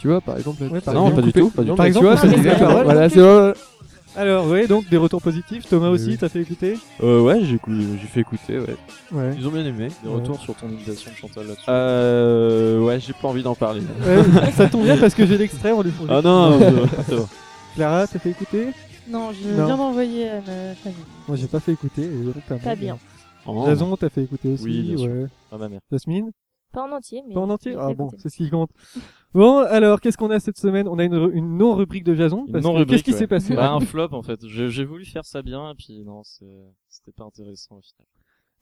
Tu vois, par exemple. Ouais, par ça exemple, vient pas du couper. tout, pas du Non, tout. Par mais tu exemple, vois, on c'est des coupe les paroles. paroles. Voilà, tu vois. Alors, ouais, donc des retours positifs. Thomas Oui, aussi, oui. t'as fait écouter Euh, ouais, j'ai cou- j'ai fait écouter, ouais. Ouais. Ils ont bien aimé. Des retours sur ton imitation de Chantal là-dessus. Euh, ouais, j'ai pas envie d'en parler. Ouais, Euh, ça tombe bien parce que j'ai l'extrait, on lui on lui- Ah non, euh, c'est bon. Clara, t'as fait écouter Non, je Non. viens d'envoyer à ma famille. Moi j'ai pas fait écouter, et Jérôme, t'as Pas bien. Ah, Oh. Jason, t'as fait écouter aussi, Oui, bien sûr. ouais. Ah, ma mère. Bah, Jasmine, Pas en entier, mais. pas en entier j'ai Ah fait bon, écouter. c'est ce qui compte. Bon, alors, qu'est-ce qu'on a cette semaine On a une, re- une non-rubrique de Jason. Une parce que non-rubrique, Qu'est-ce qui ouais. s'est passé Bah, un flop en fait. Je- J'ai voulu faire ça bien, et puis non, c'est- c'était pas intéressant au final.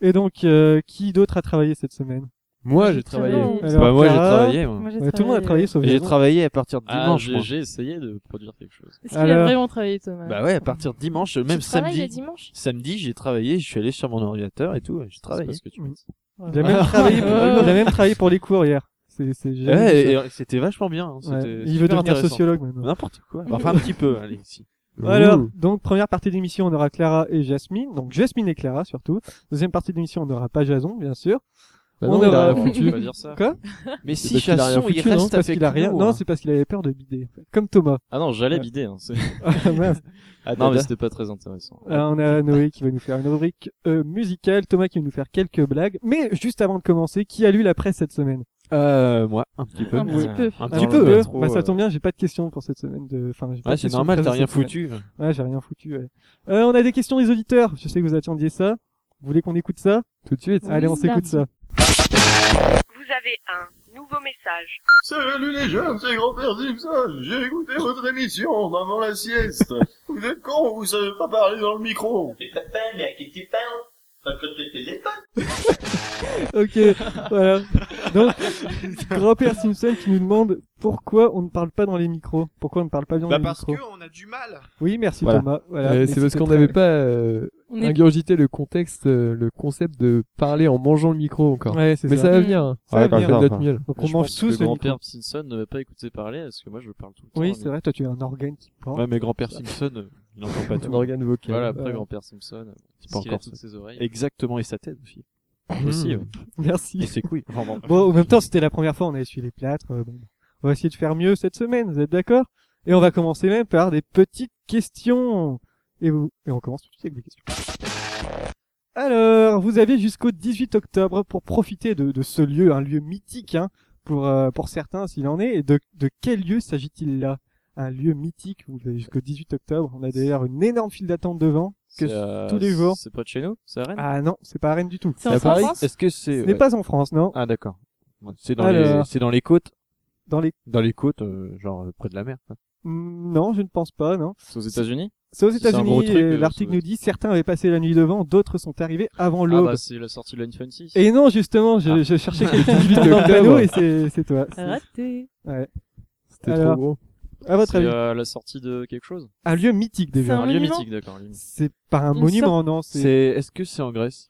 Et donc, euh, qui d'autre a travaillé cette semaine Moi, j'ai travaillé. travaillé. Alors, Bah, moi, j'ai Clara, travaillé. moi. Moi, j'ai ouais, Tout le monde a travaillé sauf Et J'ai Jason. travaillé à partir de Ah, dimanche. j'ai- moi. J'ai essayé de produire quelque chose. Est-ce qu'il a Alors- vraiment travaillé, Thomas Bah ouais, à partir de dimanche, même Tu travailles les samedi. dimanches Samedi, j'ai travaillé, je suis allé sur mon ordinateur et tout, j'ai C'est travaillé. pas ce que tu m'as dit. J'ai même, Ah. travaillé pour- j'ai même travaillé pour les cours hier. C'est, c'est j'ai jamais Ouais, vu et- ça. et c'était vachement bien. hein, Ouais. c'était Il veut super devenir intéressant. sociologue maintenant. N'importe quoi. Enfin, un petit peu, hein, allez, si. Alors, Ouh. donc première partie de l'émission, on aura Clara et Jasmine, donc Jasmine et Clara surtout. Deuxième partie de l'émission, on n'aura pas Jason, bien sûr. Bah on non, il a aura- rien foutu. Tu vas dire ça. Quoi Mais C'est si parce qu'il a rien Chasson, il foutu, Non, reste c'est parce avec qu'il a rien. nous, Non, hein. c'est parce qu'il avait peur de bider, en fait. comme Thomas. Ah non, j'allais bider. Hein, c'est- Ah, mince. Ah, non, mais dada. c'était pas très intéressant. Alors, on a Noé qui va nous faire une rubrique euh, musicale, Thomas qui va nous faire quelques blagues. Mais juste avant de commencer, qui a lu la presse cette semaine Euh, moi, un petit peu. Un petit peu. Un Un petit petit peu. peu. bah, ça tombe bien, j'ai pas de questions pour cette semaine. De... Enfin, j'ai pas Ouais, de c'est questions normal, de t'as presse rien cette semaine. foutu. Ouais, j'ai rien foutu. ouais. Euh, on a des questions des auditeurs. Je sais que vous attendiez ça. Vous voulez qu'on écoute ça Tout de suite. Oui, Allez, on s'écoute merci. ça. Vous avez un nouveau message. Salut les jeunes, c'est grand-père Simpson. J'ai écouté votre émission avant la sieste. vous êtes cons, vous savez pas parler dans le micro. Mais papa, mais à qui tu parles Pas que tu te Ok, voilà. Donc, grand-père Simpson qui nous demande pourquoi on ne parle pas dans les micros. Pourquoi on ne parle pas dans Bah, les micros on a du mal. Oui, merci Voilà. Thomas. Voilà. Euh, Mais C'est parce c'était qu'on très- n'avait pas euh, On est ingurgité le contexte, euh, le concept de parler en mangeant le micro encore. Ouais, c'est Mais ça. ça va Mm. venir. hein. Ça va Ça venir. va notre miel. Donc on Je mange pense que tous le le micro. grand-père Simpson ne m'a pas écouté parler parce que moi je parle tout le temps. Oui, mais- c'est vrai. Toi, tu as un organe qui porte. Ouais, mais grand-père Simpson, euh, il n'entend pas Un tout. organe vocal. Voilà, après Ouais. grand-père Simpson, C'est pas parce qu'il a encore ça. toutes ses oreilles. Exactement, et sa tête aussi. Aussi, Mmh. ouais. Et Merci. ses couilles. Enfin, bon. Bon, en même temps, c'était la première fois. On a essuyé les plâtres. euh, bon. On va essayer de faire mieux cette semaine. Vous êtes d'accord Et on va commencer même par des petites questions. Et vous Et on commence tout de suite avec des questions. Alors, vous avez jusqu'au 18 octobre pour profiter de, de ce lieu, un lieu mythique hein, pour euh, pour certains s'il en est. Et de, de quel lieu s'agit-il là Un lieu mythique. Vous avez jusqu'au 18 octobre. On a d'ailleurs une énorme file d'attente devant. que C'est, euh, tous les jours. C'est pas de chez nous, c'est à Rennes. Ah non, c'est pas à Rennes du tout. C'est en France Est-ce que Ce c'est. n'est ouais. pas en France, non. Ah, d'accord. Ouais, C'est dans, Alors. les... c'est dans les côtes. Dans les Dans les côtes, euh, genre euh, près de la mer. quoi. non, je ne pense pas, non. C'est aux États-Unis C'est aux Si c'est un gros États-Unis. truc, et euh, L'article ça- nous dit certains avaient passé la nuit devant, d'autres sont arrivés avant Ah l'aube. bah Ah. c'est la sortie de Line Fancy. Et non, justement, je, je cherchais quelqu'un qui tourne dans le octobre. panneau et c'est c'est toi. C'est- Raté. C'était Alors, trop gros. À votre C'est avis, euh, la sortie de quelque chose un lieu mythique déjà. Un lieu monument mythique, d'accord. un lieu mythique. C'est pas un Une monument, non. C'est C'est. Est-ce que c'est en Grèce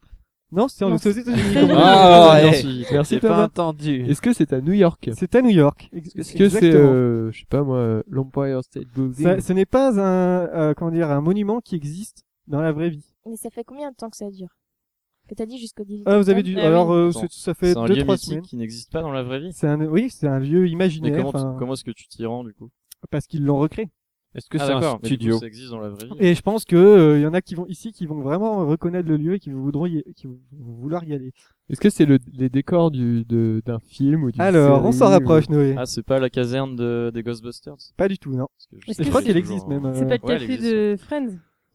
non, c'est en- Non, c'est aux États-Unis. c'est- qu'on dit. Ah, ouais. Merci. Merci J'ai pas Thomas. entendu. Est-ce que c'est à New York C'est à New York. Est-ce que c'est, euh, je sais pas moi, euh, l'Empire State Building Ça- ce n'est pas un euh, comment dire un monument qui existe dans la vraie vie. Mais ça fait combien de temps que ça dure Que t'as dit jusqu'au 18 Ah, vous avez dû. Ah oui. Alors, euh, Attends. c'est- ça fait C'est un deux lieu trois mythique semaines. qui n'existe pas dans la vraie vie. C'est un oui, c'est un lieu Mais imaginaire comment, tu- enfin, comment est-ce que tu t'y rends du coup parce qu'ils l'ont recréé. Est-ce que Ah, c'est un d'accord, mais du coup, studio Ça existe dans la vraie vie. Et je pense que euh, il y en a qui vont ici, qui vont vraiment reconnaître le lieu et qui voudront, y- qui vont vouloir y aller. Est-ce que c'est le, les décors du, de, d'un film ou d'une Alors, on série s'en ou- rapproche, Noé. Ah, c'est pas la caserne de, des Ghostbusters Pas du tout, non. Parce que Est-ce Je que crois c'est qu'il toujours existe un- même. C'est euh, pas le ouais, elle café existe. de Friends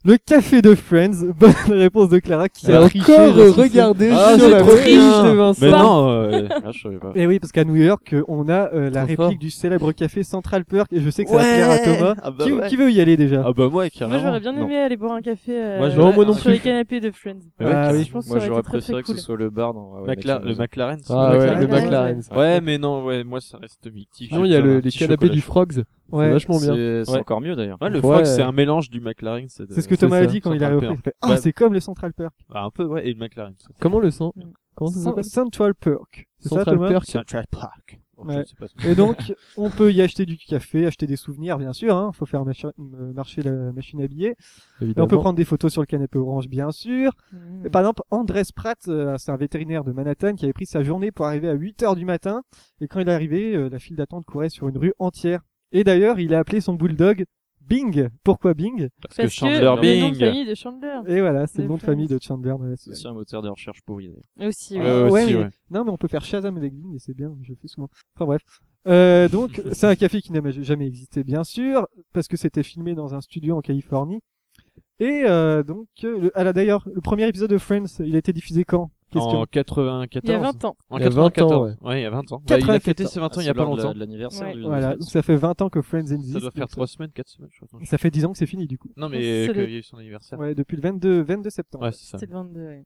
Le café de Friends. Bonne réponse de Clara qui Elle a a encore triché. euh, regardé Ah, sur c'est la trop fiche bien. de Vincent. Mais non, euh, ah, je savais pas. Et Eh oui, parce qu'à New York, euh, on a euh, Trop la réplique fort. du célèbre café Central Perk et je sais que ça Ouais. va plaire à Thomas. Ah bah qui, ouais. qui veut y aller déjà Ah bah moi, carrément. Moi j'aurais bien Non. aimé aller boire un café euh, Moi, je- non, moi non sur plus. les canapés de Friends. Mais ouais, Ah carrément. oui. Je pense que Moi ça aurait j'aurais été très très préféré que cool. ce soit le bar dans. ouais, Macla- Macla- le McLaren. c'est- Ah ouais, le McLaren. McLaren. Ouais, ouais, mais non, ouais, moi ça reste mythique. Sinon, J'ai il y a besoin le- d'un les petit canapés du chocolat Frogs. C'est Ouais. vachement bien. C'est c'est Ouais. encore mieux d'ailleurs. chaud. Ouais, le Ouais. frog, c'est un mélange du McLaren. C'est ce que c'est Thomas a ça, dit quand il a Central repris. Perk. Il fait, Ah, Ouais. c'est comme le Central Perk. Bah, un peu, ouais, et le McLaren. Comment le sent Comment ça Cent- s'appelle Central Perk. C'est ça, Central Thomas Perk. un track park. Je Ouais. sais pas ce que- Et donc, on peut y acheter du café, acheter des souvenirs, bien sûr. Hein. Faut faire machi- euh, marcher la machine à billets. Et on Évidemment. peut prendre des photos sur le canapé orange, bien sûr. Mmh. Et par exemple, Andrés Pratt, euh, c'est un vétérinaire de Manhattan qui avait pris sa journée pour arriver à 8 heures du matin. Et quand il est arrivé, euh, la file d'attente courait sur une rue entière. Et d'ailleurs, il a appelé son bulldog Bing. Pourquoi Bing Parce que Parce Chandler que le nom de Bing. famille de Chandler. Et voilà, c'est Les le nom de Friends. famille de Chandler dans la C'est série. aussi un moteur de recherche pourri. d'ailleurs. Aussi, oui. Ouais, ouais, Ouais, euh, aussi, mais- ouais. Non, mais on peut faire Shazam avec Bing et c'est bien, je le fais souvent. Enfin bref. Euh, donc, c'est un café qui n'a jamais existé, bien sûr, parce que c'était filmé dans un studio en Californie. Et euh, donc, euh, le- ah là, d'ailleurs, le premier épisode de Friends, il a été diffusé quand Question. En Il y a 94. 20 ans. En Il y a 20 ans, 94. ouais. il y a 20 ans. Bah, il a fêté 94. ses 20 ans Ah, il y c'est a pas lors de la- longtemps. de l'anniversaire Ouais. du- Voilà, donc ça fait 20 ans que Friends existe. Ça doit faire donc 3 semaines, 4 semaines, je crois. ça fait 10 ans que c'est fini, du coup. Non, mais, mais C'est euh, le- qu'il y a eu son anniversaire. Ouais, depuis le 22, 22 septembre. Ouais, c'est ça. C'était le 22. ouais.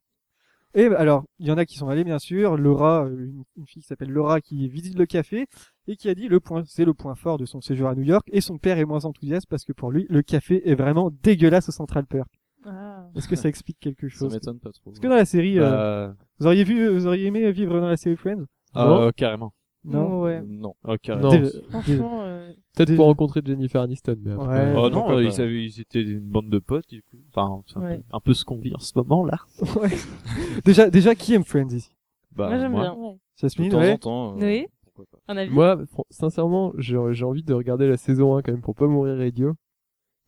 Et bah, alors, il y en a qui sont allés, bien sûr. Laura, euh, une, une fille qui s'appelle Laura, qui visite le café et qui a dit le point, c'est le point fort de son séjour à New York. Et son père est moins enthousiaste parce que pour lui, le café est vraiment dégueulasse au Central Perk. Ah. Est-ce que ça explique quelque Ça chose Est-ce m'étonne Bah, pas trop. que dans la série, euh, Euh, vous auriez vu, vous auriez aimé euh, vivre dans la série Friends euh, carrément. Non. Ouais. Non. Oh, carrément. Non, Dé- Franchement, euh, peut-être dé- pour rencontrer Jennifer Aniston, mais après, Ouais. Oh, non, bah. non, pas euh, mal. ils, avaient- ils étaient une bande de potes, du coup. Enfin, c'est un, Ouais. peu, un peu ce qu'on vit en ce moment, là. Ouais. déjà, déjà, qui aime Friends ici Bah, moi j'aime moi. bien. Ouais. De Jasmine, temps ouais. en temps. euh, Noé pourquoi pas. Un avis euh, moi, fr- sincèrement, j'ai j'ai envie de regarder la saison 1 quand même pour pas mourir idiot.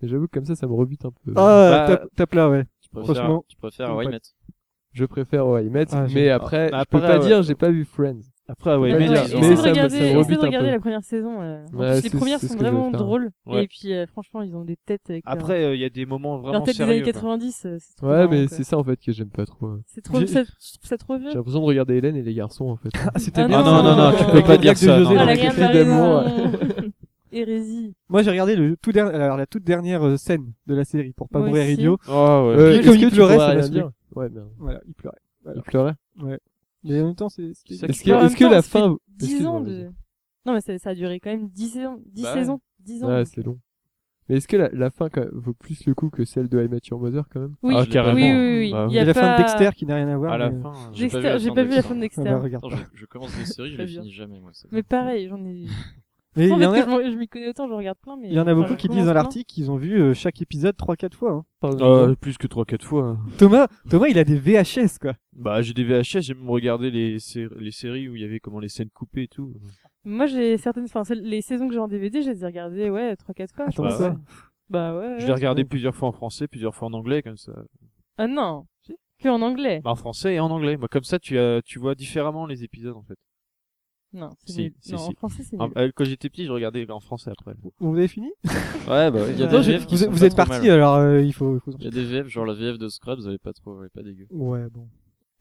Mais j'avoue que comme ça, ça me rebute un peu. Ah, Bah, tape, tape là, ouais. Ah Tu préfères, Franchement. tu préfères Ouais. Why Met. Je préfère ouais, y mettre, Ah, mais j'ai- après, Ah, je peux après, pas ouais. dire, j'ai pas vu Friends. Après, ouais, Bah, mais non, là- essaie mais de ça me- ça me regarder, essaie de rebute un regarder peu. la première saison. euh. En Ouais, plus, les c'est- premières c'est ce sont que je vais vraiment faire. drôles. Ouais. Et puis, euh, franchement, ils ont des têtes avec leur- Après, euh, il y a des moments leur vraiment tête des années sérieux. quoi. 90. euh, c'est trop Ouais, marrant, mais quoi. c'est ça en fait que j'aime pas trop. hein. C'est trop, J'ai- ça, je trouve ça trop vieux. J'ai l'impression de regarder Hélène et les garçons en fait. Ah, c'était Ah, bien. non, non, non, tu peux pas dire Blague de ça, José Ah, non. dans la le guerre café de la d'amour. raison. Hérésie. Moi, j'ai regardé le tout dernier, alors, la toute dernière euh, scène de la série pour pas Moi mourir aussi. idiot. Oh, ouais. Euh, Puis est-ce comme que il tu pleurait, pourrais ça rien m'a dire Ouais, merde. Voilà, il pleurait. Il pleurait. Mais en même temps, c'est c'était- Est-ce que, Mais en est-ce même que temps, la ça fait fin. 10 Excuse-moi, ans vas-y. de. Non, mais ça, ça a duré quand même 10 saisons. 10 Bah ouais. saisons. 10 ans. Ouais, c'est long. Mais est-ce que la, la fin quand même, vaut plus le coup que celle de I Met Your Mother quand même Oui, Ah, oui, carrément. oui, oui, oui. Bah, Il Il y y a la fin pas- de Dexter qui n'a rien à voir. À la mais- fin. euh. J'ai pas vu Dexter, la j'ai fin pas de vu la Dexter. fin de Dexter. Ah bah, regarde Attends, pas. je, je commence des séries, je Très les bien. finis jamais moi. c'est- Mais pareil, j'en ai. Mais il En y en fait, a, je m'en- je m'y connais autant, je regarde plein, mais. il y en a beaucoup Enfin, qui je disent dans commence l'article qu'ils ont vu euh, chaque épisode 3-4 fois. hein. Euh, plus que 3-4 fois. Thomas, Thomas, il a des VHS quoi. Bah, j'ai des VHS, j'ai même regardé les, sé- les séries où il y avait comment les scènes coupées et tout. plein. Moi, j'ai certaines. Enfin, celles- les saisons que j'ai en DVD, je les ai regardées, ouais, 3-4 fois. je Attends Bah, pense. ça. ouais. Bah ouais. Je ouais. l'ai regardé plusieurs fois en français, plusieurs fois en anglais, comme ça. Ah non. Que en anglais. Bah, en français et en anglais. Bah, comme ça, tu, as, tu vois différemment les épisodes, en fait. Non, c'est Si, nul. si, non, si. en français, c'est Ah, nul. euh, quand j'étais petit, je regardais en français après. Vous avez fini Ouais, bah ouais. Il y a Ouais. des Non, j'ai- VF qui Vous, sont vous pas êtes trop parti mal. alors euh, il faut. il faut- Il y a des VF, genre la VF de Scrubs, elle est pas trop, elle est pas dégueu. Ouais bon.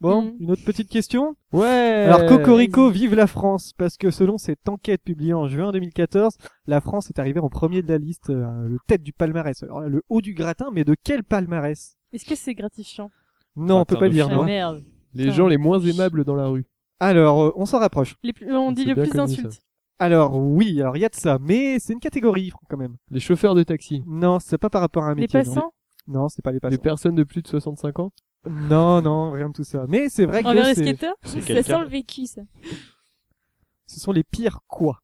Bon, Mhm. une autre petite question. Ouais Alors Cocorico, vive la France, parce que selon cette enquête publiée en juin 2014, la France est arrivée en premier de la liste, euh, le tête du palmarès. Alors là, le haut du gratin, mais de quel palmarès Est-ce que c'est gratifiant Non, on peut Gratin pas de dire Ah chien. non. merde. Les gens les moins aimables dans la rue. Alors, euh, on s'en rapproche. Les plus... On dit C'est le bien plus connu, ça. d'insultes. Alors oui, alors il y a de ça, mais c'est une catégorie quand même. Les chauffeurs de taxi. Non, c'est pas par rapport à un Les métier. non. passants Non, c'est pas les Les passants. personnes de plus de 65 ans. Non, non, rien de tout ça. Mais c'est vrai envers que Ah, les c'est- skateurs quelqu'un. Ça sent le vécu, ça. ce sont les pires quoi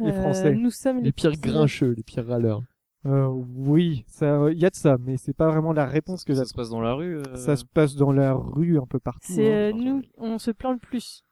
Les Français. Euh, nous sommes les, Les pires Français. grincheux, les pires râleurs. Euh, oui, ça, euh, il y a de ça, mais c'est pas vraiment la réponse que ça j'attends. se passe dans la rue. euh, Ça se passe dans la rue un peu partout. C'est hein. euh, nous, on se plaint le plus.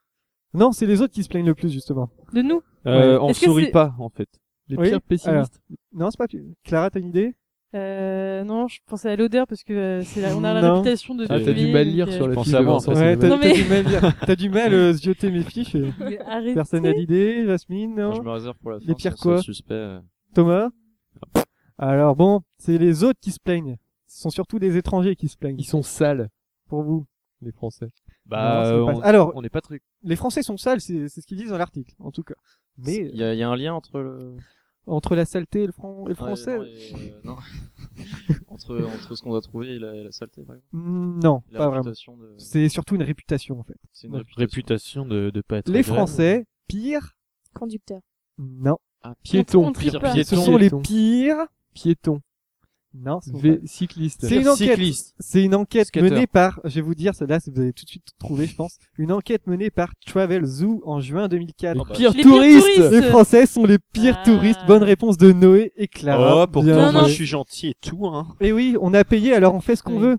Non, c'est les autres qui se plaignent le plus justement. De nous Euh, on Est-ce que sourit c'est- pas, en fait. Les Oui, pires pessimistes. Non, c'est pas. Clara, t'as une idée euh, Non, je pensais à l'odeur parce que euh, c'est la- on a la Non. réputation de. Ah, t'as du publier, mal lire donc, sur euh, la pense fille de à moi, en Vincent fait. Ouais, Semenet. t'as Non, mais- t'as du mal, lire- t'as du mal euh, zioter mes fiches. et mais Arrêtez. Personne n'a d'idée. Jasmine, Enfin, je non. me réserve pour la fin. Les pires sans seul quoi Suspect. euh, Thomas. Alors bon, c'est les autres qui se plaignent. Ce sont surtout des étrangers qui se plaignent. Ils sont sales, Pour vous. les Français. Non, Bah, c'est euh, pas- Alors, on- on n'est pas très les Français sont sales, c'est c'est ce qu'ils disent dans l'article, en tout cas. Mais Il y, a- il y a un lien entre le. entre la saleté et le, fran- et le français, Ouais, non, et, euh, non. entre entre ce qu'on doit trouver et la, et la saleté, par exemple. mm, non, La euh, pas vraiment. réputation de. C'est surtout une réputation en fait. C'est une réputation. réputation de, de pas être Les agréable. Français, pire, Conducteur. non. Ah, On- Piétons. on trie pire pas. Piétons. Ce sont les Piétons. pires Piétons. Non, c'est V cycliste. C'est une enquête. Cycliste. C'est une enquête Skater. menée par, je vais vous dire, celle-là, vous allez tout de suite trouver, je pense. Une enquête menée par Travel Zoo en juin Ah 2004. Oh, bah, Les pires Les pires touristes. touristes. Les Français sont les pires Ah. touristes. Bonne réponse de Noé et Clara. Oh, pourtant, Bien Non, non. moi, joué. je suis gentil et tout, hein. Et oui, on a payé, alors on fait ce qu'on Oui. veut.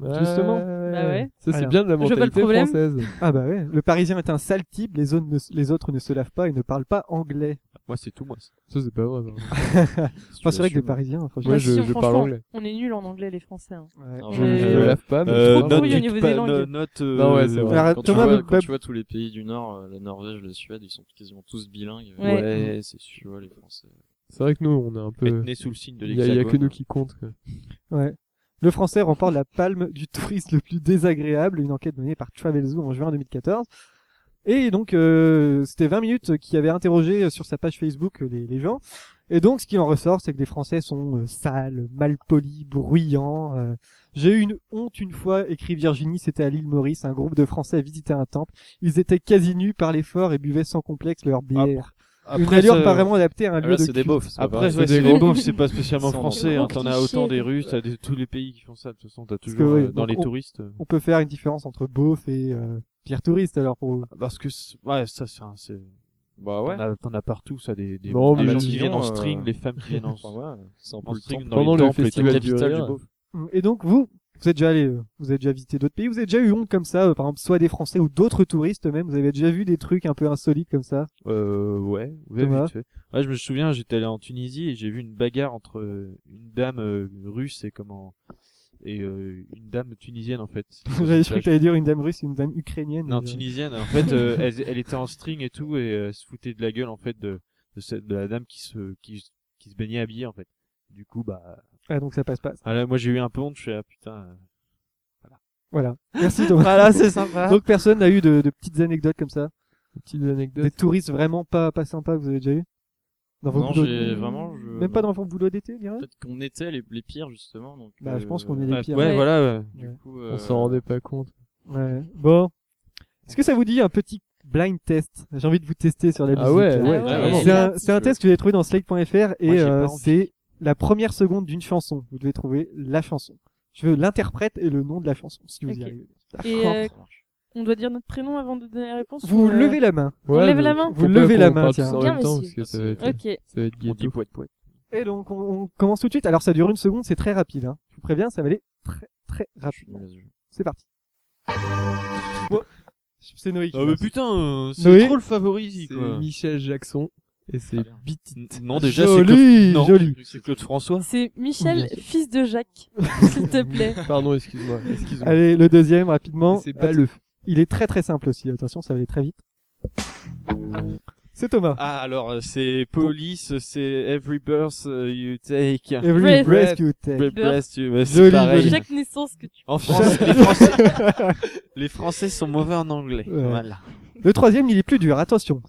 Ouais. Justement. Bah ouais. Ça, c'est Alors, bien de la vois pas le mentalité problème. française. Ah bah ouais. Le Parisien est un sale type, les, autres ne- les autres ne se lavent pas et ne parlent pas anglais. Moi, c'est tout, moi. Ça, c'est pas vrai. non. Enfin, c'est vrai que les Parisiens, franchement. Moi, Bah, je- si, je parle franchement, anglais. On est nuls en anglais, les Français. hein. Ouais. Alors, Ouais. je- Je Euh, me lave pas, mais Euh, je parle note Oui, au anglais. du niveau pa- des langues. no- note, euh, Non, ouais, c'est vrai. Alors, Quand, Ah, Thomas, tu vois, Bab- quand Bab- tu vois tous les pays du Nord, euh, la Norvège, la Suède, ils sont quasiment tous bilingues. Ouais. c'est sûr, les Français. C'est vrai que nous, on est un peu. né sous le signe de Il y, a- il y a que l'hexagone. nous qui comptent. quoi. Ouais. Le français remporte la palme du touriste le plus désagréable, une enquête menée par Travelzoo en juin 2014. Et donc, euh, c'était 20 minutes qui avait interrogé sur sa page Facebook euh, les, les gens. Et donc, ce qui en ressort, c'est que les Français sont euh, sales, malpolis, bruyants. euh. J'ai eu une honte une fois, écrit Virginie, c'était à l'île Maurice, un groupe de Français visitait un temple. Ils étaient quasi nus par l'effort et buvaient sans complexe leur bière. une allure ça- pas vraiment adaptée à un Ah, lieu là, de c'est des culte. beaufs. c'est pas Après, pareil. ouais, c'est des beaufs, c'est pas spécialement Sans- français. hein. Gros T'en as cliché, autant des quoi. Russes, t'as des- tous les pays qui font ça. De toute façon, t'as que, toujours euh, oui, dans donc les on- touristes. On peut faire une différence entre beauf et euh, pire touriste, alors pour vous. Parce que, c'est- ouais, ça, c'est un- c'est. Bah ouais. T'en as- T'en as partout, ça, des, des, Non, des mais gens je- qui viennent en euh, string, les femmes qui viennent en, Enfin, ouais, c'est un peu en le string temps. dans Pendant les le temples, festival les du capitales rire. beauf. Et donc vous, vous êtes déjà allé, euh, vous avez déjà visité d'autres pays, vous avez déjà eu honte comme ça, euh, par exemple soit des Français ou d'autres touristes même, vous avez déjà vu des trucs un peu insolites comme ça. Euh, ouais, ouais, Thomas vite fait. Ouais, je me souviens, j'étais allé en Tunisie et j'ai vu une bagarre entre euh, une dame euh, russe et comment et euh, une dame tunisienne en fait. J'avais cru que t'allais dire une dame russe, une dame ukrainienne. Non, mais, euh, tunisienne. En fait, euh, elle, elle était en string et tout et euh, elle se foutait de la gueule en fait de de, cette- de la dame qui se qui, se- qui se baignait habillée en fait. Du coup, bah, Ah donc ça passe pas. ah là, moi j'ai eu un peu honte. Je suis ah putain. euh. Voilà. Merci Thomas. c'est sympa. donc personne n'a eu de, de petites anecdotes comme ça, Petite anecdote. des touristes vraiment pas pas sympas que vous avez déjà eu dans vos Non, boulots- j'ai vraiment. je- Même pas dans vos boulots d'été, je dirais. Peut-être qu'on était les, les pires justement. Donc, Bah, je pense qu'on est euh, les Ouais, pires. Ah, ouais, Ouais. voilà. ouais. Du coup, On s'en rendait pas compte. Ouais. Bon. Est-ce que ça vous dit un petit blind test J'ai envie de vous tester sur la musique. Ah ouais, là. ouais, Ah ouais. carrément. C'est Là, un, c'est un test que j'ai trouvé dans slate.fr Moi, et j'ai pas euh, envie. c'est la première seconde d'une chanson. Vous devez trouver la chanson. Je veux l'interprète et le nom de la chanson, si vous y Ok. arrivez. Et euh, on doit dire notre prénom avant de donner la réponse Vous ou, euh, levez la main. On lève la main faut Vous pas levez qu'on la parle main, tous tiens. en Bien même temps, aussi. parce que ça va être, Ok. ça va être On dit ghetto. poète poète. Et donc, on, on commence tout de suite. Alors, ça dure une seconde, c'est très rapide. Hein. Je vous préviens, ça va aller très, très rapidement. C'est parti. Bon. bah, C'est Noé qui Ah mais commence. putain, c'est Noé c'est trop trop le favori C'est quoi. Michel Jackson et c'est Beat It. Non déjà c'est Claude... joli, non. joli. c'est Claude François. C'est Bien Michel, fils de Jacques, s'il te plaît. Pardon, excuse-moi. Excuse-moi. Allez, le deuxième, rapidement. C'est pas le Il est très très simple aussi. Attention, ça va aller très vite. C'est Thomas. Ah alors euh, c'est Police, c'est Every Birth euh, You Take, Every Breath. breath you take. Every Breath You euh, Joli, c'est pareil. Chaque naissance que tu En France, les Français, les Français sont mauvais en anglais. Ouais. Voilà. Le troisième, il est plus dur, attention.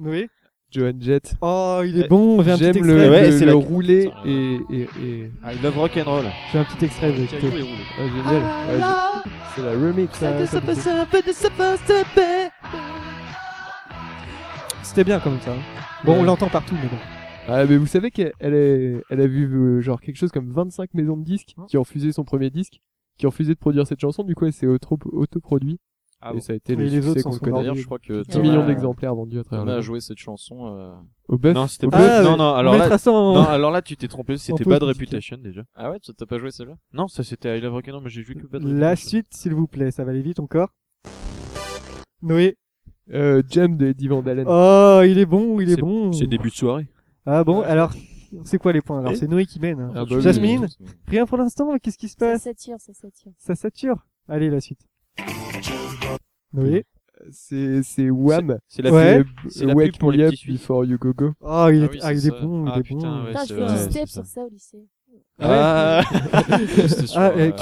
Oui. Joan Jett. Oh, il est Eh, bon, j'ai un petit J'aime extrait. le, Ouais, le, c'est le la- roulé Putain. et, et, et... Ah, I love rock'n'roll. J'ai un petit extrait. euh, vous écoutez. Ah, génial. Ah, je- c'est la remix. là, ça me fait- C'était bien comme ça. hein. Bon, on l'entend partout, mais bon. Ah, mais vous savez qu'elle est... elle a vu euh, genre quelque chose comme 25 maisons de disques Hein qui ont refusé son premier disque, qui ont refusé de produire cette chanson. Du coup, elle s'est auto- autoproduit. Ah et bon. ça a été Et le les succès autres s'en qu'on sont connaît. D'ailleurs, je crois que 10 Thomas- millions d'exemplaires vendus à travers Thomas le a monde. joué cette chanson. euh, Au bœuf. Non, c'était au Ah, pas. bœuf. non, ouais. non. Alors Mettre là, à ça en- non, alors là, tu t'es trompé. C'était peut Bad expliquer. Reputation déjà. Ah ouais, tu t'as pas joué celle-là Non, ça c'était I love rock'n'roll, mais j'ai vu que Bad La Reputation. suite, s'il vous plaît, ça va aller vite encore. Noé. Euh, Jam de Eddie Van Halen. Oh, il est bon, il est, bon. C'est début de soirée. Ah bon, alors, c'est quoi les points Alors, c'est Noé qui mène. hein. Ah bah oui. Jasmine Rien pour l'instant, qu'est-ce qui se Ça passe s'attire, ça s'attire. Ça sature. Allez, la suite. Noé. C'est c'est Wham. C'est la Ouais. pub. Euh, C'est la pub Wake pour me les up petits suisses. before you go go. Oh, il est, Ah oui, ah, il c'est est ça. bon, il Ah est bon. putain, ouais, Putain, c'est je faisais vrai, du c'est step ça. sur ça au lycée. Ah, Ah, euh, qui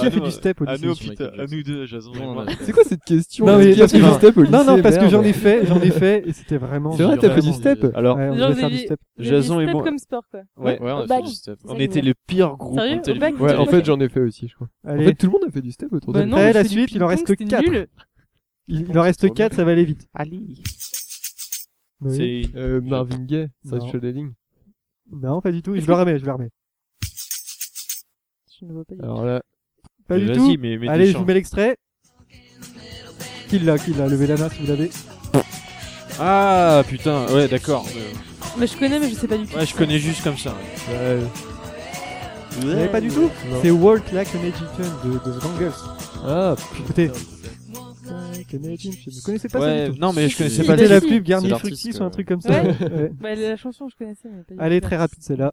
a Ah, fait non, du step au à lycée nous, Jackson. putain, à nous deux, Jason et Non, moi. non, C'est quoi cette question Non, mais Qui a fait parce du que- step au lycée Non, non, parce que merde. j'en ai fait, j'en ai fait, et c'était vraiment. C'est vrai, génial. t'as fait du Vraiment, step mais- Alors, Ouais, on Genre, devait vous faire du avez- step. J'ai Jason des et steps moi, comme sport, quoi. ouais, Ouais, on a Bah, fait du step. ça, on je était vois. les pires groupes. Sérieux on était Au les- bac, Ouais, t'as en fait fait, j'en ai fait aussi, je crois. En Allez. fait, tout le monde a fait du step autour de Bah nous. non, Après, mais la c'était suite, du il en reste ping-pong, c'était 4. nul. Il, il en reste 4, ça va aller vite. Allez. Oui. C'est Euh, Marvin Gaye, Non. Side Shodeling. Non, pas du tout. Je le remets, je le remets. je ne vois pas du tout. Alors là, Pas du Vas-y, tout. mais- mais Allez, des je vous chants. mets l'extrait. Qui l'a, qui l'a Levez la main si vous l'avez. Ah putain, ouais, d'accord. Euh, Mais Bah, je connais, mais je sais pas du tout. Ouais, je connais juste comme ça. ouais. Vous l'avez pas du tout C'est Walk Like an Egyptian de, de The Bangles. ah, Écoutez. Like an Egyptian. Vous connaissez pas ça Ouais, du tout non, mais je connaissais si, pas si. C'était le la tout. pub C'est Garnier l'artiste, Fructis ou un euh. truc comme ça. Ouais. Bah, la chanson, je connaissais, mais pas du Allez, tout. très rapide celle-là.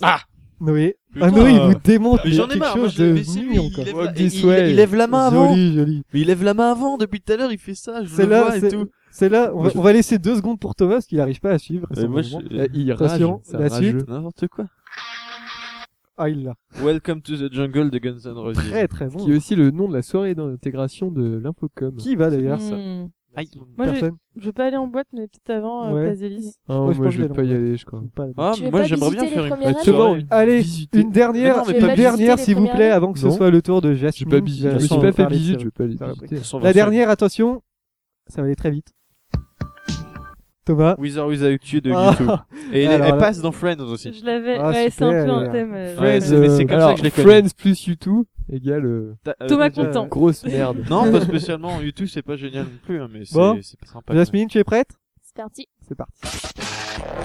Ah Noé. Putain, ah Noé, il euh, vous démonte mais mais j'en ai quelque marre, moi, chose je de l'avais essayé, mignon. il quoi. est- Walt il, Disney. il- il lève la main avant. Joli, joli. Mais il lève la main avant. Depuis tout à l'heure, il fait ça. Je le Celle-là, vois et c'est- tout. celle-là, on, va- Moi, je- on va laisser deux secondes pour Thomas parce qu'il n'arrive pas à suivre. Eh, Euh, moi, je- vraisemblablement. là, il rage, Attention, c'est la rageux. suite. N'importe quoi. Ah, il l'a. Welcome to the jungle de Guns N' Roses. Très très qui est bon. aussi le nom de la soirée d'intégration de l'Infocom. Qui va d'ailleurs Hmm. Aïe. Moi, je, Personne. je vais pas aller en boîte, mais peut-être avant, euh, Ouais. Place des Lys. Ah, Ouais, je moi pense je que vais je pas vais y aller, je crois. Pas le- Ah, Tu veux moi pas j'aimerais bien visiter faire les une premières petite races soirée. Allez, Visiter. une dernière, Mais non, mais une pas dernière visiter s'il les vous plaît, premières avant que ce Non. soit le tour de Jasmine. J'ai pas visité, je me suis Jasmine pas va fait parler de visite, ses- je vais pas aller Ça va, visiter. La dernière, attention, ça va aller très vite. Thomas. With or Without You de Ah, YouTube. Et elle, Alors elle là- passe dans Friends aussi. Je l'avais, Ah, ouais, c'est un super, peu elle- un thème. euh, Ouais, ouais. c'est- mais c'est comme ça Alors, que je les connais. Friends plus YouTube égale euh, Ta- euh, Thomas déjà, Content. grosse merde. Non, pas spécialement. YouTube, c'est pas génial non plus, hein, mais c'est Bon. c'est pas sympa. quoi. Jasmine, tu es prête C'est parti. C'est parti.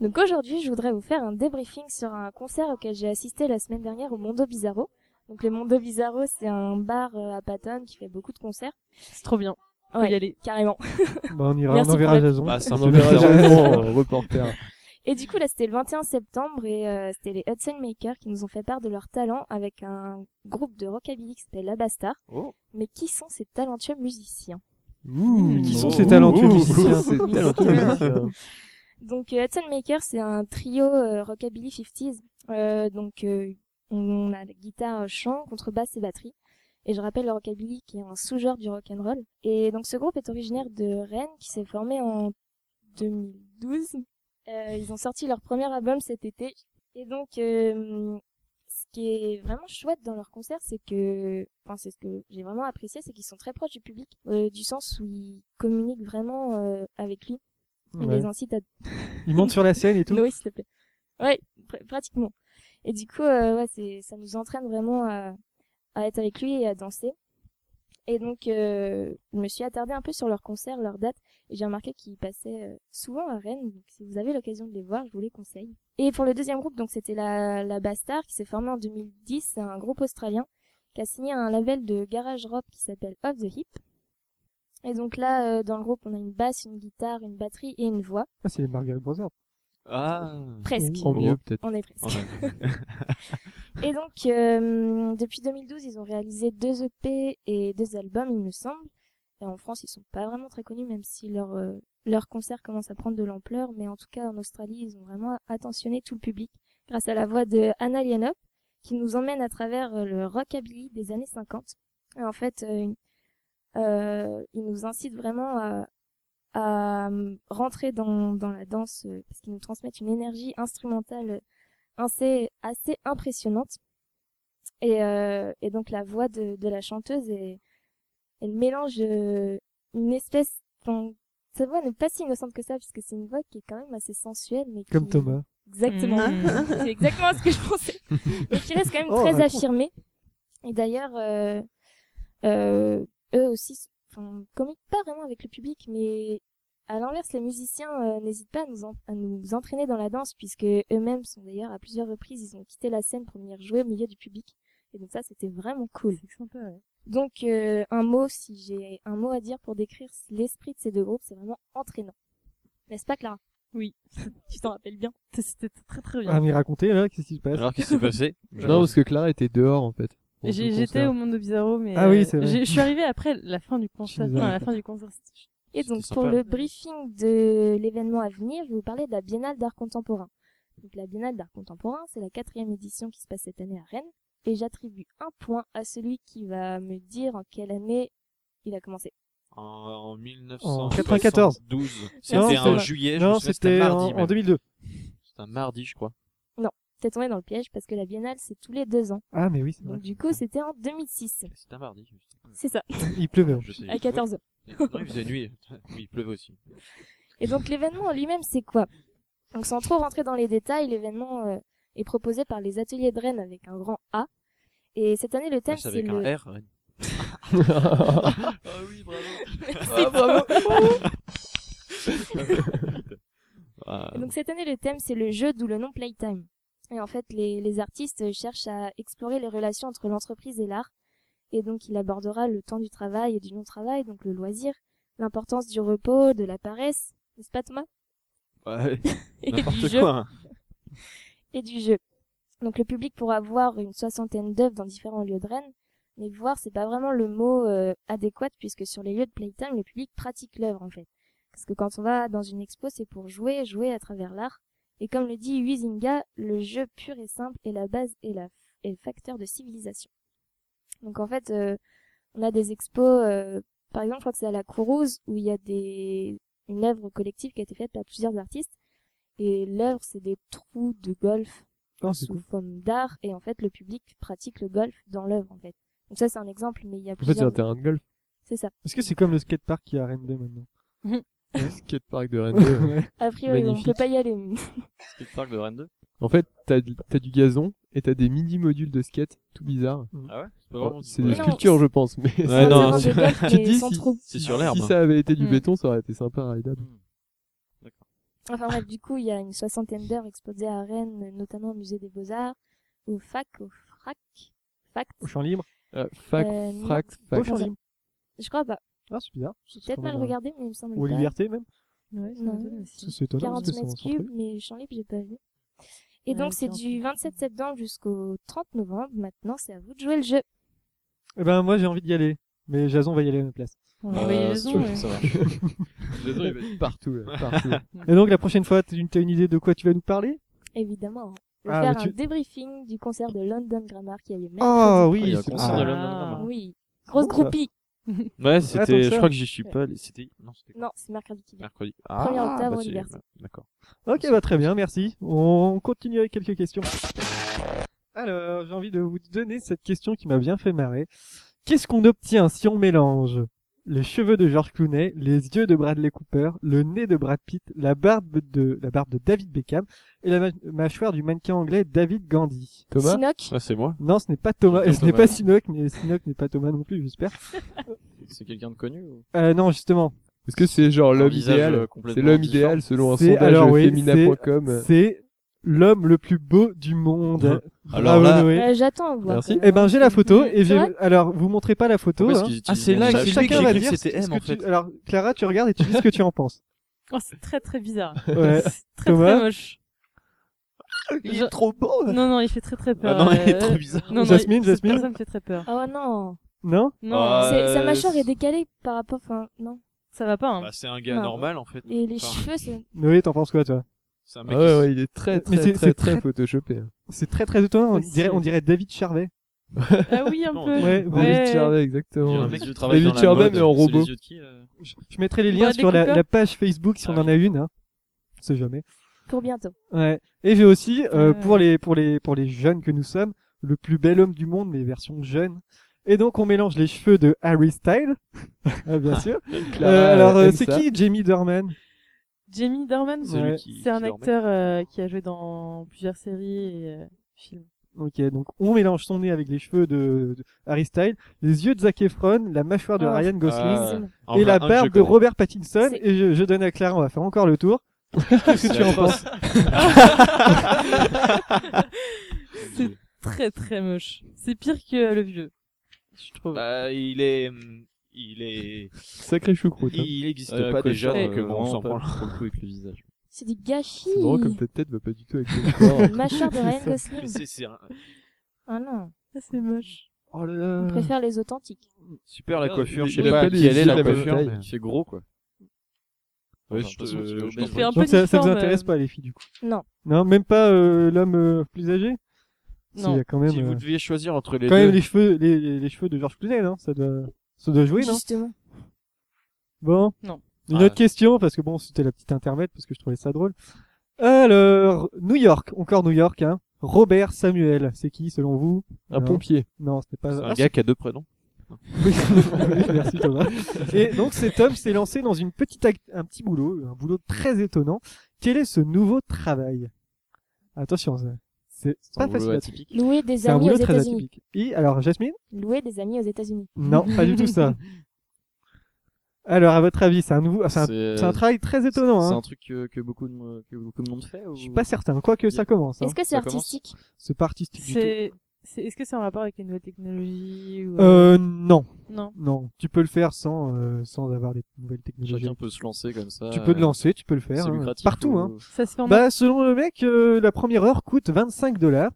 Donc aujourd'hui, je voudrais vous faire un débriefing sur un concert auquel j'ai assisté la semaine dernière au Mondo Bizarro. Donc le Mondo Bizarro, c'est un bar euh, à Patton qui fait beaucoup de concerts. C'est trop bien. Faut Ouais. y aller. Carrément. Bah, on ira, Merci on pour enverra la- Jason. Bah, c'est On un en peu verra bizarre. jamais euh, reporter. Et du coup, là, c'était le 21 septembre et euh, c'était les Hudson Makers qui nous ont fait part de leur talent avec un groupe de rockabilly qui s'appelle Abastar. Oh. Mais qui sont ces talentueux musiciens Ouh, qui sont Oh. ces talentueux Ouh. musiciens C'est talentueux, musicien. Donc euh, Hudson Makers, c'est un trio euh, rockabilly 50s. Euh, donc euh, on a la guitare, euh, chant, contrebasse et batterie. Et je rappelle le rockabilly qui est un sous-genre du rock'n'roll. Et donc ce groupe est originaire de Rennes qui s'est formé en 2012. Euh, ils ont sorti leur premier album cet été. Et donc euh, ce qui est vraiment chouette dans leur concert, c'est que, enfin, c'est ce que j'ai vraiment apprécié, c'est qu'ils sont très proches du public, euh, du sens où ils communiquent vraiment euh, avec lui. Ils Ouais. les incitent à Ils montent sur la scène et tout. Noé, Bah s'il te plaît. Ouais, pr- pratiquement. Et du coup, euh, ouais, c'est, ça nous entraîne vraiment à, à être avec lui et à danser. Et donc, euh, je me suis attardée un peu sur leur concert, leur date, et j'ai remarqué qu'ils passaient euh, souvent à Rennes. Donc, si vous avez l'occasion de les voir, je vous les conseille. Et pour le deuxième groupe, donc c'était la, la Bastard qui s'est formée en 2010. C'est un groupe australien qui a signé un label de garage rock qui s'appelle Off the Hip. Et donc là, euh, dans le groupe, on a une basse, une guitare, une batterie et une voix. Ah, c'est les Margaret Brothers. Ah. Presque. En mieux peut-être. On est presque. Oh, Et donc, euh, depuis 2012, ils ont réalisé deux EP et deux albums, il me semble. Et en France, ils sont pas vraiment très connus, même si leur, euh, leur concert commence à prendre de l'ampleur. Mais en tout cas, en Australie, ils ont vraiment attentionné tout le public grâce à la voix de Anna Lienop, qui nous emmène à travers euh, le rockabilly des années 50. Et en fait, euh, une- euh, ils nous incitent vraiment à, à euh, rentrer dans, dans la danse, euh, parce qu'ils nous transmettent une énergie instrumentale euh, assez, assez impressionnante. Et, euh, et donc la voix de, de la chanteuse, est, elle mélange euh, une espèce... enfin, sa voix n'est pas si innocente que ça, puisque c'est une voix qui est quand même assez sensuelle. Mais Comme qui- Thomas. Exactement. Mmh. c'est exactement ce que je pensais. Donc qui reste quand même Oh, très raconte. affirmé. Et d'ailleurs, euh, euh, eux aussi, s- enfin, communiquent pas vraiment avec le public, mais à l'inverse, les musiciens euh, n'hésitent pas à nous, en- à nous entraîner dans la danse, puisque eux-mêmes sont d'ailleurs à plusieurs reprises, ils ont quitté la scène pour venir jouer au milieu du public. Et donc ça, c'était vraiment cool. C'est sympa, ouais. Donc euh, un mot, si j'ai un mot à dire pour décrire l'esprit de ces deux groupes, c'est vraiment entraînant. N'est-ce pas Clara Oui. tu t'en rappelles bien. C'était très très bien. Ah, mais racontez, là, qu'est-ce qui se passe Alors qu'est-ce qui s'est passé Non, parce que Clara était dehors en fait. pour tout J'ai- le J'étais concert. au Monde Bizarro, mais Ah euh, oui, c'est vrai. j'ai- je suis arrivée après la fin du concert. désolé. Non, à la fin du concert. c'était- Et C'était donc, pour sympa. le briefing de l'événement à venir, je vais vous parler de la Biennale d'art contemporain. Donc, la Biennale d'art contemporain, c'est la quatrième édition qui se passe cette année à Rennes. Et j'attribue un point à celui qui va me dire en quelle année il a commencé. En, en 94. 1912. C'était Non, un c'est- juillet, je me Non, souviens, c'était c'était un en, mardi. en même. 2002. C'était un mardi, je crois. t'es tombé dans le piège parce que la biennale, c'est tous les deux ans. Ah, mais oui, c'est vrai. Donc, du coup, c'était en 2006. C'était un mardi. juste. C'est ça, Il pleuvait. Oh, Je sais. à 14h. Non, il faisait nuit. Oui, il pleuvait aussi. Et donc l'événement en lui-même, c'est quoi Donc sans trop rentrer dans les détails, l'événement euh, est proposé par les ateliers de Rennes avec un grand A. Et cette année, le thème, Plus c'est avec le... un R. ouais. Ah oui, bravo. Ah, Et donc cette année, le thème, c'est le jeu, d'où le nom Playtime. Et en fait, les, les artistes cherchent à explorer les relations entre l'entreprise et l'art. Et donc, il abordera le temps du travail et du non-travail, donc le loisir, l'importance du repos, de la paresse, n'est-ce pas Thomas Ouais, Et du N'importe jeu. quoi. hein. et du jeu. Donc le public pourra voir une soixantaine d'œuvres dans différents lieux de Rennes, mais voir c'est pas vraiment le mot euh, adéquat puisque sur les lieux de playtime le public pratique l'œuvre en fait. Parce que quand on va dans une expo c'est pour jouer, jouer à travers l'art. Et comme le dit Huizinga, le jeu pur et simple est la base et, la, est le facteur de civilisation. Donc en fait, euh, on a des expos, euh, par exemple je crois que c'est à la Courrouze où il y a des, une œuvre collective qui a été faite par plusieurs artistes. Et l'œuvre c'est des trous de golf Non, c'est sous cool. forme d'art et en fait le public pratique le golf dans l'œuvre en fait. Donc ça c'est un exemple mais il y a En fait, c'est plusieurs. un terrain de golf. C'est ça. Est-ce que c'est comme le skatepark qui est à Rennes 2 maintenant Skatepark de Rennes 2. Ouais. A priori on Magnifique. peut pas y aller. Skatepark de Rennes 2. En fait, t'as t'as du gazon et t'as des mini modules de skate tout bizarre. Ah Bah, ouais C'est pas Bon, vraiment C'est du- des Non, sculptures, je pense, mais C'est Ouais, un non, terrain de c'est- golf, tu mais dis sans si- trou. C'est sur l'herbe. si ça avait été du Mm. béton, ça aurait été sympa, raidable. Enfin bref du coup il y a une soixantaine d'œuvres exposées à Rennes notamment au musée des Beaux Arts, au Fac, au Frac, Fact. Au champ libre Euh, fac, Euh, non. frac, Au fac. champ ça- libre. Je crois pas. Ah, c'est bizarre. J'ai peut-être mal regardé mais il me semble. Ou à pas. Liberté même Ouais, ça Non. m'étonne Ça, aussi. C'est étonnant parce 40 que c'est mètres un truc. cubes, mais champ libre, j'ai pas vu. Et Ouais, donc, c'est 40 du 27 septembre jusqu'au 30 novembre. Maintenant, c'est à vous de jouer le jeu. Eh ben, moi j'ai envie d'y aller. Mais Jason va y aller à ma place. On Ah, a envoyé les ondes, ouais. Jason, il va être Partout, là, partout. Et donc, la prochaine fois, tu as une idée de quoi tu vas nous parler Évidemment. Je vais Ah, faire mais un tu- débriefing du concert de London Grammar qui a eu mercredi. Ah il y oui, a un c'est- concert ah. de London Grammar. Oui. Grosse Bon, ça. groupie. Ouais, Attends, c'était. ça. Je crois que j'y suis pas. allé. C'était. Non, c'était Non, c'est mercredi qui vient. mercredi. Premier octobre, c'est- Liberté. D'accord. Ok, bah très bien, merci. On continue avec quelques questions. Alors, j'ai envie de vous donner cette question qui m'a bien fait marrer. Qu'est-ce qu'on obtient si on mélange les cheveux de George Clooney, les yeux de Bradley Cooper, le nez de Brad Pitt, la barbe de la barbe de David Beckham et la ma- mâchoire du mannequin anglais David Gandhi Thomas Sinoc. Ah, c'est moi. Non, ce n'est pas Thomas, et C'est ce n'est Thomas. pas Sinoc, mais Sinoc n'est pas Thomas non plus, j'espère. C'est quelqu'un de connu ou Euh, non, justement, Est-ce que c'est genre Un l'homme visage, euh, idéal C'est complètement l'homme différent. idéal selon un C'est- sondage alors oui, femina.com. euh, c'est l'homme le plus beau du monde. Alors Bravo, là, Noé. Euh, J'attends à voir. Merci. Euh, Eh ben j'ai la photo et j'ai. C'est vrai Alors vous montrez pas la photo. Pourquoi est-ce hein. qu'ils utilisent Ah, c'est mon là que visage c'est lui que Chacun j'ai va cru que dire c'était ce M, que en tu- fait. Alors Clara, tu regardes et tu dis ce que tu en penses. Oh, c'est très très bizarre. Ouais. C'est très Thomas très moche. Il Je- est trop beau. Non, non, il fait très très peur. Ah non, il est euh, trop euh, bizarre. Non, non, Jasmine, cette Jasmine. personne me fait très peur. Oh non. Non Non, Euh, C'est- Sa mâchoire c'est- est décalée par rapport. Enfin, non. ça va pas. Hein. Bah, c'est un gars Non. normal en fait. Et les Enfin, cheveux, c'est. Noé, t'en penses quoi toi C'est un Ah mec. ouais, ouais, il est très, Mais très, c'est- très, c'est très, très- photoshopé. hein. C'est très très étonnant. On Aussi. dirait, on dirait David Charvet. Ah oui, un Non, peu. ouais, David Charvet, exactement. mec qui Mais travaille dans Richard la Bell, mode. mais en C'est les robot. yeux de qui, là Je je mettrai les liens Bradley sur la, Cooper la page Facebook si on Ah, en a une. Hein. On sait jamais. Pour bientôt. Ouais. Et j'ai aussi euh, Ouais. pour les pour les pour les jeunes que nous sommes le plus bel homme du monde mais version jeune. Et donc on mélange les cheveux de Harry Styles, Ah, bien sûr. Clara, Euh, alors elle euh, aime c'est ça. qui Jamie Dorman Jamie Dorman, Ouais. Celui qui. c'est un qui dormait. acteur euh, qui a joué dans plusieurs séries et euh, films. Ok, donc on mélange son nez avec les cheveux de, de Harry Styles, les yeux de Zac Efron, la mâchoire de Ah. Ryan Gosling Ah. Zoom. En et vrai, la un que je barbe de connais. Robert Pattinson. C'est- Et je, je donne à Clara, on va faire encore le tour. Qu'est-ce que tu en penses C'est très très moche. C'est pire que le vieux, je trouve. Bah, il est. hum, Il est. Sacré choucroute. hein. Il existe Euh, pas quoi, déjà, genre, donc euh, bon, on s'en prend. pour le coup avec le visage. C'est du gâchis. C'est marrant comme ta tête va pas du tout avec ton corps. Mâchoire de Ryan Mais Gosling. c'est- c'est un- Ah non. Ça, c'est moche. Oh là On là. préfère les authentiques. Super la coiffure, il je sais a pas pas à qui les elle est yeux de la la même coiffure. taille. mais- Il fait gros quoi. Ouais, je Enfin, de toute façon, tu te- es je obligé t'en de prie. un peu Donc ça, ça vous difforme, intéresse euh, pas les filles du coup Non. Non, même pas euh, l'homme euh, plus âgé. Si, Non. il y a quand même Si euh, vous deviez choisir entre les quand même deux. les cheveux les, les- les cheveux de George Clooney, non Ça doit ça doit jouer, non Justement. Bon. Non. Une Ah. autre question, parce que bon, c'était la petite intermède, parce que je trouvais ça drôle. Alors, New York, encore New York, hein. Robert Samuel, c'est qui selon vous Un Non. pompier. Non, c'était pas. C'est un Ah, gars qui a deux prénoms. Oui, merci Thomas. Et donc cet homme s'est lancé dans une petite act- un petit boulot, un boulot très étonnant. Quel est ce nouveau travail Attention, ça- c'est C'est un pas boulot facile. à atypique. trouver. Louer des C'est un amis aux boulot très États-Unis. atypique. Et alors Jasmine Louer des amis aux États-Unis. Non, pas du tout ça. Alors à votre avis, c'est un nouveau, c'est un, c'est un travail très étonnant. C'est un Hein. truc que, que beaucoup de mo- que beaucoup de monde fait. Ou... Je suis pas certain. Quoique ça commence. Hein. Est-ce que c'est Ça commence artistique C'est pas artistique du tout. C'est, c'est, est-ce que c'est en rapport avec les nouvelles technologies ou... Euh, non, Non. non. Tu peux le faire sans euh, sans avoir des nouvelles technologies. Chacun peut se lancer comme ça. Tu peux te euh, lancer, tu peux le faire. C'est hein. lucratif. Partout, ou- hein. Ça se fait en Bah, selon le mec, euh, la première heure coûte 25 dollars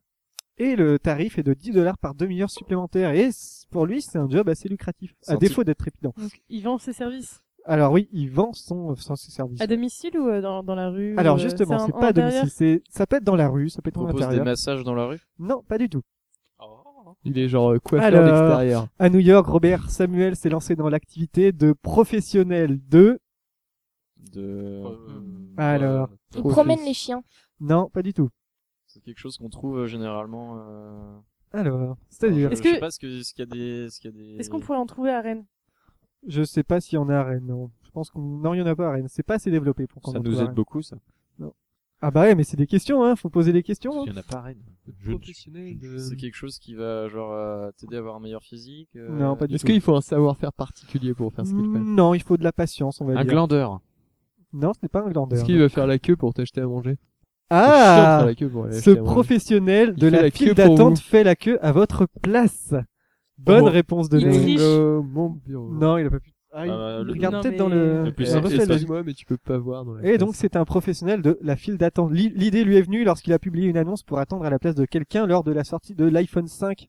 et le tarif est de 10 dollars par demi-heure supplémentaire. Et c- pour lui, c'est un job assez lucratif, C'est à un type- défaut d'être trépidant. Donc, ils vendent ses services Alors oui, il vend son, son ses services. à domicile ou euh, dans, dans la rue Alors ou, euh, justement, en- c'est en pas à intérieur domicile, c'est ça peut être dans la rue, ça peut être en Propose des intérieur. massages dans la rue. Non, pas du tout. Il est genre euh, coiffeur Alors- d'extérieur. À New York, Robert Samuel s'est lancé dans l'activité de professionnel de De. Ah, Alors. Euh, Ils Trop promènent triste. les chiens. Non, pas du tout. c'est quelque chose qu'on trouve euh, généralement. Euh... Alors, Je, c'est-à-dire, Est-ce je que- sais pas ce que- ce qu'il y a des. ce qu'il y a des- Est-ce qu'on pourrait en trouver à Rennes je sais pas s'il y en a à Rennes. Non, je pense qu'on non, il y en a pas à Rennes. C'est pas assez développé pour qu'on Ça en nous trouve à aide Rennes. beaucoup, ça. Ah bah ouais, mais c'est des questions, hein. Faut poser des questions. hein. Il y en a pas à Rennes. Je- Professionnel de- C'est quelque chose qui va genre euh, t'aider à avoir un meilleur physique. euh, Non, pas du Est-ce tout. qu'il faut un savoir-faire particulier pour faire ce qu'il fait Mm, Non, il faut de la patience, on va Un dire. glandeur. Non, ce n'est pas un glandeur. Est-ce qu'il va faire la queue pour t'acheter à manger C'est chiant de faire Hmm. Ah la queue pour aller Ce acheter à manger. professionnel Il de fait la la file queue pour d'attente vous. fait la queue à votre place. Bonne Oh. réponse de Il Nemo. triche. Euh, mon bureau. Non, il a pas pu. Ah, il bah, il le- regarde Non, peut-être mais- dans le. Le plus le simple, reflet de la- Excuse-moi, mais tu peux Eh, pas voir dans la Et classe. donc c'est un professionnel de la file d'attente. L'i- L'idée lui est venue lorsqu'il a publié une annonce pour attendre à la place de quelqu'un lors de la sortie de l'iPhone 5.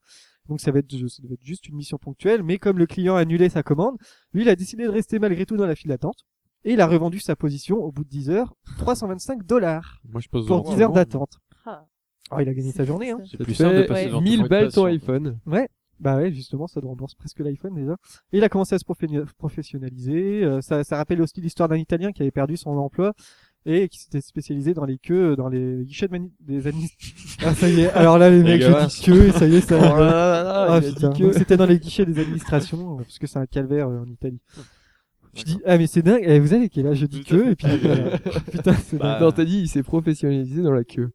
Donc ça va être, ça devait être juste une mission ponctuelle, mais comme le client a annulé sa commande, lui il a décidé de rester malgré tout dans la file d'attente. Et il a revendu sa position au bout de 10 heures, 325 dollars Moi, je pose pour 10 heures d'attente. Ah, Oh, il a gagné sa journée, hein. c'est- C'est Ça plus te simple de fait passer ouais. devant 1000 ton balles ton iPhone. iPhone. Bah ouais, justement, ça te rembourse presque l'iPhone déjà. Et il a commencé à se profé- professionnaliser. euh, ça, ça rappelle aussi l'histoire d'un Italien qui avait perdu son emploi et qui s'était spécialisé dans les queues, dans les guichets de mani- des administrations. ah ça y est, alors là les mecs, j'ai dit queue et ça y est, ça. Oh Ah, putain. Donc, C'était dans les guichets des administrations, euh, parce que c'est un calvaire euh, en Italie. Je dis, ah mais c'est dingue, eh, vous avez quel âge Je dis Tout à queue et puis... euh, putain, c'est dingue. Non, t'as dit, il s'est professionnalisé dans la queue.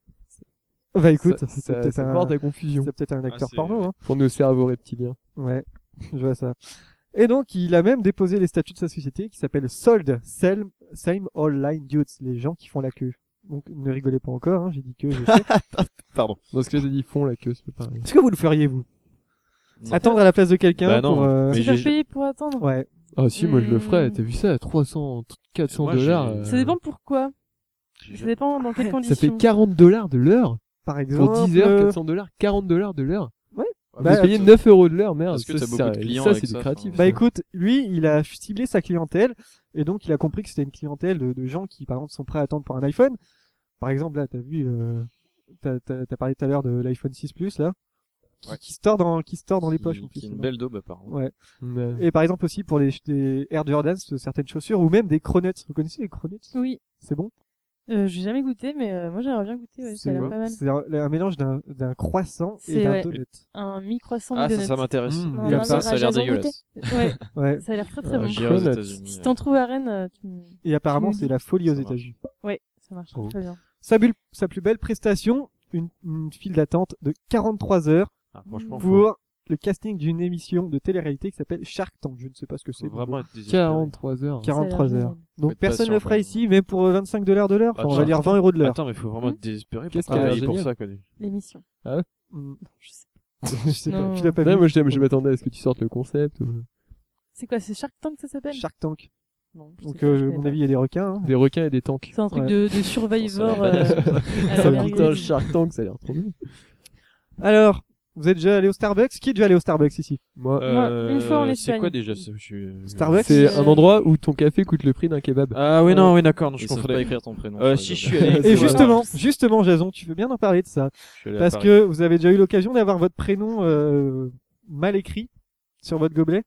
Bah écoute, ça, c'est ça, peut-être ça un... porte à confusion c'est peut-être un acteur c'est- porno, hein. pour nos cerveaux reptiliens. Ouais, je vois ça. Et donc, il a même déposé les statuts de sa société qui s'appelle Sold, Selm, Same All Line Dudes, les gens qui font la queue. Donc, ne rigolez pas encore, hein, j'ai dit que. je sais. Dans ce que j'ai dit, font la queue, c'est pas pareil. Est-ce que vous le feriez, vous Non. Attendre à la place de quelqu'un Bah non, pour. euh, mais se faire j'ai- payer pour attendre. Ouais. Ah si, moi je le ferais. Hmm. T'as vu ça, 300, 400 Moi, j'ai- dollars. Ça Ça euh, dépend pourquoi. Ça dépend dans quelles Ça fait conditions. 40 dollars de l'heure Par exemple. pour 10 heures, euh, 400 dollars, 40 dollars de l'heure. bah, Vous payez 9 euros de l'heure, merde. Parce ça, que t'as c'est- beaucoup de clients ça, avec c'est ça, lucratif. enfin. Bah ça. écoute, lui, il a ciblé sa clientèle et donc il a compris que c'était une clientèle de, de gens qui, par exemple, sont prêts à attendre pour un iPhone. Par exemple, là, t'as vu, euh, t'as, t'as- t'as parlé tout à l'heure de l'iPhone 6 Plus là, qui, qui se tord dans, qui se tord dans les Qui- poches. en qui plus, est une maintenant. belle daube apparemment. Ouais. Ouais. Et par exemple aussi pour les, les Air Jordans, certaines chaussures ou même des cronuts. Vous connaissez les cronuts Oui. C'est bon Euh, j'ai jamais goûté, mais euh, moi j'aimerais bien goûter. Ouais, ça a l'air pas mal. C'est un, un mélange d'un d'un croissant et C'est- Ah, d'un ouais. donut. Un mi-croissant Ah, ça, mi-donut. ça m'intéresse. Mmh. On Comme en ça, verra ça a l'air jamais dégueulasse. Ouais, Ouais. ça a l'air très très Euh, bon. J'irai aux Cronut. États-Unis. Si t'en trouves à Rennes, euh, tu me- Et apparemment Tu me c'est la folie aux Ça marche. États-Unis. ouais, ça marche Oh. très bien. Sa, bulle- sa plus belle prestation, une, une file d'attente de 43 heures Ah, Franchement, faut pour le casting d'une émission de télé-réalité qui s'appelle Shark Tank. Je ne sais pas ce que c'est. faut vraiment être désespéré. 43 heures. Ça a l'air 43 heures. génial. Donc être personne ne patient, le fera quoi. ici, même pour 25 dollars de l'heure. Enfin, on va Attends. dire 20 euros de l'heure. Attends, mais faut vraiment être désespéré pour Qu'est-ce qu'elle a travailler pour génial ça, quoi. L'émission. Mm. Je sais pas. je sais pas. Non. Tu l'as pas Ouais, vu moi je je m'attendais à ce que tu sortes le concept. euh, ou- C'est quoi C'est Shark Tank que ça s'appelle Shark Tank. Non, je sais Donc pas, je euh, à connais mon pas. avis il y a des requins. hein. Des requins et des tanks. C'est un truc Ouais. de, de survivor. Ça a euh, l'air Ah, à Ça l'américaine. putain, Shark Tank, ça a l'air trop bien. Alors, vous êtes déjà allé au Starbucks Qui est déjà allé au Starbucks ici Moi, Moi, une fois en C'est Espagne. quoi déjà ça Je suis- Starbucks Euh, c'est c'est- un endroit où ton café coûte le prix d'un kebab. Ah oui, non, oui, d'accord, non, je Ils savent pas confondais. écrire ton prénom. Euh, par si je suis exemple. allé, Et c'est juste- justement, justement, Jason, tu veux bien en parler de ça je suis allé à Parce Paris. que vous avez déjà eu l'occasion d'avoir votre prénom euh, mal écrit sur votre gobelet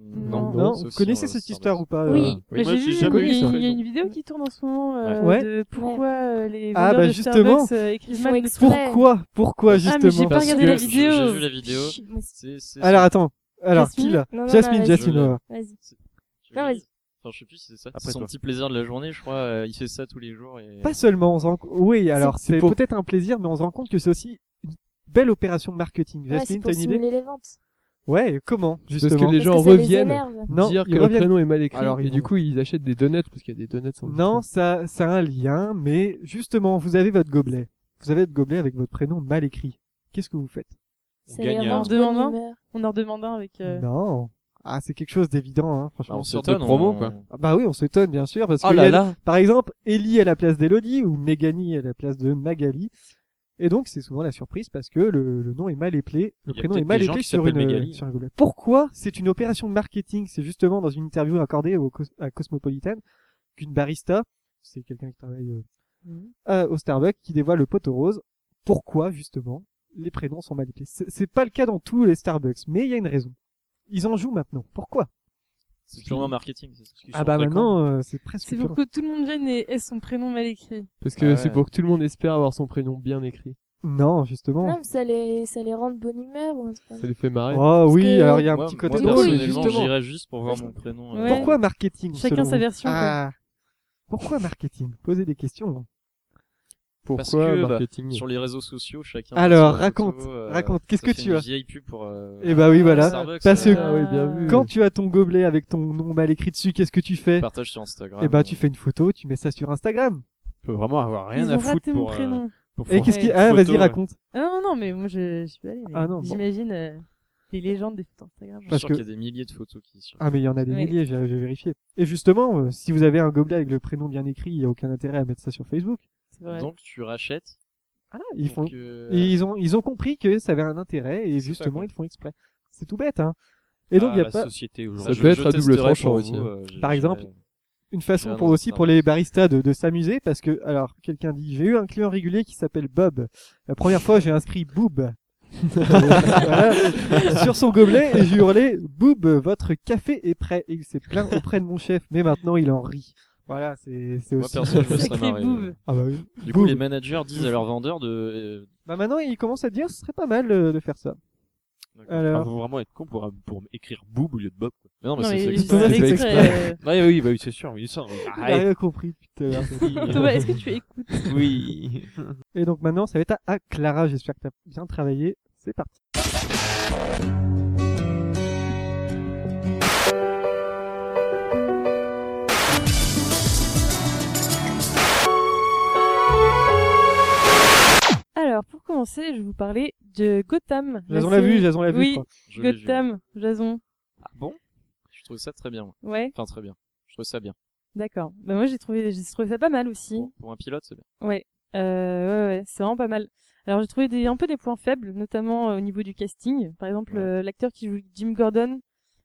Non, Non, sauf vous si connaissez on va au cette histoire ou pas Starbucks. Oui, euh, mais moi, j'ai j'ai vu, jamais il eu y, ça. a- il y a une vidéo qui tourne en ce moment euh, Ouais. de pourquoi euh, les Ah, vendeurs bah, de justement. Starbucks euh, écrivent mal Ils font le Ah, exprès. Pourquoi Pourquoi mais j'ai justement pas Parce regardé que la j'ai- vidéo. J'ai vu la vidéo. Chut, moi aussi. C'est- c'est- Alors attends. Alors Jasmine qui là Non, non, Jasmine, non, Jasmine. vas-y. on va voir. vas-y. Tu Non, l'as vu vas-y. Enfin, je sais plus si c'est ça. Après C'est son toi. petit plaisir de la journée, je crois. euh, il fait ça tous les jours. Et... Pas seulement. On se rend... Oui, alors c'est c'est pour- peut-être un plaisir, mais on se rend compte que c'est aussi une belle opération marketing. Ouais, c'est Jasmine, pour t'as une idée stimuler les ventes. Ouais, comment Parce que justement les Parce gens que ça les reviennent énerve. Non, dire que ils le reviennent. prénom est mal écrit Alors, ils et du vont- coup ils achètent des donuts parce qu'il y a des donuts. sans- Non, ça, ça a un lien, mais justement, vous avez votre gobelet. Vous avez votre gobelet avec votre prénom mal écrit. Qu'est-ce que vous faites On Ça gagne les un. rend de Deux en bonne un. humeur. On en demande un avec. euh, Non. Ah, c'est quelque chose d'évident, hein, Bah, franchement. on sorte de s'étonne, promo, on- quoi. Ah Bah oui, on s'étonne bien sûr parce que Oh il y là a- là par exemple Ellie à la place d'Elodie ou Méganie à la place de Magali. Et donc c'est souvent la surprise parce que le, le nom est mal éplé, le Il y a prénom peut-être est mal des gens éplé qui sur une, s'appellent Magali. sur un gobelet. Pourquoi C'est une opération de marketing. C'est justement dans une interview accordée au Cos- à Cosmopolitan qu'une barista, c'est quelqu'un qui travaille euh, Mm. Mhm. à- au Starbucks, qui dévoile le pot aux roses. Pourquoi justement les prénoms sont mal éplés C'est c'est pas le cas dans tous les Starbucks, mais il y a une raison. Ils en jouent maintenant. Pourquoi C'est purement marketing. c'est ce que je Ah bah suis maintenant euh, c'est presque. C'est pour que tout le monde vienne et ait son prénom mal écrit. Parce que Ah ouais. c'est pour que tout le monde espère avoir son prénom bien écrit. Non justement. Non, mais ça les, ça les rend de bonne humeur. ou un truc comme Ça les fait marrer. Oh oui, que- alors il y a un Moi- petit côté moi, drôle, personnellement, justement. j'irais juste pour voir mon prénom. euh, Ouais. Pourquoi marketing Chacun selon sa vous version, quoi. Ah. Pourquoi marketing Posez des questions. Ah, Parce Pourquoi que, bah, marketing sur les réseaux sociaux, chacun. Alors, met ses raconte, photos, euh, raconte, qu'est-ce ça que fait tu une as vieille pub pour. euh, Eh bah oui, voilà. Starbucks, Parce que- euh, Ah oui, bien vu. Quand tu as ton gobelet avec ton nom mal écrit dessus, qu'est-ce que tu fais Partage sur Instagram. Eh bah tu fais une photo, tu mets ça sur Instagram. Tu peux vraiment avoir rien Ils à ont foutre raté mon pour. euh, prénom. pour Et faire qu'est-ce une qui Ah, photo, vas-y, ouais. raconte. Ah non, non, mais moi je, je suis pas allée. mais Ah non, bon. J'imagine euh, les légendes des photos Instagram. Je suis parce sûr que- qu'il y a des milliers de photos qui. sur- Ah mais il y en a des Ouais. milliers, j'ai j'ai vérifié. Et justement, euh, si vous avez un gobelet avec le prénom bien écrit, il y a aucun intérêt à mettre ça sur Facebook. C'est vrai. Donc tu rachètes. Ah, ils font pour que- Et ils ont, ils ont compris que ça avait un intérêt et C'est ça, justement quoi. ils le font exprès. C'est tout bête, hein. Et donc Ah, il y a bah, la pas société Ça aujourd'hui. je- peut je être à double testerai tranchant pour aussi, vous, hein. euh, je- Par je- exemple, une façon J'ai pour un aussi autre pour les baristas de, de s'amuser parce que alors quelqu'un dit j'ai eu un client régulier qui s'appelle Bob. La première fois j'ai inscrit Boob Voilà. sur son gobelet et j'ai hurlé Boob votre café est prêt et il s'est plaint auprès de mon chef mais maintenant il en rit. Voilà c'est c'est Moi, aussi. perso, je me serais Sacré marré. boob. Ah bah oui. Du coup, Boob. les managers disent à leurs vendeurs de. Bah maintenant il commence à dire ce serait pas mal euh, de faire ça. euh, d'accord. Il Alors Ah, faut vraiment être con pour, pour écrire boob au lieu de bob. quoi. Mais non, mais Non, mais c'est ils sexiste. ont exprès. fait C'est exprès. euh, Ah oui, bah oui, c'est sûr. Oui, ça, il a arrête. rien compris putain. euh, Thomas, est-ce que tu écoutes oui. Et donc maintenant, ça va être à, à Clara. J'espère que t'as bien travaillé. C'est parti. Alors, pour commencer, je vais vous parler de Gotham. la Jason l'a vu, série. Jason l'a vu. Oui. je crois. Je l'ai vu. Gotham, Jason. Ah bon Je trouve ça très bien. moi. Ouais, Enfin, très bien. Je trouve ça bien. d'accord. Bah moi j'ai trouvé, j'ai trouvé ça pas mal aussi. Pour, pour un pilote, c'est bien. Ouais, euh, ouais, ouais, c'est vraiment pas mal. Alors j'ai trouvé des, un peu des points faibles, notamment euh, au niveau du casting. Par exemple, Ouais. euh, l'acteur qui joue Jim Gordon,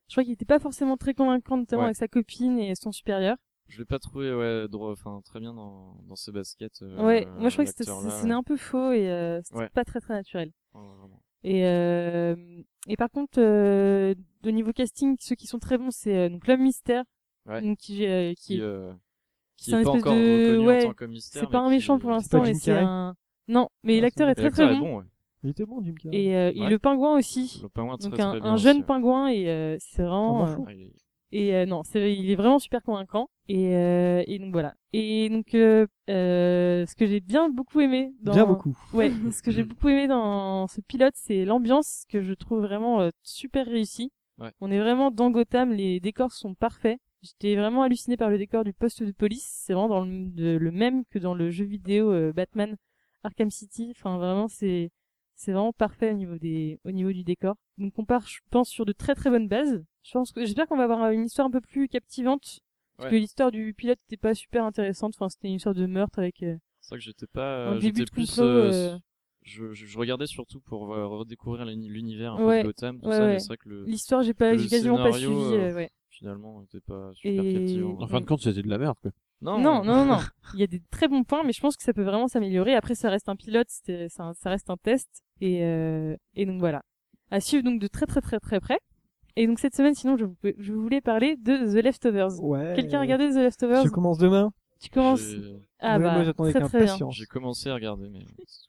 je crois qu'il était pas forcément très convaincant, notamment Ouais. avec sa copine et son supérieur. Je l'ai pas trouvé ouais, dro- enfin, très bien dans, dans ce basket. euh, ouais, moi je crois que c'était l'acteur-là, c'était un peu faux et euh, c'était Ouais. pas très très naturel. ouais. Ouais, vraiment. Et, euh, et par contre, euh, au niveau casting, ceux qui sont très bons, c'est euh, donc l'homme mystère, Ouais. donc, qui, euh, qui, Qui, euh, c'est qui est un pas espèce encore de- reconnu ouais, en tant que mystère. euh, c'est pas un méchant pour l'instant, Jim mais c'est Carrey un non, mais Ah, l'acteur est très très bon. bon, ouais. Il était bon, Jim Carrey. Et, euh, et Ouais. le pingouin aussi. Le pingouin, très, Donc un, très un bien jeune aussi, ouais. pingouin et euh, c'est vraiment euh, Ah, il est- et euh, non c'est il est vraiment super convaincant et, euh, et donc voilà et donc euh, euh, ce que j'ai bien beaucoup aimé dans Bien beaucoup. ouais ce que j'ai beaucoup aimé dans ce pilote c'est l'ambiance que je trouve vraiment euh, super réussie Ouais. on est vraiment dans Gotham les décors sont parfaits j'étais vraiment halluciné par le décor du poste de police c'est vraiment dans le, de- le même que dans le jeu vidéo euh, Batman Arkham City enfin vraiment c'est c'est vraiment parfait au niveau des au niveau du décor. Donc on part je pense sur de très très bonnes bases. Je pense que j'espère qu'on va avoir une histoire un peu plus captivante parce Ouais. que l'histoire du pilote n'était pas super intéressante. Enfin c'était une histoire de meurtre avec euh, C'est vrai que j'étais pas. un euh, début J'étais de plus. complot. euh, euh, Je, je, je regardais surtout pour euh, redécouvrir l'uni- l'univers un peu Ouais, de Gotham, tout ouais, ça, ouais. mais c'est vrai que le, L'histoire j'ai pas le j'ai quasiment pas suivi. scénario, euh, euh, ouais. finalement n'était pas super Et- captivant. En fin de compte, c'était de la merde, quoi. euh, non, Non non non non. Il y a des très bons points mais je pense que ça peut vraiment s'améliorer. Après ça reste un pilote, c'était- ça, ça reste un test et euh, et donc voilà. À suivre donc de très très très très près. Et donc cette semaine, sinon, je, vous- je voulais parler de The Leftovers. Ouais. Quelqu'un a regardé The Leftovers Je commence demain. Tu commences J'ai- Ah Ouais, bah, moi j'attendais très avec très bien. impatience. J'ai commencé à regarder, mais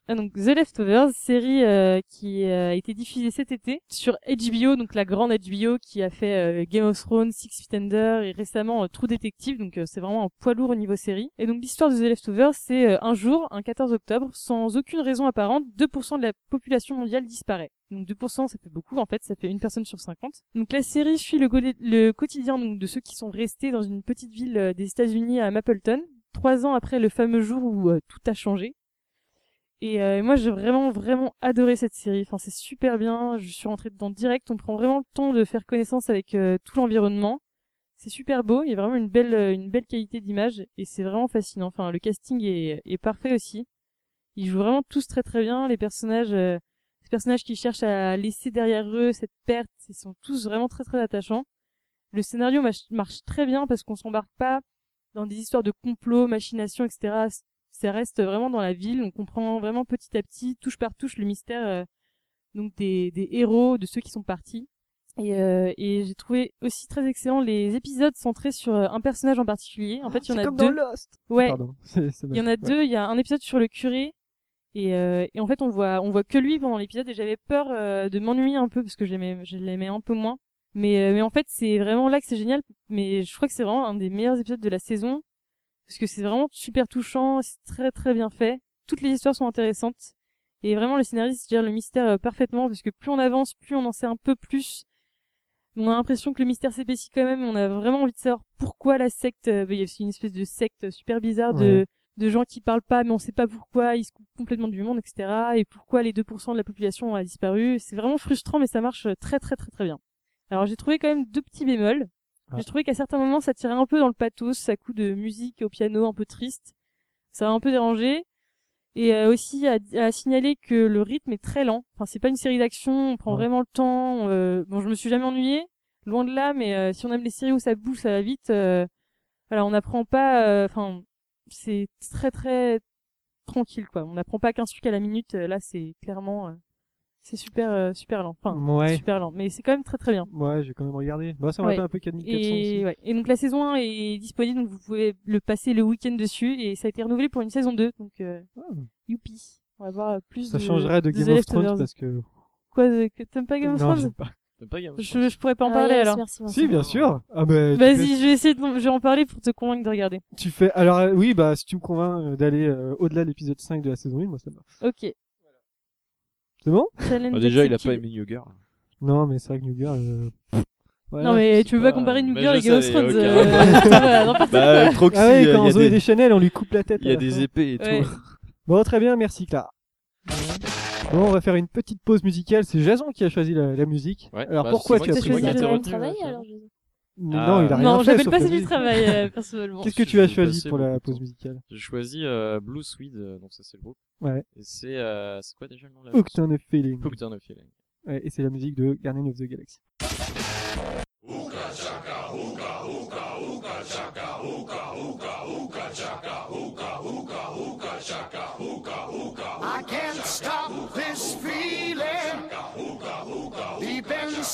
Ah, donc The Leftovers, série euh, qui euh, a été diffusée cet été sur HBO, donc la grande HBO qui a fait euh, Game of Thrones, Six Feet Under et récemment euh, True Detective, donc euh, c'est vraiment un poids lourd au niveau série. Et donc l'histoire de The Leftovers, c'est euh, un jour, un 14 octobre, sans aucune raison apparente, 2% de la population mondiale disparaît. Donc 2%, ça fait beaucoup en fait, ça fait une personne sur 50. Donc la série suit le, golé- le quotidien donc, de ceux qui sont restés dans une petite ville euh, des États-Unis à Mapleton, trois ans après le fameux jour où euh, tout a changé. Et euh, moi, j'ai vraiment, vraiment adoré cette série. Enfin, c'est super bien. Je suis rentrée dedans direct. On prend vraiment le temps de faire connaissance avec euh, tout l'environnement. C'est super beau. Il y a vraiment une belle, euh, une belle qualité d'image et c'est vraiment fascinant. Enfin, le casting est, est parfait aussi. Ils jouent vraiment tous très, très bien. Les personnages, euh, ces personnages qui cherchent à laisser derrière eux cette perte, ils sont tous vraiment très, très attachants. Le scénario mach- marche très bien parce qu'on s'embarque pas dans des histoires de complots, machinations, etc ça reste vraiment dans la ville. On comprend vraiment petit à petit, touche par touche, le mystère euh, donc des, des héros, de ceux qui sont partis. Et, euh, et j'ai trouvé aussi très excellent les épisodes centrés sur euh, un personnage en particulier. En fait, il y Ah, en C'est a comme deux. dans Lost. Ouais, Pardon. c'est- c'est il y en a mal. Ouais. deux. Il y a un épisode sur le curé. Et, euh, et en fait, on voit, on voit que lui pendant l'épisode. Et j'avais peur euh, de m'ennuyer un peu parce que je l'aimais, je l'aimais un peu moins. Mais, euh, mais en fait, c'est vraiment là que c'est génial. Mais je crois que c'est vraiment un des meilleurs épisodes de la saison parce que c'est vraiment super touchant. C'est très très bien fait. Toutes les histoires sont intéressantes. Et vraiment, le scénariste gère le mystère euh, parfaitement parce que plus on avance, plus on en sait un peu plus. On a l'impression que le mystère s'épaissit quand même. On a vraiment envie de savoir pourquoi la secte. euh, Il y a aussi une espèce de secte euh, super bizarre de de gens qui parlent pas, mais on sait pas pourquoi, ils se coupent complètement du monde, etc. Et pourquoi les 2% de la population a disparu. C'est vraiment frustrant, mais ça marche euh, très très très très bien. Alors j'ai trouvé quand même deux petits bémols. Ah. J'ai trouvé qu'à certains moments, ça tirait un peu dans le pathos, à coup de musique au piano un peu triste. Ça a un peu dérangé. Et euh, aussi à, à signaler que le rythme est très lent. Enfin, c'est pas une série d'action, on prend Ouais. vraiment le temps. euh, Bon, je me suis jamais ennuyée, loin de là, mais euh, si on aime les séries où ça bouge, ça va vite. euh, Voilà, on n'apprend pas. euh, Enfin, c'est très très tranquille quoi. On n'apprend pas qu'un truc à la minute. euh, Là, c'est clairement, euh, c'est super euh, super lent. Enfin, Ouais. super lent, mais c'est quand même très très bien. Ouais, j'ai quand même regardé. Bah, ça m'a Ouais. fait un peu 4400 Et, aussi. ouais. et donc la saison 1 est disponible, donc vous pouvez le passer le week-end dessus, et ça a été renouvelé pour une saison 2, donc euh, youpi. On va voir euh, plus Ah. Ça de, changerait de The Game of Leftovers. Thrones parce que. Quoi, de- que t'aimes pas Game of Non, Thrones j'aime pas. t'aimes pas Game of Thrones je, je pourrais pas en Ah, parler yes, alors. merci, Vincent. Si, bien sûr. Ah, bah, tu fais- Vas-y, je vais essayer de, je vais en parler pour te convaincre de regarder. Tu fais. Alors, euh, oui, bah, si tu me convaincs euh, d'aller euh, au-delà de l'épisode 5 de la saison 1, moi, ça me va. Ok. C'est bon? Challenge. Bah, déjà, il a accepted. pas aimé New Girl. Non, mais c'est vrai que New Girl. euh, voilà. Non Ah, mais tu veux pas pas- comparer New mais Girl je et Game of savais, Thrones. ok. euh, ça va, n'importe Bah, Troxy, Ah ouais, euh, quand il y a Zoé des- Deschanel, on lui coupe la tête. il y à a la des fin. épées et tout. Ouais. Bon, très bien, merci Clara. Bon, on va faire une petite pause musicale. C'est Jason qui a choisi la, la musique. Ouais, Alors bah, pourquoi c'est tu moi as qui- T'as pris c'est moi qui choisi ai le été même retenu, travail ouais. alors Jésus Non, Ah. il a rien Non, fait. j'appelle sauf pas la c'est du musique. travail euh, personnellement. Qu'est-ce que Je tu as vais choisi passer pour la beaucoup de pause temps. musicale J'ai choisi euh, Blue Swede, euh, donc ça c'est le groupe. Ouais. Et c'est euh, c'est quoi déjà le nom de la Hooked chanson on a Feeling. Hooked on a Feeling. Ouais, et c'est la musique de Guardian of the Galaxy. I can't stop this feeling deep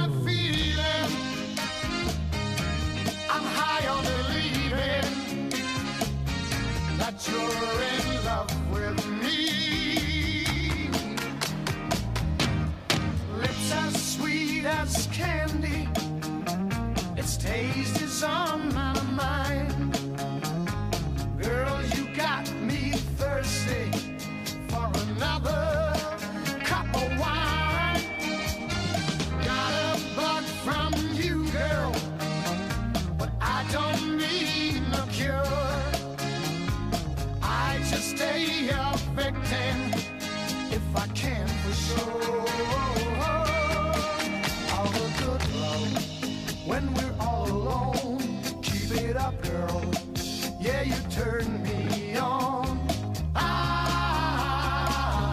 a feeling. I'm high on believing that you're in love with me. Lips as sweet as candy, its taste is on my mind. Girl, you got me thirsty for another cup of wine. Got a bug from you, girl, but I don't need no cure. I just stay a victim if I can for sure. All the good love when we're all alone. Keep it up, girl. Yeah, you turn me on. Ah,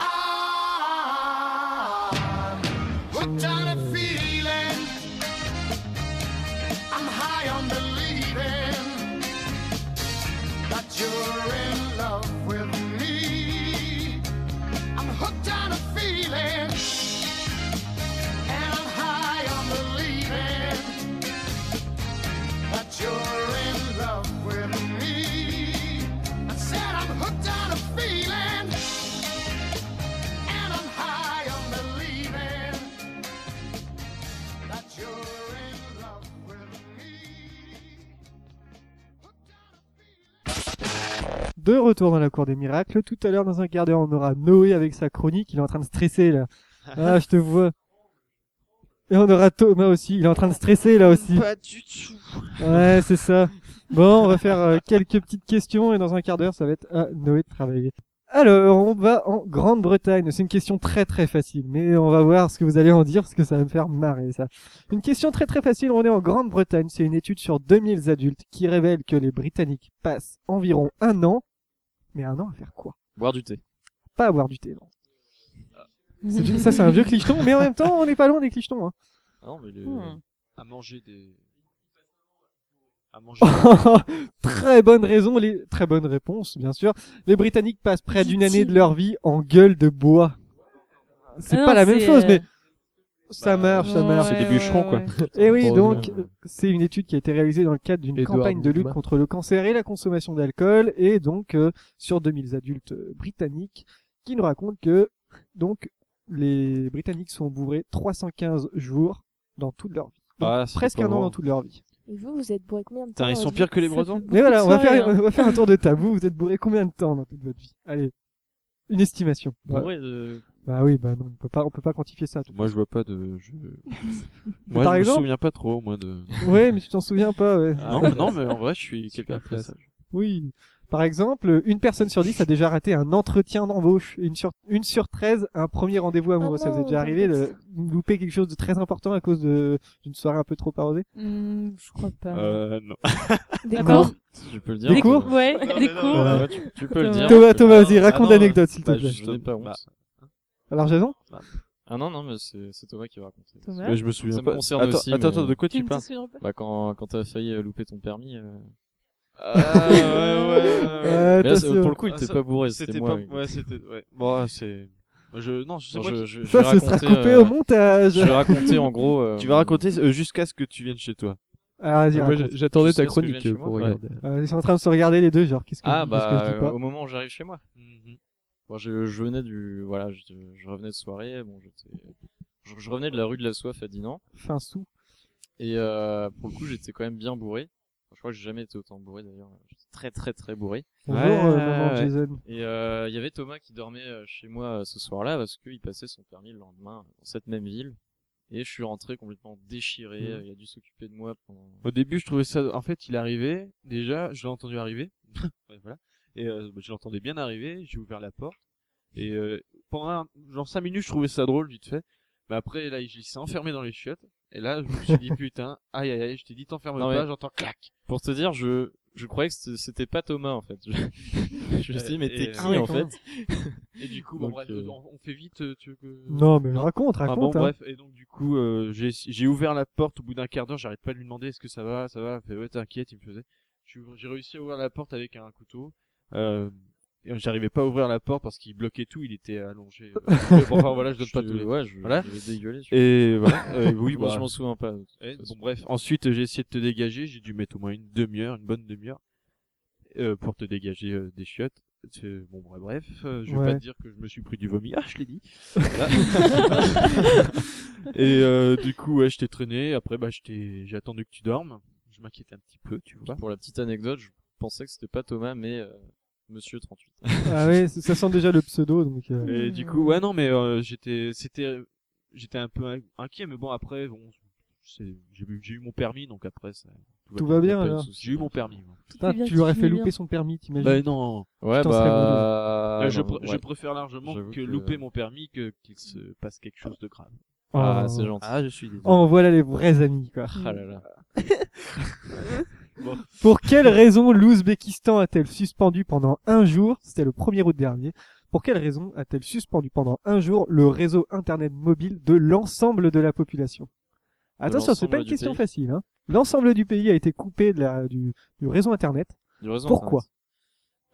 Ah. I'm hooked on a feeling. I'm high on believing that you're in love with me. I'm hooked on a feeling. And I'm high on believing that you're in love with me. I said I'm hooked on a feeling. And I'm high on believing that you're in love with me. De retour dans la cour des miracles. Tout à l'heure, dans un quart d'heure, on aura Noé avec sa chronique. Il est en train de stresser là. Ah, je te vois. Et on aura Thomas aussi. Il est en train de stresser là aussi. Pas du tout. Ouais, c'est ça. Bon, on va faire euh, quelques petites questions et dans un quart d'heure, ça va être à Noé de travailler. Alors, on va en Grande-Bretagne. C'est une question très très facile, mais on va voir ce que vous allez en dire parce que ça va me faire marrer ça. Une question très très facile, on est en Grande-Bretagne. C'est une étude sur 2000 adultes qui révèle que les Britanniques passent environ un an, mais un an à faire quoi Boire du thé. Pas à boire du thé, non. C'est- Ça c'est un vieux clicheton, mais en même temps, on n'est pas loin des clichetons. Hein. Ah Non, mais le... Hmm. À manger des. À manger. très bonne raison, les... très bonne réponse, bien sûr. Les Britanniques passent près d'une année de leur vie en gueule de bois. C'est Ah pas non, la même c'est, chose, euh, Oh. mais ça marche, ça marche. Ouais, ouais, ouais, ouais. Et oui, Bon, donc, euh, c'est une étude qui a été réalisée dans le cadre d'une Edouard campagne de lutte Moufma. contre le cancer et la consommation d'alcool, et donc euh, sur 2000 adultes euh, britanniques, qui nous racontent que donc les Britanniques sont bourrés 315 jours dans toute leur vie. Donc, Ah, c'est presque pas un an bon. dans toute leur vie. Et vous, vous êtes bourré combien de temps Putain, ils euh, sont du- pires que les ça Bretons. fait Mais voilà, on va, beaucoup de faire, soirées, on hein. va faire un tour de table. Vous, vous êtes bourré combien de temps dans toute votre vie Allez, une estimation. Voilà. Ouais, de... Bah oui, bah non, on peut pas, on peut pas quantifier ça. Moi, je vois pas de. Je... Par Moi, je exemple me souviens pas trop, moi, de. Ouais, mais tu t'en souviens pas. Ouais. non, mais non, mais en vrai, je suis quelqu'un de très sage. Oui. Par exemple, une personne sur dix a déjà raté un entretien d'embauche. Une sur, une sur 13, un premier rendez-vous amoureux. ça vous est non, déjà arrivé de louper quelque chose de très important à cause de- d'une soirée un peu trop arrosée Hmm, je crois pas. Euh, non. Des D'accord. cours. Tu peux le dire. Des cours euh, Ouais, Non, des mais non, cours. Ouais. ouais, tu, tu peux le dire. Thomas, tu peux- Thomas, vas-y, raconte Ah non, l'anecdote, s'il te bah, plaît. Je n'ai pas honte. Bah, Alors, Jason Ah non, non, mais c'est c'est Thomas qui va raconter. Thomas. mais je me souviens Ça me pas. concerne attends, aussi, attends, mais- attends, de quoi Tu tu me parles souviens pas Bah, quand, quand t'as failli euh, louper ton permis. euh, Ah, ouais, ouais, ouais. Euh, Mais là, c'est- attention. pour le coup, il Ah, était ça- pas bourré, c'était C'était pas. moi. oui. Ouais, c'était. Ouais. Bon, ah, c'est. Je. Non, c'est Bon, moi je, qui- je, je Ça, vais ce sera raconter, coupé euh, au montage. Je vais raconter en gros. euh, Tu vas raconter euh, jusqu'à ce que tu viennes chez toi. Ah, vas-y, Moi, raconte. j'- j'attendais Tu sais ta ce que je viens de chronique chez euh, moi pour Ouais. regarder. Euh, Ils sont en train de se regarder les deux, genre, qu'est-ce que Ah je dis, qu'est-ce que bah je dis pas au moment où j'arrive chez moi. Mhm. Bon, je, je venais du voilà, je, je revenais de soirée, bon j'étais je, je revenais de la rue de la Soif à Dinan Fin sous. et euh, pour le coup, j'étais quand même bien bourré. Je crois que j'ai jamais été autant bourré d'ailleurs, j'étais très très très bourré. Bonjour, Ouais, euh, ouais, maman ouais. Jason. Et euh, il y avait Thomas qui dormait euh, chez moi euh, ce soir-là parce qu'il passait son permis le lendemain dans cette même ville et je suis rentré complètement déchiré, Mhm. euh, il a dû s'occuper de moi pendant Au début, je trouvais ça. En fait, il arrivait. Déjà, je l'ai entendu arriver. Ouais, voilà. Et euh, je l'entendais bien arriver. J'ai ouvert la porte. Et euh, pendant un- genre cinq minutes, je trouvais ça drôle vite fait. Mais après, là, il s'est enfermé dans les chiottes. Et là, je me suis dit putain, aïe aïe aïe, je t'ai dit t'enferme Non, pas, mais- j'entends clac. Pour te dire, je, je croyais que c'était- c'était pas Thomas en fait. Je, je me suis dit, mais Et- t'es qui Ah ouais, en quand fait même. Et du coup, bah, bon, Donc, bref, euh, on, on fait vite. euh, Tu veux que... Mm. Non, mais raconte, Ah bon, raconte. hein. bref, et donc du coup, euh, j'ai j'ai ouvert la porte au bout d'un quart d'heure, j'arrête pas de lui demander est-ce que ça va, ça va, il fait ouais t'inquiète, il me faisait. J'ai ouvert- J'ai réussi à ouvrir la porte avec un couteau, euh, et j'arrivais pas à ouvrir la porte parce qu'il bloquait tout, il était allongé. euh, bon, enfin voilà, je donne pas te- tous les... Ouais, je, Voilà. je vais dégueuler. je- Et voilà, euh, oui, Moi, bah, je m'en souviens pas. eh, bon, bref, ensuite j'ai essayé de te dégager, j'ai dû mettre au moins une demi-heure, une bonne demi-heure, euh, pour te dégager euh, des chiottes. C'est- Bon bref, bref euh, je vais Ouais. pas te dire que je me suis pris du vomi, ah je l'ai dit. Voilà. Et euh, du coup ouais, je t'ai traîné, après bah je t'ai- j'ai attendu que tu dormes, je m'inquiétais un petit peu, tu vois. Pour la petite anecdote, je pensais que c'était pas Thomas, mais euh, Monsieur 38. Ah ouais, ça ça sent déjà le pseudo, donc. euh, Et du coup ouais non mais euh, j'étais c'était j'étais un peu in- inquiet mais bon après bon c'est- j'ai eu j'ai eu mon permis donc après ça Tout va bien, Pas de alors. soucis. J'ai eu mon permis. moi. Tout Putain, est bien, hein. tu lui aurais tout fait est bien. louper son permis, t'imagines Bah non. Ouais, Putain, ça serait bah. Euh, je, non, pr- je ouais. préfère largement J'avoue que que- louper mon permis que qu'il se passe quelque chose de grave. Ah, Oh. c'est gentil. Ah, je suis désolé. Oh, voilà les vrais amis, quoi. Ah là là. Pour quelle raison l'Ouzbékistan a-t-elle suspendu pendant un jour, c'était le 1er août dernier, pour quelle raison a-t-elle suspendu pendant un jour le réseau internet mobile de l'ensemble de la population Attention, c'est pas l'ensemble une du question pays. facile. Hein. L'ensemble du pays a été coupé de la, du, du réseau internet. Du réseau Pourquoi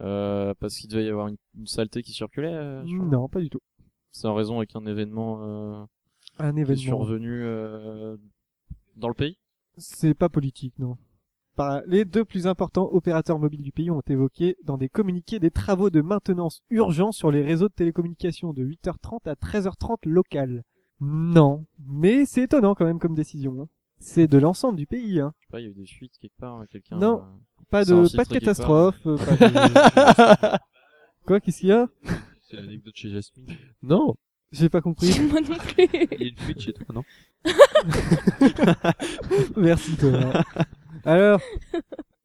Internet. euh, Parce qu'il devait y avoir une, une saleté qui circulait. euh, je crois. Non, pas du tout. C'est en raison avec un événement, euh, Un qui est événement. survenu euh, dans le pays. C'est pas politique, non. Par- Les deux plus importants opérateurs mobiles du pays ont évoqué dans des communiqués des travaux de maintenance urgents sur les réseaux de télécommunications de 8h30 à 13h30 local. Non, mais c'est étonnant quand même comme décision. hein. C'est de l'ensemble du pays, hein. Je sais pas, il y a eu des fuites quelque part, hein, quelqu'un. Non. euh, Pas C'est un de, titre pas de qui catastrophe. euh, pas de- Quoi, qu'est-ce qu'il y a C'est l'anecdote chez Jasmine. Non, J'ai pas compris. Moi non plus. Il y a une fuite chez toi, non Merci Thomas. Alors,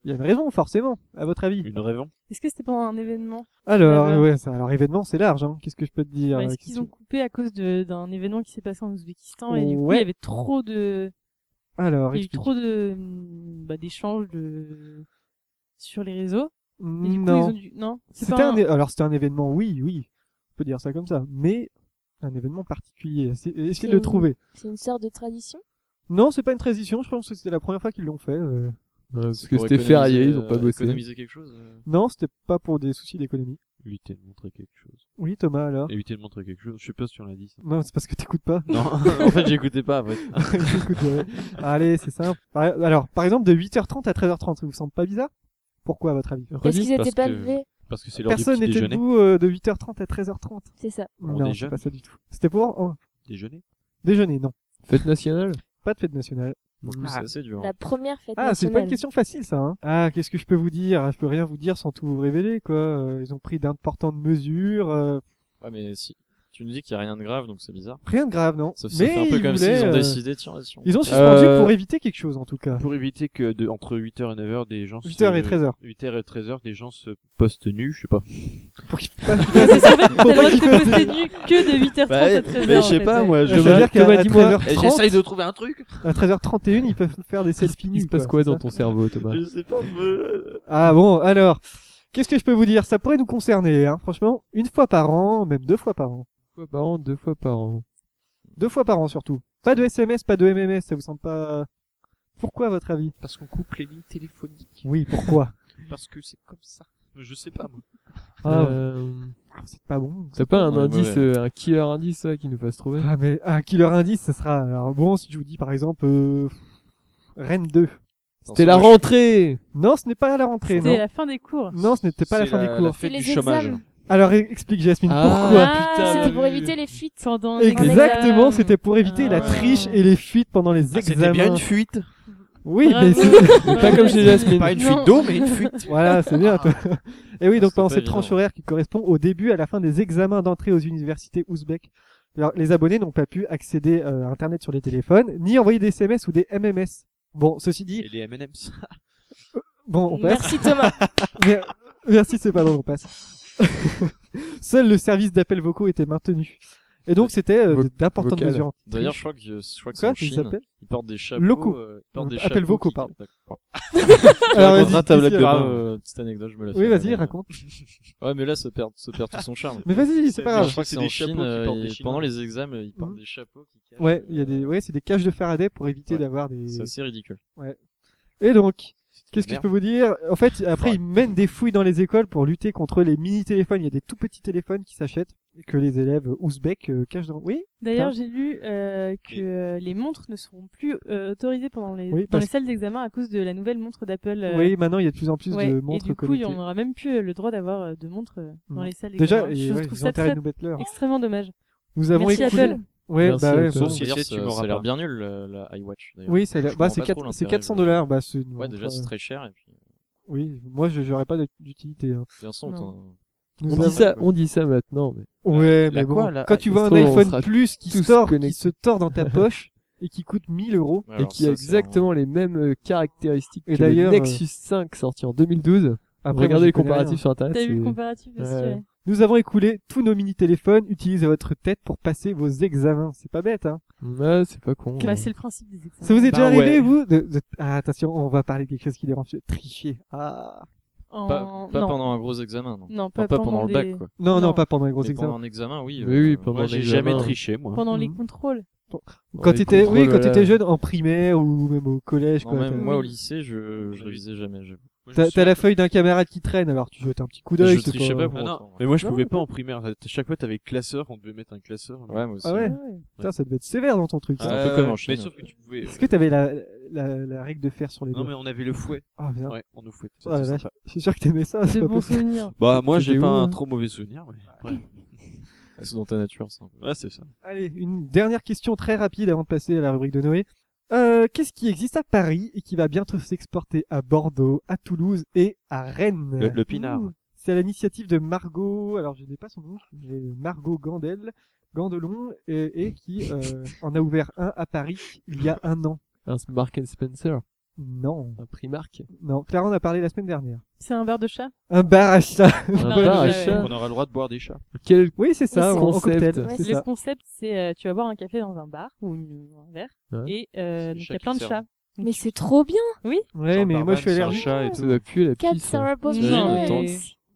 il y a une raison forcément. À votre avis Une raison Est-ce que c'était pendant un événement Alors, Euh, ouais, ça- alors événement, c'est large. hein. Qu'est-ce que je peux te dire Bah, euh, Est-ce qu'ils ont coupé à cause de- d'un événement qui s'est passé en Ouzbékistan et du coup Ouais. il y avait trop de, Alors, il y a eu explique. trop de, hum, bah, d'échanges de sur les réseaux. Et du coup, Non. ils ont dû- non, c'est C'était pas un... é- alors c'était un événement, oui, oui, on peut dire ça comme ça, mais un événement particulier. C'est- Essayez de le C'est- trouver. C'est une sorte de tradition. Non, c'est pas une transition. Je pense que c'était la première fois qu'ils l'ont fait. euh. parce que pour c'était férié, ils économiser, ont pas euh, bossé. Économiser quelque chose. euh. Non, c'était pas pour des soucis d'économie. Éviter de montrer quelque chose. Oui, Thomas, alors. Éviter de montrer quelque chose. Je sais pas si on l'a dit. ça. Non, c'est parce que t'écoutes pas. Non, en fait, j'écoutais pas. En fait. T'écoutes, ouais. Allez, c'est simple. Par- Alors, par exemple, de 8h30 à 13h30, ça vous semble pas bizarre Pourquoi, à votre avis Parce qu'ils parce étaient pas que- levés. Parce que c'est l'heure du Personne petit n'était déjeuner. debout euh, de 8h30 à 13h30. C'est ça. On non, est c'est jeune. pas ça du tout. C'était pour oh, Déjeuner déjeuner, non. Fête nationale Pas de fête nationale. Pour le coup, Ah. c'est assez dur. hein. La première fête Ah, c'est pas une nationale. question facile, ça. Hein. Ah, qu'est-ce que je peux vous dire Je peux rien vous dire sans tout vous révéler, quoi. Euh, Ils ont pris d'importantes mesures. euh, Ouais, mais si tu nous dis qu'il y a rien de grave, donc c'est bizarre. Rien de grave, non Ça, ça Mais fait un peu ils comme voulaient, s'ils ont euh, décidé, tiens, vas-y, on- Ils ont suspendu Euh, pour éviter quelque chose, en tout cas. Pour éviter que de, entre 8h et 9h, des gens 8h et 13h. 8h et 13h, des gens se postent nus, je sais pas. Pour qu'ils fassent- C'est sûr, t'as Pour le droit de qu'ils te poster nu que de 8h30 à 13h. Bah, eh, mais je sais pas, moi, Je je veux Thomas, dire qu'à Thomas, dis-moi. 13h30, de trouver un truc. à 13h31, ils peuvent faire des selfies nus. Il se passe quoi dans ton cerveau, Thomas Je sais pas, mais... Ah bon, alors, qu'est-ce que je peux vous dire Ça pourrait nous concerner, hein, franchement. Une fois par an, même deux fois par an. Une fois par an, deux fois par an. Deux fois par an, surtout. Pas de SMS, pas de MMS, ça vous semble pas... Pourquoi, à votre avis Parce qu'on coupe les lignes téléphoniques. Oui, pourquoi Parce que c'est comme ça. Je sais pas, moi. Ah, Euh, C'est pas bon. T'as pas un Ouais, indice, ouais. euh, un killer indice ça, qui nous fasse trouver Ah mais un killer indice, ça sera alors bon si je vous dis par exemple euh, Rennes 2. C'était la rentrée Non, ce n'est pas à la rentrée, C'était non. la fin des cours. Non, ce n'était pas la C'est fin des cours. C'est fête les du chômage. examens. Alors e- explique Jasmine Ah, Ah, putain, C'était j'avais pour vu. éviter les fuites. Pendant pourquoi. un Exactement, examen. c'était pour éviter Ah la ouais. triche et les fuites pendant les Ah, examens. fuite. Oui, Bravo. mais c'est- Mais pas comme chez Jasmine. Pas une fuite Non. d'eau, mais une fuite. voilà, c'est bien toi. Et oui, donc C'est pendant pas cette évident. tranche horaire qui correspond au début et à la fin des examens d'entrée aux universités ouzbeks. Alors, les abonnés n'ont pas pu accéder euh, à Internet sur les téléphones, ni envoyer des SMS ou des MMS. Bon, ceci dit, Et les M&M's. bon, on passe. Merci Thomas. Mer- Merci, c'est pas drôle, on passe. Seul le service d'appels vocaux était maintenu. Et donc, c'était euh, Vo- d'importantes vocal. mesures. D'ailleurs, je crois que, je crois que c'est Quoi, en tu Chine. s'appelles Ils portent des chapeaux. Locaux. euh, ils portent des Appels chapeaux vocaux, qui- pardon. D'accord. Alors, Tu Ah, vas-y, raconteras ta blague de explique, bain, alors. euh, Petite anecdote, je me la fais. Oui, vas-y, euh, raconte. Ouais, mais là, se perd, se perd tout son charme. Mais vas-y, c'est C'est pas bien. je grave. crois que c'est des en chapeaux Chine, qui euh, portent des ils- Chinois. pendant les examens, ils portent Mhm. des chapeaux qui cachent, Ouais, il y a des, euh, ouais, c'est des cages de Faraday pour éviter Ouais. d'avoir des. C'est assez ridicule. Et donc, qu'est-ce que je Merde. peux vous dire En fait, après, Ouais. ils mènent des fouilles dans les écoles pour lutter contre les mini téléphones. Il y a des tout petits téléphones qui s'achètent et que les élèves ouzbeks euh, cachent dans. Oui, D'ailleurs, j'ai lu euh, que euh, les montres ne seront plus euh, autorisées pendant les, Oui, dans parce- les salles d'examen à cause de la nouvelle montre d'Apple. euh, oui. Maintenant, il y a de plus en plus ouais. de Et montres du coup, connectées. on n'aura même plus euh, le droit d'avoir euh, de montres euh, dans Mm. les salles d'examen. Déjà, et, je ouais, trouve ils ont ça intérêt à très, nous mettre l'heure. extrêmement dommage. Nous avons Merci écoulé. Apple. Ouais, Merci bah à ouais, Apple. bon. Sauf si D'ailleurs, ça, tu m'auras ça a pas. l'air bien nul, euh, la iWatch. d'ailleurs. Oui, c'est Je la- bah, comprends c'est pas quatre- trop c'est l'intérêt, 400 je- dollars. Bah, c'est une Ouais, déjà, montre, c'est euh, très cher. Et puis, de Oui, moi, je j'aurais pas d'utilité. hein. toute façon, Non. t'en- Nous On avons- dit ça, on dit ça maintenant. mais- Ouais, La mais bon. quoi, là Quand tu Ah, vois il un se trouve, on sera iPhone Plus qui tous sort, qui connectés. se tord dans ta poche et qui coûte 1000 euros. et Alors, qui ça, a c'est exactement les mêmes euh, caractéristiques Et que le d'ailleurs, Nexus 5 sorti en 2012. Après, moi, Regardez j'y les connais rien. comparatifs sur internet. T'as vu c'est- le comparatif aussi, Ouais. ouais. Nous avons écoulé tous nos mini-téléphones. Utilisez votre tête pour passer vos examens. C'est pas bête, hein Mm, Ouais, c'est pas con. Bah, c'est le principe des examens. Ça vous est déjà Bah ouais. arrivé, vous de, de- Ah, attention, on va parler de quelque chose qui les rend fiers. Tricher. Ah. En- Pas, pas non. pendant un gros examen, non. Non, Enfin, pas, pas pendant des- le bac, quoi. Non, non, Non. pas pendant les gros Mais examens. pendant un examen, oui. Oui, oui, pendant moi, j'ai l'examen. jamais triché, moi. Pendant les Mm. Mhm. contrôles. Quand les t'étais, oui, contrôles, quand là. t'étais jeune, en primaire ou même au collège, Non, quoi. même t'as- moi, au lycée, je, je révisais jamais. Je, Moi, je T'as me t'as souviens- la feuille d'un camarade qui traîne, alors tu jettes un petit coup d'œil. je c'est trichais pas pour Ah non, autant, ouais. Mais moi, je Non, pouvais mais pas en primaire. À Chaque fois, t'avais classeur, on devait mettre un classeur. Ouais, moi aussi. Ah ouais, Putain, ça devait être sévère dans ton truc. C'est ça. un peu Ouais, comme en mais Chine. sauf que tu pouvais. Est-ce que t'avais la, la, la règle de fer sur les Non, doigts mais on avait le fouet. Ah, bien. Ouais, on nous fouettait. Ah, la C'était vache. sympa. Je suis sûr que t'aimais ça. C'est pas bon possible. souvenir. Bah, moi, C'était j'ai pas où, un hein trop mauvais souvenir. mais- Ouais, C'est dans ta nature, ça. Ouais, c'est ça. Allez, une dernière question très rapide avant de passer à la rubrique de Noé. Euh, Qu'est-ce qui existe à Paris et qui va bientôt s'exporter à Bordeaux, à Toulouse et à Rennes Le, le pinard. Ouh. C'est à l'initiative de Margot, alors je n'ai pas son nom, mais Margot Gandel, Gandelon, et, et qui euh, en a ouvert un à Paris il y a un an. Un Mark and Spencer, Non, un Primark. non, Clara en a parlé la semaine dernière. C'est un bar de chat Un bar à chat. un Non, bar à ouais, ouais. chat. On aura le droit de boire des chats. Quel Oui, c'est ça, c'est en- en concept. cocktail, Ouais, c'est Le ça. concept, c'est euh, tu vas boire un café dans un bar ou une- un verre Ouais. et euh, C'est donc il y chat a qui plein de sert. chats. Mais c'est trop bien Ouais, mais moi je suis Barman, c'est un allergique. chat et Ça tout. doit puer la 4 pisse. hein. Sarah Paulson. Non, mais- attends.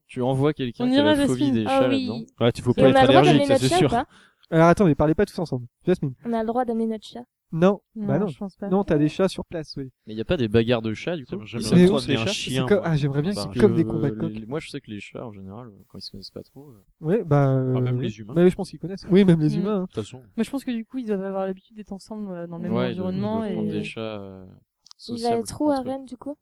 Tu envoies quelqu'un On qui a ira, la phobie Jasmine. des Ah chats là-dedans. oui. Ouais, tu faut Et on pas être a le droit d'amener allergique, ça notre c'est chat ou sûr. pas Alors attendez, parlez pas tous ensemble. Jasmine. On a le droit d'amener notre chat. Non, Non, bah non. je pense pas. Non, t'as des chats sur place, oui. Mais il n'y a pas des bagarres de chats, du coup. J'aimerais Ils bien sont trop tous devenir les un chats. chien. C'est Tiens, comme- moi. Ah, j'aimerais bien que Bah, c'est que, comme des euh, combats de coq. les- Moi, je sais que les chats, en général, euh, quand ils se connaissent pas trop. euh, Ouais, bah. Ah, même euh, les humains. bah oui, je pense qu'ils connaissent. Oui, même les Mm. humains. hein. De toute façon. Mais je pense que du coup, ils doivent avoir l'habitude d'être ensemble euh, dans le même ouais, ils doivent- ils environnement. doivent prendre et... des chats. euh, Il va sociables être où à entre eux. Rennes du coup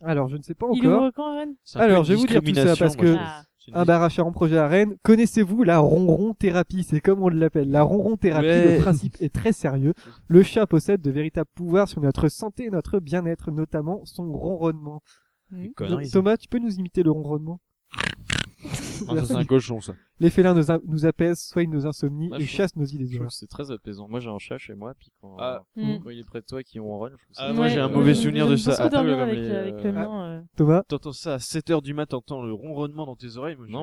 Alors, je ne sais pas Il encore. ouvre quand, Rennes C'est un peu Alors, une je vais vous dire tout ça, discrimination, parce moi, que- je trouve. Ah. C'est une Un bar à faire en projet à Rennes. Connaissez-vous la ronron thérapie C'est comme on l'appelle. La ronron thérapie, le Ouais. principe est très sérieux. Le chat possède de véritables pouvoirs sur notre santé et notre bien-être, notamment son ronronnement. Mhm. Donc, connerie, ça. Thomas, tu peux nous imiter le ronronnement Ah, ça, c'est un cochon, ça. Les félins nous, a- nous apaisent, soignent nos insomnies Moi, et je trouve- chassent nos idées Je trouve noires. que c'est très apaisant. Moi, j'ai un chat chez moi, puis quand, Ah. Mm. quand il est près de toi, qui ronronne, je trouve ça. Ah, moi, Ouais, j'ai un oui, mauvais je- souvenir je de me ça. sens Ah, dormir comme avec, les, euh, avec le euh, mien. euh. Thomas T'entends ça à 7h du matin, t'entends le ronronnement dans tes oreilles. Moi, je- euh,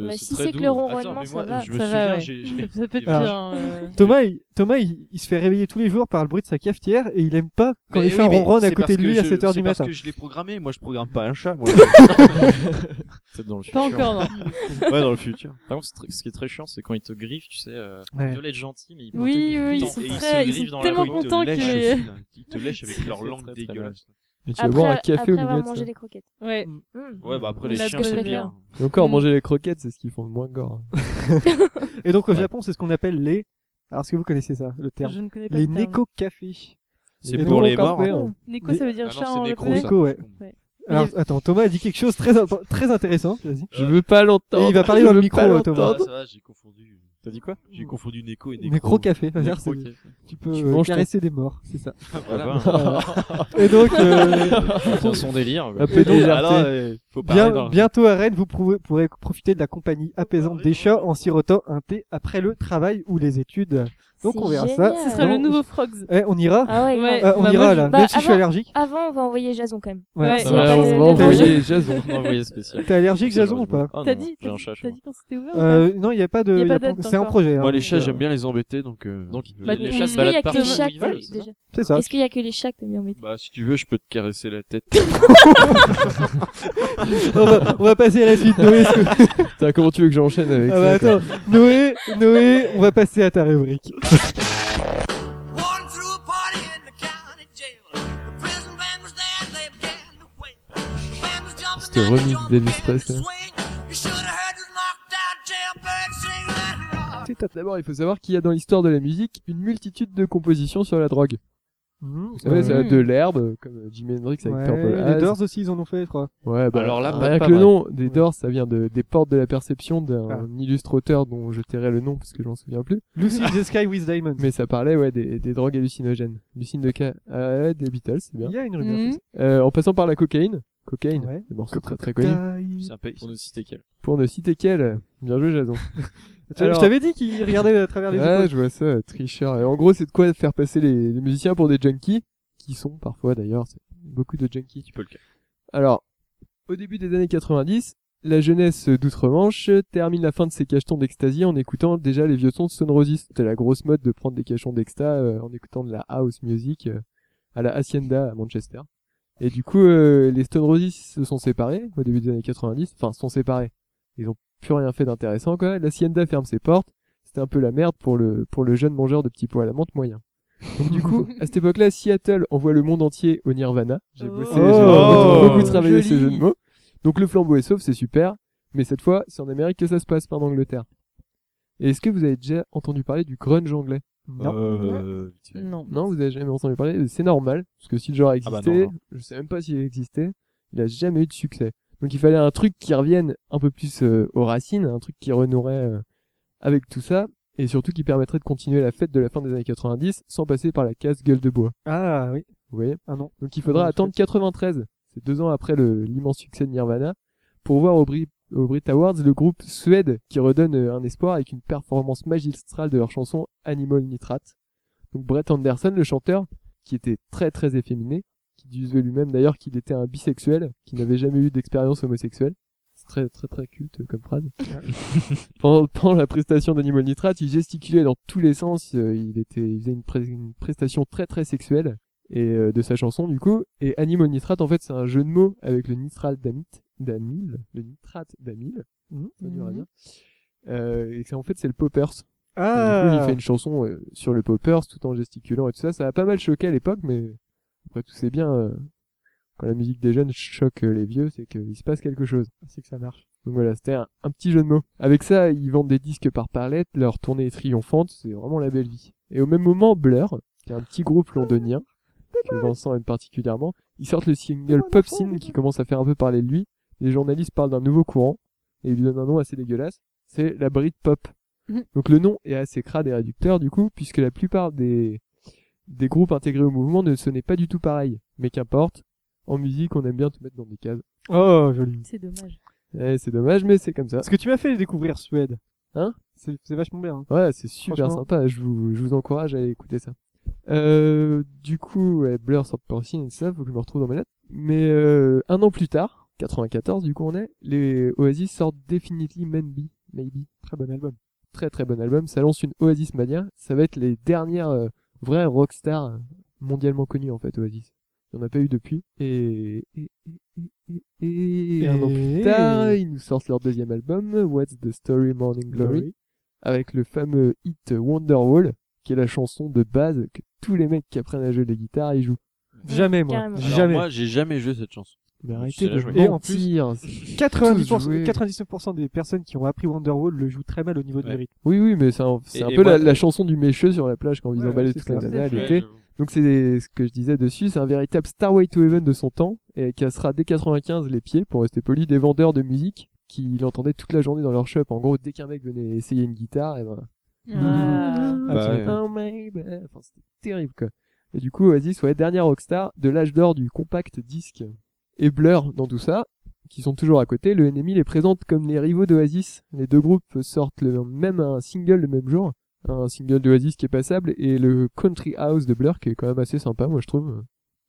Non, Bah, c'est si c'est c'est très que doux. le ronronnement, Attends, mais ça moi, va. je me Ça va, souviens, ouais. j'ai- j'ai- Ça peut être Alors, bien. euh, Thomas, il, Thomas il, il se fait réveiller tous les jours par le bruit de sa cafetière et il aime pas quand Mais il fait oui, un mais ronron à c'est côté parce de lui que à je- 7h du c'est matin. Parce que je l'ai programmé, moi je programme pas un chat. Moi. Peut-être dans le futur. Pas encore, non. ouais, dans le futur. Par contre, c'est tr- ce qui est très chiant, c'est quand il te griffe, tu sais, euh, Ouais. il doit être gentil, mais il Oui, te griffe oui, tout ils le temps, sont et très- se ils griffe sont dans la tellement langue. contents ils te lèchent, que- aussi, là. Ils te lèchent avec leur C'est langue très, très dégueulasse. Et tu vas boire un Après, café après au milieu avoir de ça. mangé des croquettes. Ouais. Ouais, bah après On les l'a chiens, c'est préféré. bien. Et encore, Mm. manger les croquettes, c'est ce qu'ils font le moins gore. hein. Et donc au Japon, c'est ce qu'on appelle les. Alors, est-ce que vous connaissez ça, le terme Je ne connais pas Les le terme. néco-cafés. C'est Et pour donc, les encore morts. pire. Neko, ça veut dire Ah non, chat c'est en nécro, japonais ça. Nécro, ouais. Ouais. Alors, attends, Thomas a dit quelque chose très, int- très intéressant. Vas-y. Je veux pas l'entendre. Et il va parler Je dans le veux micro, pas euh, l'entendre. Thomas. Ah, ça va, j'ai confondu. T'as dit quoi J'ai confondu Neko et Neko. Nécro-café. Vas-y, c'est- Nécro-café. Tu peux Tu euh, manges ton- caresser des morts, c'est ça. Voilà. Et donc, euh, C'est bah. son délire. quoi. Un peu déserté. Alors, euh, faut pas bien, bientôt à Rennes, vous pourrez, pourrez profiter de la compagnie apaisante des chats en sirotant un thé après le travail ou les études. Donc, C'est on verra génial. ça. Ce sera Non. le nouveau Frogs. Eh, on ira. Ah ouais, Ouais. grave. Euh, on Bah, ira moi, là, je- bah, même si je suis avant- allergique. Avant, on va envoyer Jason quand même. Ouais. Ouais. C'est Ouais, pas on le- va le- envoyer Jason. Un envoyé spécial. T'es allergique, Jason, ou pas Ah, T'as non, dit, J'ai t'as un dit chat chez t'as moi. dit quand c'était ouvert ou pas Euh, non, il n'y a pas de. Y a il y a pas pas- date C'est un encore. projet. hein. Moi, les chats, Euh, j'aime bien les embêter, donc. euh, Donc, Bah, les on chats se sait, Est-ce qu'il y baladent a que les partout chats où ils veulent. que- c'est ça déjà C'est ça. Est-ce qu'il y a que les chats que t'as mis en métier Bah, si tu veux, je peux te caresser la tête. on, va, on va passer à la suite. Noé, est-ce que- Putain, comment tu veux que j'enchaîne avec Ah bah ça quoi attends, Noé, Noé, on va passer à ta rubrique. One threw a party in the county jail. The prison band was there, they began to wail. The band was jumping C'était and the remis drum Elvis began to Presley. swing. You should have heard the knocked out jailbird sing that rock. Tout étape D'abord, il faut savoir qu'il y a dans l'histoire de la musique une multitude de compositions sur la drogue. Mmh, Vous savez, ça va Mm. de l'herbe, comme Jimi Hendrix avec Purple ouais, les Haze. Doors aussi, ils en ont fait, je crois. Ouais, bah, Alors là, rien pas que le mal. nom des Doors, ça vient de, des portes de la perception d'un Ah. illustre auteur dont je tairai le nom parce que je m'en souviens plus. Lucy in the Sky with Diamonds. Mais ça parlait, ouais, des, des drogues hallucinogènes. Lucine de Ca... euh, des Beatles, c'est bien. Il y a une rumeur. Mhm. Euh, en passant par la cocaïne. Cocaine. Ouais. des morceau très très connu. Diamonds. C'est un pays. Pour ne citer qu'elle. Pour ne citer qu'elle. Bien joué, Jason. Tu- Je t'avais dit qu'il regardait à travers les Ouais, écoles. je vois ça, euh, tricheur. Et en gros, c'est de quoi faire passer les, les musiciens pour des junkies, qui sont parfois d'ailleurs c'est beaucoup de junkies. Tu peux le caresser. Alors, au début des années 90, La jeunesse d'outre-Manche termine la fin de ses cachetons d'extasie en écoutant déjà les vieux sons de Stone Roses. C'était la grosse mode de prendre des cachetons d'exta euh, en écoutant de la house music euh, à la Hacienda à Manchester. Et du coup, euh, les Stone Roses se sont séparés au début des années 90. Enfin, se sont séparés. Ils ont plus rien fait d'intéressant, quoi. La Hacienda ferme ses portes. C'était un peu la merde pour le, pour le jeune mangeur de petits pois à la menthe moyen. Donc, du coup, à cette époque-là, Seattle envoie le monde entier au Nirvana. J'ai bossé, j'ai Oh, beaucoup travaillé joli. ces jeux de mots. Donc le flambeau est sauf, c'est super, mais cette fois, c'est en Amérique que ça se passe, pas en Angleterre. Et est-ce que vous avez déjà entendu parler du grunge anglais Non. Euh, Non. Non, vous avez jamais entendu parler. C'est normal, parce que si le genre a Ah existé, bah non, non. je sais même pas s'il existait, il a jamais eu de succès. Donc il fallait un truc qui revienne un peu plus euh, aux racines, un truc qui renouerait euh, avec tout ça, et surtout qui permettrait de continuer la fête de la fin des années 90 sans passer par la case gueule de bois. Ah oui. Vous voyez Ah non. donc il faudra Ouais, attendre 93, c'est deux ans après le- l'immense succès de Nirvana, pour voir au, Brit- au Brit Awards le groupe Suède qui redonne euh, un espoir avec une performance magistrale de leur chanson Animal Nitrate. Donc Brett Anderson, le chanteur, qui était très très efféminé, qui disait lui-même d'ailleurs qu'il était un bisexuel, qui n'avait jamais eu d'expérience homosexuelle. C'est très très très culte euh, comme phrase. pendant, pendant la prestation d'Animal Nitrate, il gesticulait dans tous les sens, euh, il, était, il faisait une pré- une prestation très très sexuelle et euh, de sa chanson du coup et animal nitrate en fait c'est un jeu de mots avec le nitrate d'amite d'amyle le nitrate d'amyle ça dure à dire. Euh, et c'est- en fait c'est le poppers Et du coup, il Ah. fait une chanson euh, sur le poppers tout en gesticulant et tout ça ça a pas mal choqué à l'époque mais après tout c'est bien euh, quand la musique des jeunes choque euh, les vieux c'est qu'il se passe quelque chose C'est que ça marche. donc voilà, c'était un, un petit jeu de mots. Avec ça, ils vendent des disques par palette, leur tournée est triomphante, c'est vraiment la belle vie. Et au même moment, Blur, qui est un petit groupe londonien, que Vincent aime particulièrement, ils sortent le Oh, single Pop Sin qui commence à faire un peu parler de lui. Les journalistes parlent d'un nouveau courant, et ils lui donnent un nom assez dégueulasse, c'est la Britpop. Mhm. Donc le nom est assez crade et réducteur du coup, puisque la plupart des, des groupes intégrés au mouvement ne sonnaient pas du tout pareil. Mais qu'importe, en musique, on aime bien tout mettre dans des cases. Oh, joli. C'est dommage. Eh, c'est dommage, mais c'est comme ça. Parce que tu m'as fait découvrir Suède. Hein C'est c'est vachement bien. hein. Ouais, c'est super Franchement. sympa. Je vous, je vous encourage à aller écouter ça. Euh, du coup, ouais, Blur sort Porcine et ça, faut que je me retrouve dans ma note. Mais euh, un an plus tard, 94 du coup on est, les Oasis sortent Definitely Maybe. Maybe. Très bon album. Très très bon album. Ça lance une Oasis mania. Ça va être les dernières euh, vraies rockstars mondialement connues en fait, Oasis. Il n'y en a pas eu depuis. Et, et, et, et, et, et un an plus tard, ils nous sortent leur deuxième album, What's the Story Morning Glory avec le fameux hit Wonderwall, qui est la chanson de base que tous les mecs qui apprennent à jouer de la guitare, ils jouent. Jamais moi. Carrément. Alors, Jamais. moi, j'ai jamais joué cette chanson. Bah, Mais sais arrêtez la de jouer. Et en mentir. c'est- 90%, jouer. 99% des personnes qui ont appris Wonderwall le jouent très mal au niveau de Ouais. mérite. Oui, oui, mais c'est un, c'est Et- un et peu moi, la, t'as- la chanson du mécheux sur la plage quand ils Ouais, emballaient c'est toutes les ça. nanas à C'est l'été. Donc c'est ce que je disais dessus, c'est un véritable Starway to Heaven de son temps, et cassera dès 95 les pieds, pour rester poli, des vendeurs de musique qui l'entendaient toute la journée dans leur shop. En gros, dès qu'un mec venait essayer une guitare, et ben, Ah. ouais. Oh my bad. Enfin, c'était terrible quoi. Et du coup, Oasis, ouais, dernière rockstar de l'âge d'or du compact disque et Blur dans tout ça, qui sont toujours à côté. Le NMI les présente comme les rivaux d'Oasis. Les deux groupes sortent le même un single le même jour, un single d'Oasis qui est passable et le Country House de Blur qui est quand même assez sympa, moi je trouve.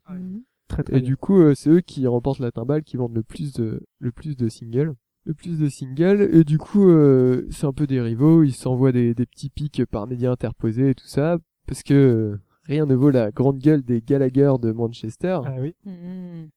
Mhm. Très Et très bien. du coup, euh, c'est eux qui remportent la timbale, qui vendent le plus de, le plus de singles. Le plus de singles. Et du coup, euh, c'est un peu des rivaux. Ils s'envoient des, des petits pics par médias interposés et tout ça. Parce que euh, rien ne vaut la grande gueule des Gallagher de Manchester. Ah oui. Mhm.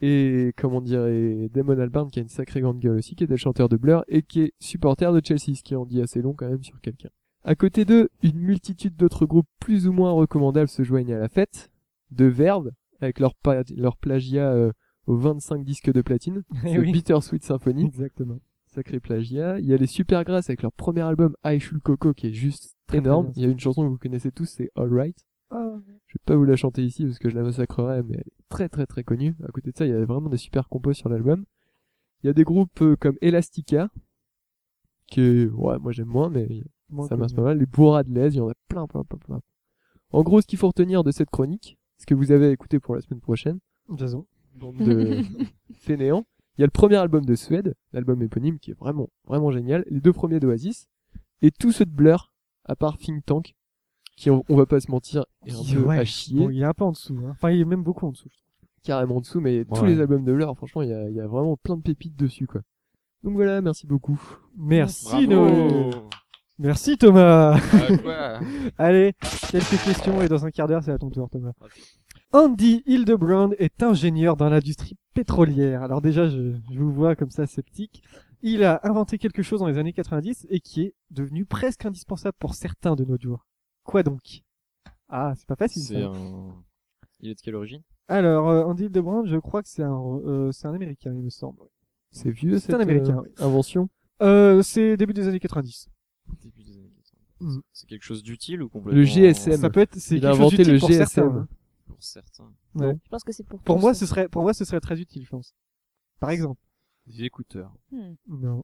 Et comment dire, et Damon Albarn qui a une sacrée grande gueule aussi, qui était le chanteur de Blur et qui est supporter de Chelsea, ce qui en dit assez long quand même sur quelqu'un. À côté d'eux, une multitude d'autres groupes plus ou moins recommandables se joignent à la fête, de Verve, avec leur, pa- leur plagiat euh, aux 25 disques de platine, Eh le oui. Bittersweet Symphony, Exactement. sacré plagiat. Il y a les Supergrass avec leur premier album I Should Coco qui est juste Très, très énorme. bien, ça. Il y a une chanson que vous connaissez tous, c'est All Right. Oh, Je vais pas vous la chanter ici parce que je la massacrerai, mais elle est très très très connue. À côté de ça, il y a vraiment des super compos sur l'album. Il y a des groupes euh, comme Elastica, que ouais, moi j'aime moins, mais Moins ça marche pas connu. mal. Les Bourras de l'Aise, il y en a plein plein plein plein. En gros, ce qu'il faut retenir de cette chronique, ce que vous avez à écouter pour la semaine prochaine, Jason. bande de fainéants, il y a le premier album de Suède, l'album éponyme qui est vraiment vraiment génial, les deux premiers d'Oasis, et tous ceux de Blur, à part Think Tank, qui on, on va pas se mentir, est un peu Ouais. à chier Bon, il est un peu en dessous. Hein. Enfin, il est même beaucoup en dessous. carrément en dessous, mais tous Ouais. les albums de Blur, franchement, il y a, il y a vraiment plein de pépites dessus, quoi. Donc voilà, merci beaucoup. Merci Bravo. Noé. Merci Thomas. Ah, quoi Allez, quelques questions et dans un quart d'heure, c'est à ton tour, Thomas. Andy Hildebrand est ingénieur dans l'industrie pétrolière. Alors déjà, je, je vous vois comme ça sceptique. Il a inventé quelque chose dans les années 90 et qui est devenu presque indispensable pour certains de nos jours. Quoi donc Ah, c'est pas facile. C'est ça. un... Il est de quelle origine Alors, euh, Andy Hildebrand, je crois que c'est un, euh, c'est un Américain, il me semble. C'est vieux, C'est cette un Américain, euh, oui. invention. Euh, c'est début des années 90. Début des années 80. Mhm. C'est quelque chose d'utile ou complètement Le GSM. Ça peut être, c'est Il a quelque chose inventé d'utile le pour GSM. certains, hein. pour certains Je pense que c'est pour Pour tous, moi, hein. ce serait, pour moi, ce serait très utile, je pense. Par exemple. Des écouteurs. Non.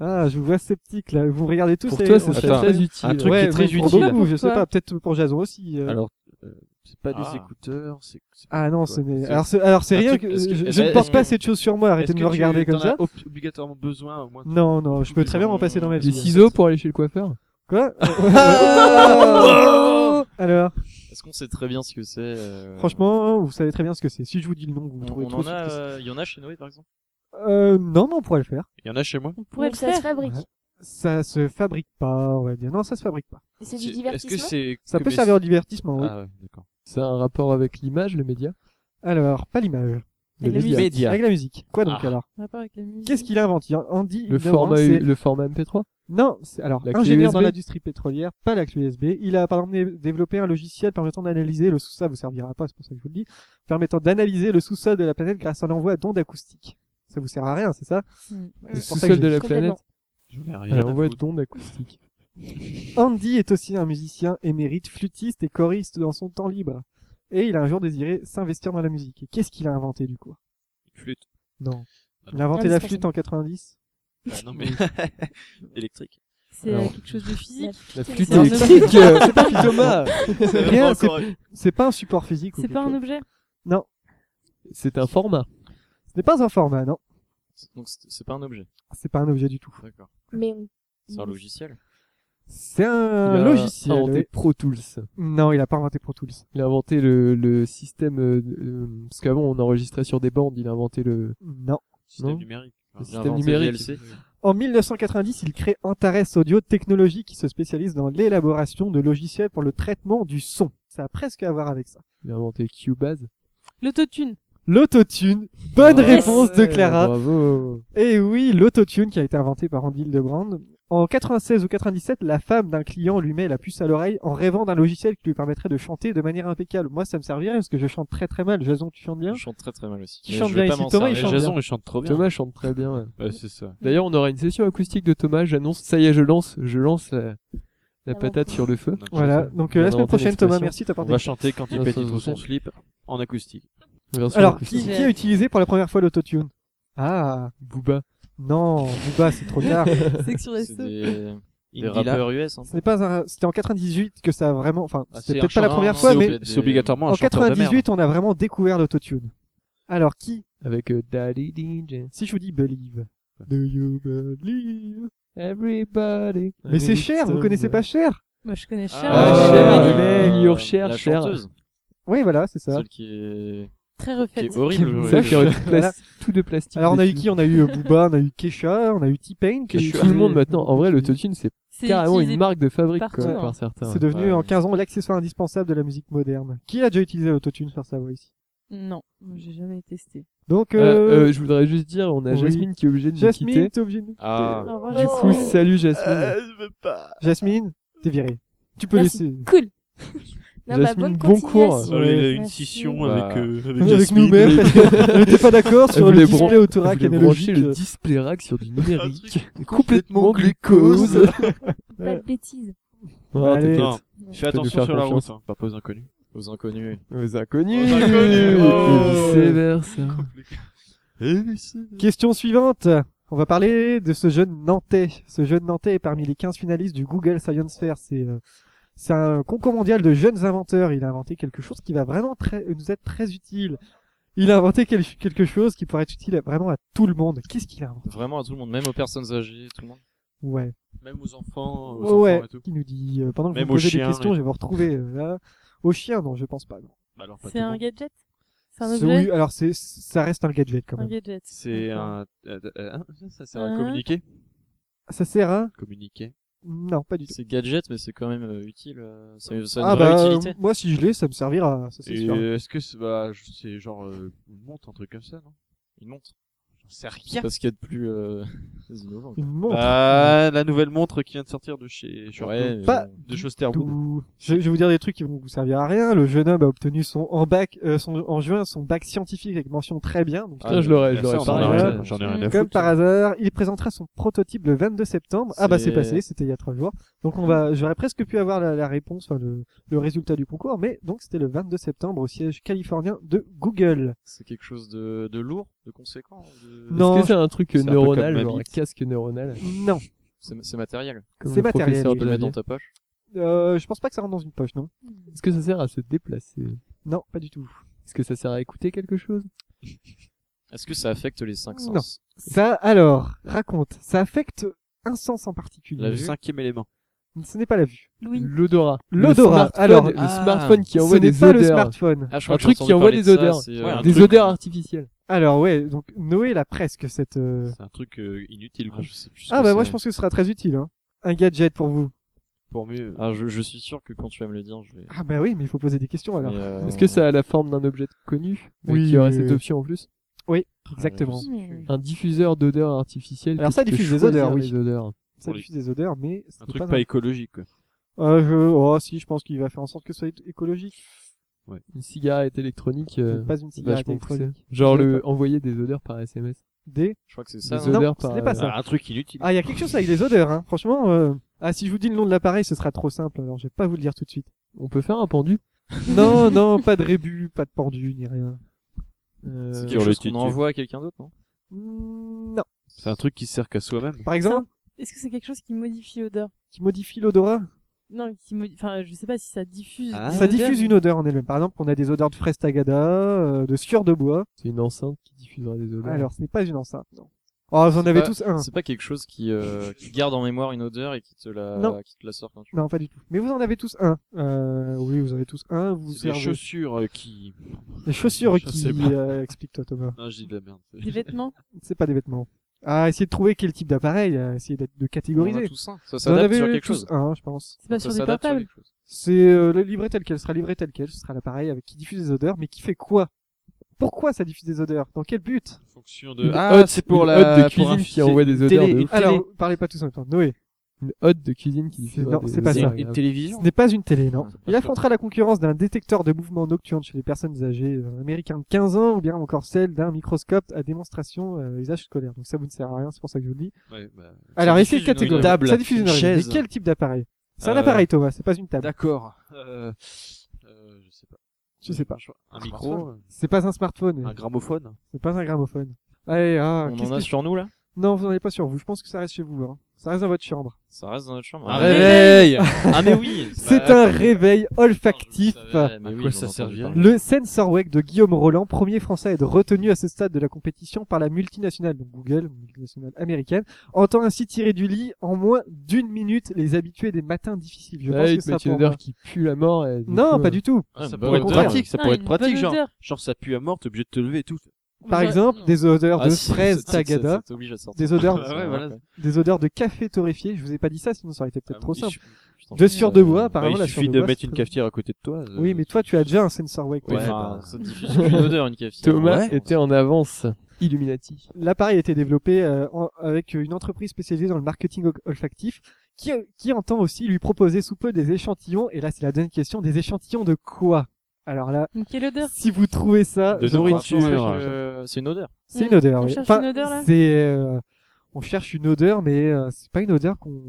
Ah, je vous vois sceptique, là. Vous me regardez tous Pour les- toi, ce on- serait Attends, très utile. un truc Ouais, qui est très pour utile. beaucoup, je sais Pourquoi pas, peut-être pour Jason aussi. euh. Alors, euh, c'est pas Ah. des écouteurs, c'est. c'est pas- ah non, ouais. ce n'est. C'est- Alors, c'est- alors c'est Un rien truc- que. est-ce que- je- est-ce Je ne que- pense pas à cette chose sur moi. Arrêtez Est-ce de que me tu regarder comme t'en ça. as ob- obligatoirement besoin au moins. Non, non, je peux très bien m'en passer dans ma Des vie. ciseaux pour aller chez le coiffeur Quoi Ah Alors, Est-ce qu'on sait très bien ce que c'est euh, franchement, vous savez très bien ce que c'est. Si je vous dis le nom, vous on, trouvez on trop. en a, ce que euh, il y en a chez Noé par exemple. c'est. Euh, non, mais on pourrait le faire. Il y en a chez moi. On pourrait Donc le ça se faire. fabrique. Ça se fabrique pas, on va dire. Non, ça se fabrique pas. Et C'est du C'est- Est-ce que divertissement. c'est. Ça que peut mes- servir au divertissement, oui. Ah ouais, d'accord. C'est un rapport avec l'image, le média Alors, pas l'image. Le Avec la média. musique. Avec la musique. Quoi donc Ah. alors Rapport avec la musique. Qu'est-ce qu'il a inventé Andy Le Hildebrand, format, c'est- le format MP3 Non, c'est- alors La clé ingénieur USB. dans l'industrie pétrolière, pas la clé USB. Il a par exemple né- développé un logiciel permettant d'analyser le sous-sol, ça vous servira pas, c'est pour ça que je vous le dis, permettant d'analyser le sous-sol de la planète grâce à l'envoi d'ondes acoustiques. Ça vous sert à rien, c'est ça Hmm. Le C'est pour ça sous-sol que de j'ai- la Complètement. planète J'en ai rien. Elle à envoie foutre. d'ondes acoustiques. Andy est aussi un musicien émérite, flûtiste et choriste dans son temps libre. Et il a un jour désiré s'investir dans la musique. Et qu'est-ce qu'il a inventé du coup Flûte. Non. Il a Ah, inventé Un la distorsion. flûte en 90 Ah non mais électrique. C'est euh, Alors. quelque chose de physique. La flûte c'est un électrique C'est pas Thomas C'est rien, c'est- c'est pas un support physique. ou C'est pas quelque un chose. objet. C'est un format. Ce n'est pas un format, non. C'est- Donc c'est c'est pas un objet. C'est pas un objet du tout. D'accord. Mais on- C'est Mm. un logiciel. C'est un Il a logiciel. inventé oui. Pro Tools. Non, il a pas inventé Pro Tools. Il a inventé le, le système... euh, euh, parce qu'avant, on enregistrait sur des bandes. Il a inventé le... Non. Système Non. numérique. Le J'ai système inventé numérique. VLC. En 1990, il crée Antares Audio Technologies qui se spécialise dans l'élaboration de logiciels pour le traitement du son. Ça a presque à voir avec ça. Il a inventé Cubase. L'autotune. L'autotune. Bonne Ouais. réponse de Clara. Bravo Et oui, l'autotune qui a été inventé par Andy Hildebrand. En 96 ou 97, la femme d'un client lui met la puce à l'oreille en rêvant d'un logiciel qui lui permettrait de chanter de manière impeccable. Moi, ça me servirait parce que je chante très très mal. Jason, tu chantes bien Je chante très très mal aussi. Qui Mais chante je vais bien pas ici, m'en Thomas, il servir. chante Jason- Jason il chante trop bien. Thomas chante très bien. ouais. Ouais, c'est ça. D'ailleurs, on aura une session acoustique de Thomas. J'annonce, ça y est, je lance, je lance la, la bon patate sur le feu. Donc, Voilà. Donc euh, On la a semaine inventé prochaine, Thomas, l'expression. merci On d'apporter va chanter quand il Non, pète ça, trop ça, son ça. slip en acoustique. Version Alors, qui, acoustique. qui a utilisé pour la première fois l'autotune Ah, Booba. non, Booba, c'est trop tard. Section C'est SE. des, des Indila. rappeurs US. Hein. Ce n'est pas un... C'était en 98 que ça a vraiment... Enfin, Ah, c'était c'est un peut-être pas la chanteur, première non, fois, c'est mais obligé. C'est obligatoirement un en chanteur de merde. 98, on a vraiment découvert l'autotune. Alors, qui Avec euh, Daddy DJ. Si je vous dis Believe Do you believe Everybody. Mais c'est cher, vous connaissez pas cher Moi, je connais Cher. Ah, mais Cher, elle est le mec, Euh, your Cher, la Cher. chanteuse, Oui, voilà, c'est ça. celle qui est, Très qui refaite. est horrible. Ça, qui aurait tout, Voilà. plas- tout de plastique. Alors, on a eu dessus. qui On a eu euh, Booba, on a eu Kesha, on a eu T-Pain. qui- Tout le monde maintenant. En vrai, le l'autotune, c'est C'est carrément utilisé une marque de fabrique partout, quoi, hein. par certains. C'est devenu Ouais. en 15 ans l'accessoire indispensable de la musique moderne. Qui a déjà utilisé l'autotune sur sa voix ici Non, moi, j'ai jamais testé. Donc, Euh, euh, euh, je voudrais juste dire, on a oui. Jasmine qui est obligée de nous Jasmine, quitter. t'es obligé de nous Oh. Ah, Au revoir, Oh. Du Jean. coup, salut Jasmine. Ah, je veux pas. Jasmine, t'es virée. Tu peux Merci. laisser. Cool. non, bah, Jasmine, bonne bon cours. continuation. Ouais. il a eu une Merci. scission Bah, avec, euh, avec, Avec Jasmine. nous-mêmes, parce qu'on n'était pas d'accord sur Elle le voulait bran- display autorac Vous brancher analogique. le display rack sur du numérique. complètement glucose. Pas de bêtises. Oh, t'inquiète. Allez. Non, fais peux nous attention faire sur la route. confiance. Hein. Pas pose inconnue. aux inconnus. Aux inconnus. Aux inconnus, oh. Et vice versa. Question suivante. On va parler de ce jeune Nantais. Ce jeune Nantais est parmi les 15 finalistes du Google Science Fair. C'est euh, c'est un concours mondial de jeunes inventeurs. Il a inventé quelque chose qui va vraiment très- euh, nous être très utile. Il a inventé quel- quelque chose qui pourrait être utile à- vraiment à tout le monde. Qu'est-ce qu'il a inventé Vraiment à tout le monde, même aux personnes âgées, tout le monde. Oh, Ouais. Même aux enfants, euh, aux Ouais, enfants et tout. qui nous dit euh, pendant que Même vous me aux posez des chiens, questions, oui. je vais vous retrouver euh, là. Au chien, non, je pense pas. non. Bah alors, pas C'est tout le un monde. gadget. C'est un C'est- objet oui, alors c'est, ça reste un gadget quand Un même. gadget. C'est D'accord. un. euh, euh, hein, ça sert à Hein communiquer Ça sert à Communiquer. Non, pas du tout. C'est gadget, mais c'est quand même euh, utile. euh, ça, ça a une ah vraie bah, utilité. euh, moi si je l'ai, ça me servira, ça c'est Et sûr. euh, est-ce que c'est bah, je- c'est genre euh, une montre, un truc comme ça, non Une montre. J'en sais C'est rien. parce qu'il y a de plus euh, innovant. Une montre. Bah, la nouvelle montre qui vient de sortir de chez Sharp Ouais, Loop. mais pas- bon. de Schusterwood. Tout- Je, je vais vous dire des trucs qui vont vous servir à rien. Le jeune homme a obtenu son en bac, euh, son, en juin, son bac scientifique avec mention très bien. Donc, Ah, Putain, je l'aurais, je Merci, l'aurais on pas. en a pareil. rien- J'en Mmh. ai rien à comme foutre. par hasard, il présentera son prototype le 22 septembre. Ah bah c'est C'est- passé, c'était il y a trois jours. Donc on va, j'aurais presque pu avoir la, la réponse, enfin, le, le résultat du concours, mais donc c'était le 22 septembre au siège californien de Google. C'est quelque chose de, de lourd, de conséquent. de- Non. Est-ce que c'est un truc C'est un peu neuronal, comme ma genre un bite. casque neuronal Non, C'est c'est matériel. comme C'est le matériel, professeur oui. Tu le Delavier mets dans ta poche. euh, je pense pas que ça rentre dans une poche, non Est-ce que ça sert à se déplacer Non, pas du tout. Est-ce que ça sert à écouter quelque chose Est-ce que ça affecte les cinq Non. sens Ça, alors, raconte. Ça affecte un sens en particulier. La Le vue. cinquième élément. Ce n'est pas la vue. Louis. L'odorat. Le L'odorat, smartphone- alors. le Ah. smartphone qui Ce envoie n'est des pas le odeurs. smartphone. Ah, je Un crois que j'ai truc qui entendu envoie parler des de ça, odeurs. c'est, Ouais, euh, un Des truc- odeurs artificielles. Alors ouais, donc Noé l'a presque cette. euh, C'est un truc euh, inutile, quoi. Ah, je sais plus ce Ah que bah moi c'est. je pense que ce sera très utile. Hein. Un gadget pour vous. Pour mieux. Ah, je, je suis sûr que quand tu vas me le dire, je vais. Ah bah oui, mais il faut poser des questions alors. Mais, euh, Est-ce que ça a la forme d'un objet connu mais Oui, qui aurait oui, cette oui. option en plus Exactement. Hmm. Un diffuseur d'odeurs artificielles. Alors qui ça te fait diffuse des odeurs, choisir oui. les odeurs. Ça Oui. diffuse des odeurs, mais ce Un n'est truc pas pas écologique, quoi. un- Euh, je... Oh si, je pense qu'il va faire en sorte que ce soit é- écologique. Une cigarette électronique. Ce euh, n'est pas une vachement cigarette poussée. électronique. Genre le envoyer des odeurs par SMS. Des. Je crois que c'est ça. Des hein. odeurs non, ce par. euh, n'est pas ça. Ah, un truc inutile. Ah il y a quelque chose avec les odeurs, hein. Franchement. euh, Ah si je vous dis le nom de l'appareil, ce sera trop simple. Alors je vais pas vous le dire tout de suite. On peut faire un pendu. non non, pas de rébut, pas de pendu, ni rien. Euh, hein. C'est Sur quelque le chose qu'on titre. envoie à quelqu'un d'autre, non Mm, Non. C'est un truc qui sert qu'à soi-même. Par exemple, Est-ce que c'est quelque chose qui modifie l'odeur qui modifie l'odorat. Non, qui modi- enfin, je sais pas si ça diffuse. Ah. des Ça odeurs, diffuse mais- une odeur en elle-même. Par exemple, on a des odeurs de fraise tagada, euh, de sueur de bois. C'est une enceinte qui diffusera des odeurs. Alors, ce n'est pas une enceinte, non. Oh, vous en C'est avez pas- tous un. C'est pas quelque chose qui, euh, qui garde en mémoire une odeur et qui te la, Non. qui te la sort quand tu. Non, pas du tout. Mais vous en avez tous un. Euh, oui, vous en avez tous un. Vous C'est des servez- chaussures euh, qui. Les chaussures Je sais qui... pas. euh, Explique-toi, Thomas. Non, je dis de la merde. Des vêtements C'est pas des vêtements. Ah, essayez de trouver quel type d'appareil, euh, essayez d'être- de On en a catégoriser. tous un. Ça Vous en s'adapte avez sur quelque tous chose. un, je pense. C'est pas Ça sur des s'adapte sur portables quelque chose. C'est euh, le livret tel quel. Ce sera livré tel quel. Ce sera l'appareil avec qui diffuse des odeurs, mais qui fait quoi Pourquoi ça diffuse des odeurs Dans quel but En fonction de. Une ah, hotte, une hotte de pour cuisine qui infuser- envoie des une odeurs. télé- de une ouf. télé- Alors, parlez pas tous en même temps. Noé. Une hotte de cuisine qui diffusera Non, des c'est pas odeurs. ça. une Ce télévision. n'est pas une télé, non. Ah, c'est pas Il affrontera la concurrence d'un détecteur de mouvements nocturnes chez les personnes âgées, euh, américain de 15 ans, ou bien encore celle d'un microscope à démonstration euh, usage scolaire. Donc ça vous ne sert à rien, c'est pour ça que je vous le dis. Ouais, bah, Alors essayez diffuse de une- une catégoriser. table, ça diffuse une une oreille. chaise. Mais quel type d'appareil C'est un Euh, appareil, Thomas, c'est pas une table. D'accord. Euh, euh, je sais pas. Je sais pas. Un micro, euh, C'est pas un smartphone, un gramophone. c'est pas un gramophone. Allez, ah, On qu'est-ce en a que- sur nous là Non, vous n'en avez pas sur vous, je pense que ça reste chez vous. hein. Ça reste dans votre chambre. Ça reste dans notre chambre. Un réveil Ah mais oui C'est un réveil olfactif. Mais oui, quoi j'en ça ai entendu servirait parler. Le Sensorweg de Guillaume Roland, premier français à être retenu à ce stade de la compétition par la multinationale, donc Google, multinationale américaine, entend ainsi tirer du lit en moins d'une minute les habitués des matins difficiles. Je Ah pense oui, que tu ça mets une pour odeur moi. qui pue la mort. et Non, coup, pas euh, du tout. Ah, ça bah, pourrait être odeur. pratique, ça Ah, pourrait une être pratique, bonne genre, odeur. genre ça pue à mort, t'es obligé de te lever et tout. Par Genre- exemple, des odeurs Ah, de si, fraise ça- ça- tagada, ça t'oblige à sortir. des odeurs, Ah ouais, voilà. Ah, des odeurs de café torréfié. Je vous ai pas dit ça, sinon ça aurait été peut-être trop simple. Putain, De sueur de bois, Bah, Bah, apparemment. il la sueur suffit de bois, mettre c'est une très- cafetière à côté de toi. euh, Oui, mais toi, tu as déjà un Sensorweg. Ouais, toi. enfin, ça diffuse une odeur, une cafetière. Thomas Ouais. était en avance. Illuminati. L'appareil a été développé euh, en- avec une entreprise spécialisée dans le marketing ol- olfactif qui, euh, qui entend aussi lui proposer sous peu des échantillons. Et là, c'est la dernière question des échantillons de quoi Alors là, Mais Quelle odeur si vous trouvez ça, De je pense nourriture. que Euh, C'est une odeur. C'est une odeur. On oui. cherche Enfin, une odeur, là c'est euh, on cherche une odeur, mais euh, c'est pas une odeur qu'on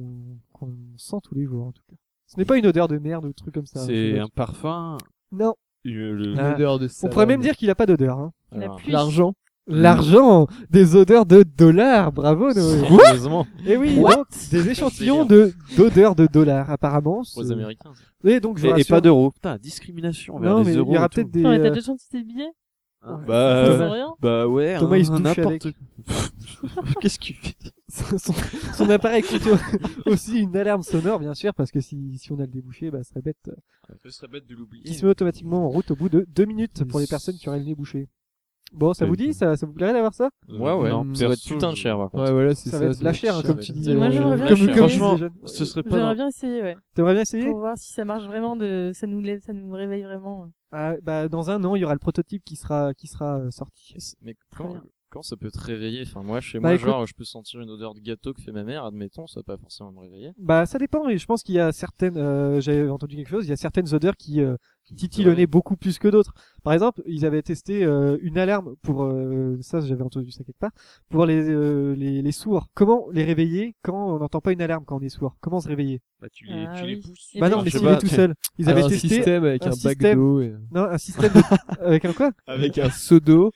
qu'on sent tous les jours en tout cas. Ce n'est pas une odeur de merde ou de truc comme ça. C'est un parfum. non. euh, le- Une Ah. odeur de On savane. pourrait même dire qu'il a pas d'odeur. hein. La Alors, pluie. l'argent. Mm. L'argent, des odeurs de dollars. Bravo Noé. Sérieusement, Et Eh oui, What donc, des échantillons de d'odeurs de dollars apparemment. pour c'est- les Américains. ça. Et donc je vous Et, et rassure- pas d'euros. Putain, discrimination envers Non les mais euros. il y aura et tout. peut-être des. Non, mais t'as euh, déjà senti tes billets Bah, Ça euh, sert à rien. bah ouais, Thomas, hein, il se touche n'importe avec. Qu'est-ce qu'il fait son, son appareil coûte aussi une alarme sonore, bien sûr, parce que si, si on a le débouché, bah, ce serait bête. Ce serait bête de l'oublier. Qui se met automatiquement en route au bout de deux minutes pour les personnes qui auraient le nez bouché. Bon, ça vous dit ça, ça vous plairait d'avoir ça Euh, Ouais, ouais, ça va être putain de cher, par contre. Ouais, voilà, c'est ça. Ça va être de c'est la chair, hein, cher, comme ouais. tu dis. Moi, euh, j'aimerais bien comme- essayer. comme- Franchement, comme- ce serait pas J'aimerais dans- bien essayer, ouais. T'aimerais bien essayer Pour voir si ça marche vraiment, de... ça nous lève, ça nous réveille vraiment. Ah, bah, Dans un an, il y aura le prototype qui sera, qui sera euh, sorti. Et c'est- Mais quand, quand ça peut te réveiller Enfin, moi, chez Bah, moi, écoute- genre, je peux sentir une odeur de gâteau que fait ma mère, admettons, ça va pas forcément me réveiller. Bah, ça dépend, mais je pense qu'il y a certaines, euh, j'avais entendu quelque chose, il y a certaines odeurs qui euh, qui titillent le nez beaucoup plus que d'autres. Par exemple, ils avaient testé euh, une alarme pour, euh, ça j'avais entendu ça quelque part, pour les, euh, les, les sourds. Comment les réveiller quand on n'entend pas une alarme quand on est sourd Comment se réveiller Bah, tu les, Ah tu oui. les pousses. Et Bah ben, non, mais je sais s'il est pas, tout seul. Ils avaient Alors, Ah, un testé système avec un un, bac système- d'eau et non, un système de... avec un quoi avec un seau d'eau,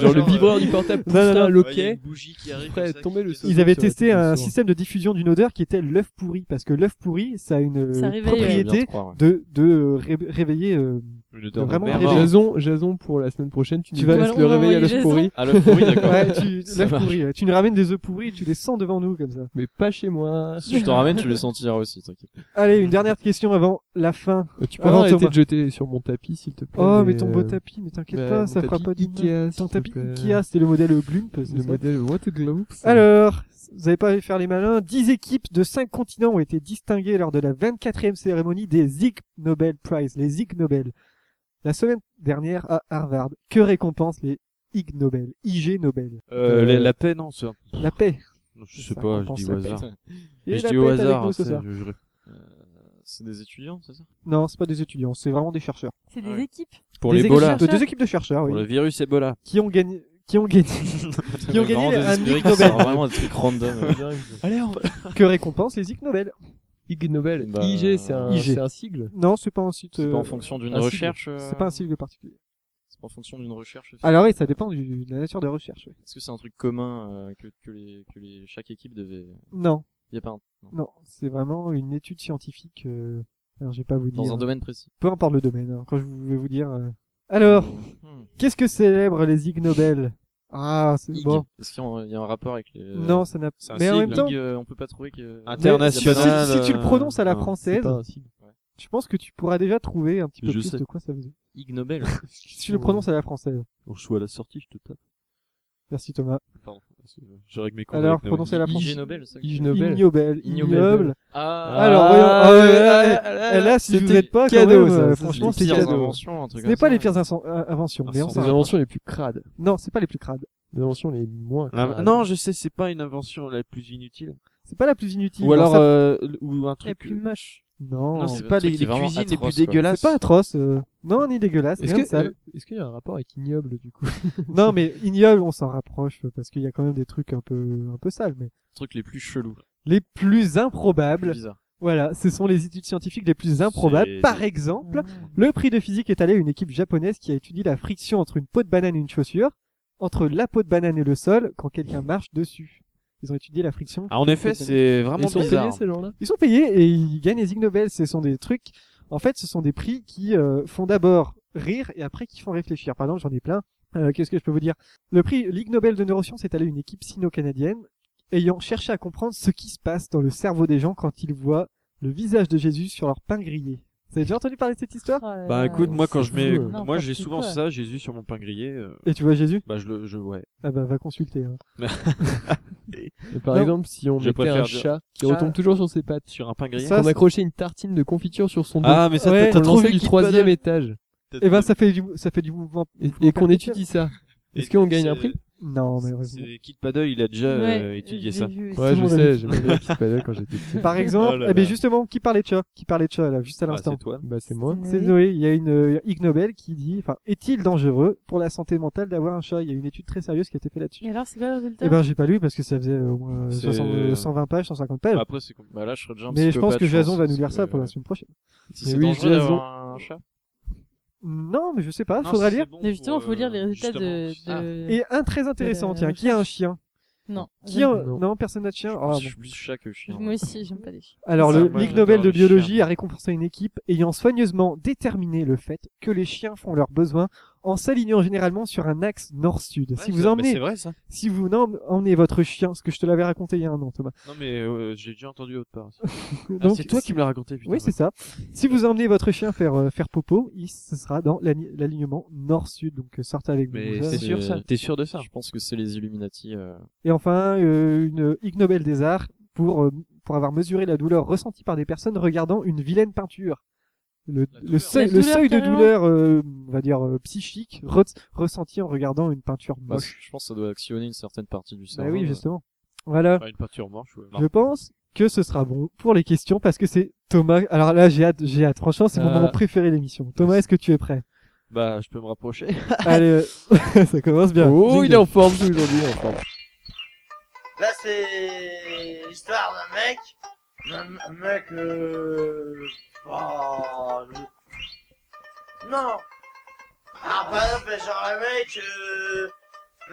genre le euh, vibreur du portable Non, poussera non, non. un Ouais, il y a loquet. une bougie qui arrive. Après, comme ça, tomber qui- le qui- sol. Ils avaient Ça aurait testé été un sourd. système de diffusion d'une odeur qui était l'œuf pourri parce que l'œuf pourri ça a une Ça euh, réveille, ouais. Je veux bien propriété te croire, ouais. de de euh, ré- réveiller euh, Une odeur de Vraiment merde. réveiller. Jason, Jason pour la semaine prochaine, tu, Tu nous vas- laisses Ouais, le on va réveil à envoyer l'œuf pourri, Ah, le pourri, d'accord. ouais, tu Ça l'œuf marche. pourri, ouais. tu nous ramènes des œufs pourris, tu les sens devant nous comme ça. mais pas chez moi. Si je t'en ramène, tu les sentiras aussi, t'inquiète. Allez, une dernière question avant la fin. Euh, Tu peux Avant arrêter Thomas. de jeter sur mon tapis, s'il te plaît. Oh, mais ton beau euh, tapis, mais t'inquiète bah, pas, mon ça fera tapis pas du mal. Ikea, Ton s'il te tapis plaît. Ikea, c'est le modèle Glump, c'est Le ça modèle What a Globe. ça. Alors, vous avez pas faire les malins. 10 équipes de 5 continents ont été distinguées lors de la 24e cérémonie des Ig Nobel Prize, les Ig Nobel. La semaine dernière à Harvard, que récompensent les Ig Nobel, IG Nobel Euh, la, la paix, non, ça. La paix. Non, Je sais Ça pas, je compense dis la au paix. hasard. Et Mais je la dis au paix est avec hein, hasard, nous ce ça, soir. je jurerais. C'est des étudiants, c'est ça Non, c'est pas des étudiants, c'est vraiment des chercheurs. C'est des Ah ouais. équipes. Pour Des l'Ebola. équipes de- Deux équipes de chercheurs, Pour oui, le virus Ebola. qui ont gagné, qui ont gagné, qui ont Vraiment gagné un désespérés Ig qui Nobel. sortent Vraiment des trucs random. euh, ouais. Allez, que récompense les Ig Nobel Ig Nobel. Bah, IG, c'est un, IG. c'est un sigle. Non, c'est pas un site. C'est euh, pas en fonction d'une un sigle. recherche. euh, C'est pas un sigle particulier. C'est pas en fonction d'une recherche. Alors oui, ça dépend du- de la nature de recherche. oui. Est-ce que c'est un truc commun euh, que, que, les, que les, chaque équipe devait. Non, Y a pas un... non. non, c'est vraiment une étude scientifique. euh, Alors, je vais pas vous dire. Dans un domaine précis. Peu importe le domaine. hein, quand je vous- vais vous dire. euh. Alors, Hmm. qu'est-ce que célèbrent les Ig Nobel Ah, c'est Ig. bon. Est-ce qu'il y a un- il y a un rapport avec les. Non, ça n'a. C'est un Mais en sigle. même temps, Ig, euh, on peut pas trouver que. euh, International. euh, si, si tu le prononces à la Non, C'est française, pas un sigle. je pense que tu pourras déjà trouver un petit peu Je plus sais. de quoi ça veut dire. Ig Nobel. Si tu le prononces à la française. Bon, je suis à la sortie, je te tape. Merci Thomas. Pardon. Je règle mes comptes. Alors, avec Noël. prononcez la IG française. Nobel, ça. IG Nobel. Ignoble. Ignoble. Ignoble. Ah, Alors, voyons, ah, ouais, ah, là, si vous c'était êtes pas, quand cadeau, même, ça, euh, ça, franchement, c'était c'est pires cadeau. inventions, un truc Ce n'est comme pas ça. les pires inven- euh, inventions, mais Ah, on C'est s'en les rapproche. inventions les plus crades. Non, c'est pas les plus crades. Les inventions les moins La- crades. Ah, Non, je sais, c'est pas une invention la plus inutile. C'est pas la plus inutile. Ou Non, alors, ça- euh, ou un La truc. plus moche. non, Non, c'est c'est un pas truc les, qui les est vraiment cuisines les atroce, plus quoi. dégueulasses. c'est pas atroce. euh, Non, ni dégueulasse, Est-ce rien de que, sale. euh, est-ce qu'il y a un rapport avec ignoble, du coup? Non, mais ignoble, on s'en rapproche euh, parce qu'il y a quand même des trucs un peu, un peu sales, mais Les trucs les plus chelous. les plus les plus improbables. bizarres. Voilà, ce sont les études scientifiques les plus improbables. C'est- Par exemple, Ah. le prix de physique est allé à une équipe japonaise qui a étudié la friction entre une peau de banane et une chaussure, entre la peau de banane et le sol quand quelqu'un marche dessus. Ils ont étudié la friction. Ah, en effet, c'est vraiment Ils sont payés, bizarre. ces gens-là? Ils sont payés et ils gagnent les Ig Nobel. Ce sont des trucs. En fait, ce sont des prix qui euh, font d'abord rire et après qui font réfléchir. Par exemple, j'en ai plein. Euh, Qu'est-ce que je peux vous dire Le prix Ligue Nobel de neurosciences est allé à une équipe sino-canadienne ayant cherché à comprendre ce qui se passe dans le cerveau des gens quand ils voient le visage de Jésus sur leur pain grillé. Vous avez déjà entendu parler de cette histoire Oh là Bah là. écoute, moi quand je mets, fou, euh. moi j'ai N'importe souvent quoi. ça, Jésus sur mon pain grillé. euh, Et tu vois Jésus bah je le, je ouais. Ah bah va consulter. hein. Et par Non. exemple, si on Je mettait préfère un dire- chat qui Chat. retombe toujours sur ses pattes, Sur un pain grillé. Ça, qu'on c'est- accrochait une tartine de confiture sur son dos, Ah mais ça Ouais. t'as- qu'on t'as trop lançait vu du Kid troisième Paddle. étage, Et ben ça fait du ça fait du mouvement. et, mouvement et qu'on perpétuel. étudie ça. Et Est-ce qu'on gagne un c'est- prix Non mais heureusement. C'est Kid Paddle, il a déjà Ouais, euh, étudié j'ai ça. vu aussi. Ouais, mon je avis. sais, j'aimais bien les petits paddles quand j'étais petit. Par exemple, Oh là eh ben là. justement, qui parlait de chat Qui parlait de chat là juste à Ah, l'instant c'est toi. Bah, c'est moi. C'est Oui. Noé, il y a une euh, Ig Nobel qui dit, enfin, est-il dangereux pour la santé mentale d'avoir un chat Il y a une étude très sérieuse qui a été faite là-dessus. Et alors, c'est quoi le résultat Eh ben, j'ai pas lu parce que ça faisait euh, au moins C'est- 60, euh, 120 pages, 150 pages. Bah, Après, c'est com- bah là, je serais déjà un mais je pense psychopathe, que Jason pense, va nous lire parce ça que- pour la semaine prochaine. Si Mais c'est oui, dangereux Jason. d'avoir un chat. Non, ah, mais je sais pas, Non, faudra c'est lire. bon Mais justement, pour, faut lire les euh, résultats de. justement. Ah. de- Et un très intéressant, Euh, tiens, qui a un chien Ah, Non. Qui a... Non. Non. personne n'a de chien. Ah, Je bon. suis plus chat que j'aime- chien. Moi aussi, j'aime pas les chiens. Alors, Ça, le moi, Ligue j'adore Nobel de les biologie chiens. a récompensé une équipe ayant soigneusement déterminé le fait que les chiens font leurs besoins en s'alignant généralement sur un axe nord-sud. si vous ça- mais emmenez, Ah, bah, c'est vrai, ça. si vous n'em- emmenez votre chien, ce que je te l'avais raconté il y a un an, Thomas. Non, mais euh, j'ai déjà entendu autre part. Ah, Donc, c'est toi si- qui me l'as raconté, putain. Oui, c'est ça. Si vous emmenez votre chien faire euh, faire popo, il ce sera dans l'ani- l'alignement nord-sud. Donc euh, sortez avec vous. Mais c'est sûr, ça T'es sûr de ça Je pense que c'est les Illuminati. euh, Et enfin, euh, une Ig Nobel des arts pour, euh, pour avoir mesuré la douleur ressentie par des personnes regardant une vilaine peinture. Le, le seuil, La le douleur, seuil de carrément. douleur, euh, on va dire, euh, psychique, re- ressenti en regardant une peinture bah, moche. je pense que ça doit actionner une certaine partie du Bah cerveau. oui, euh, justement. Voilà. Enfin, Une peinture manche, ouais. Je pense que ce sera bon pour les questions parce que c'est Thomas. Alors là, j'ai hâte, j'ai hâte. Franchement, c'est mon Euh. moment préféré de l'émission. Thomas, est-ce que tu es prêt? Bah, je peux me rapprocher. Allez, euh, ça commence bien. Oh, Jingle. il est en forme tout aujourd'hui, en forme. Là, c'est l'histoire d'un mec. Un un mec. Euh... Oh, je- Non Ah, par exemple, genre un mec. Euh...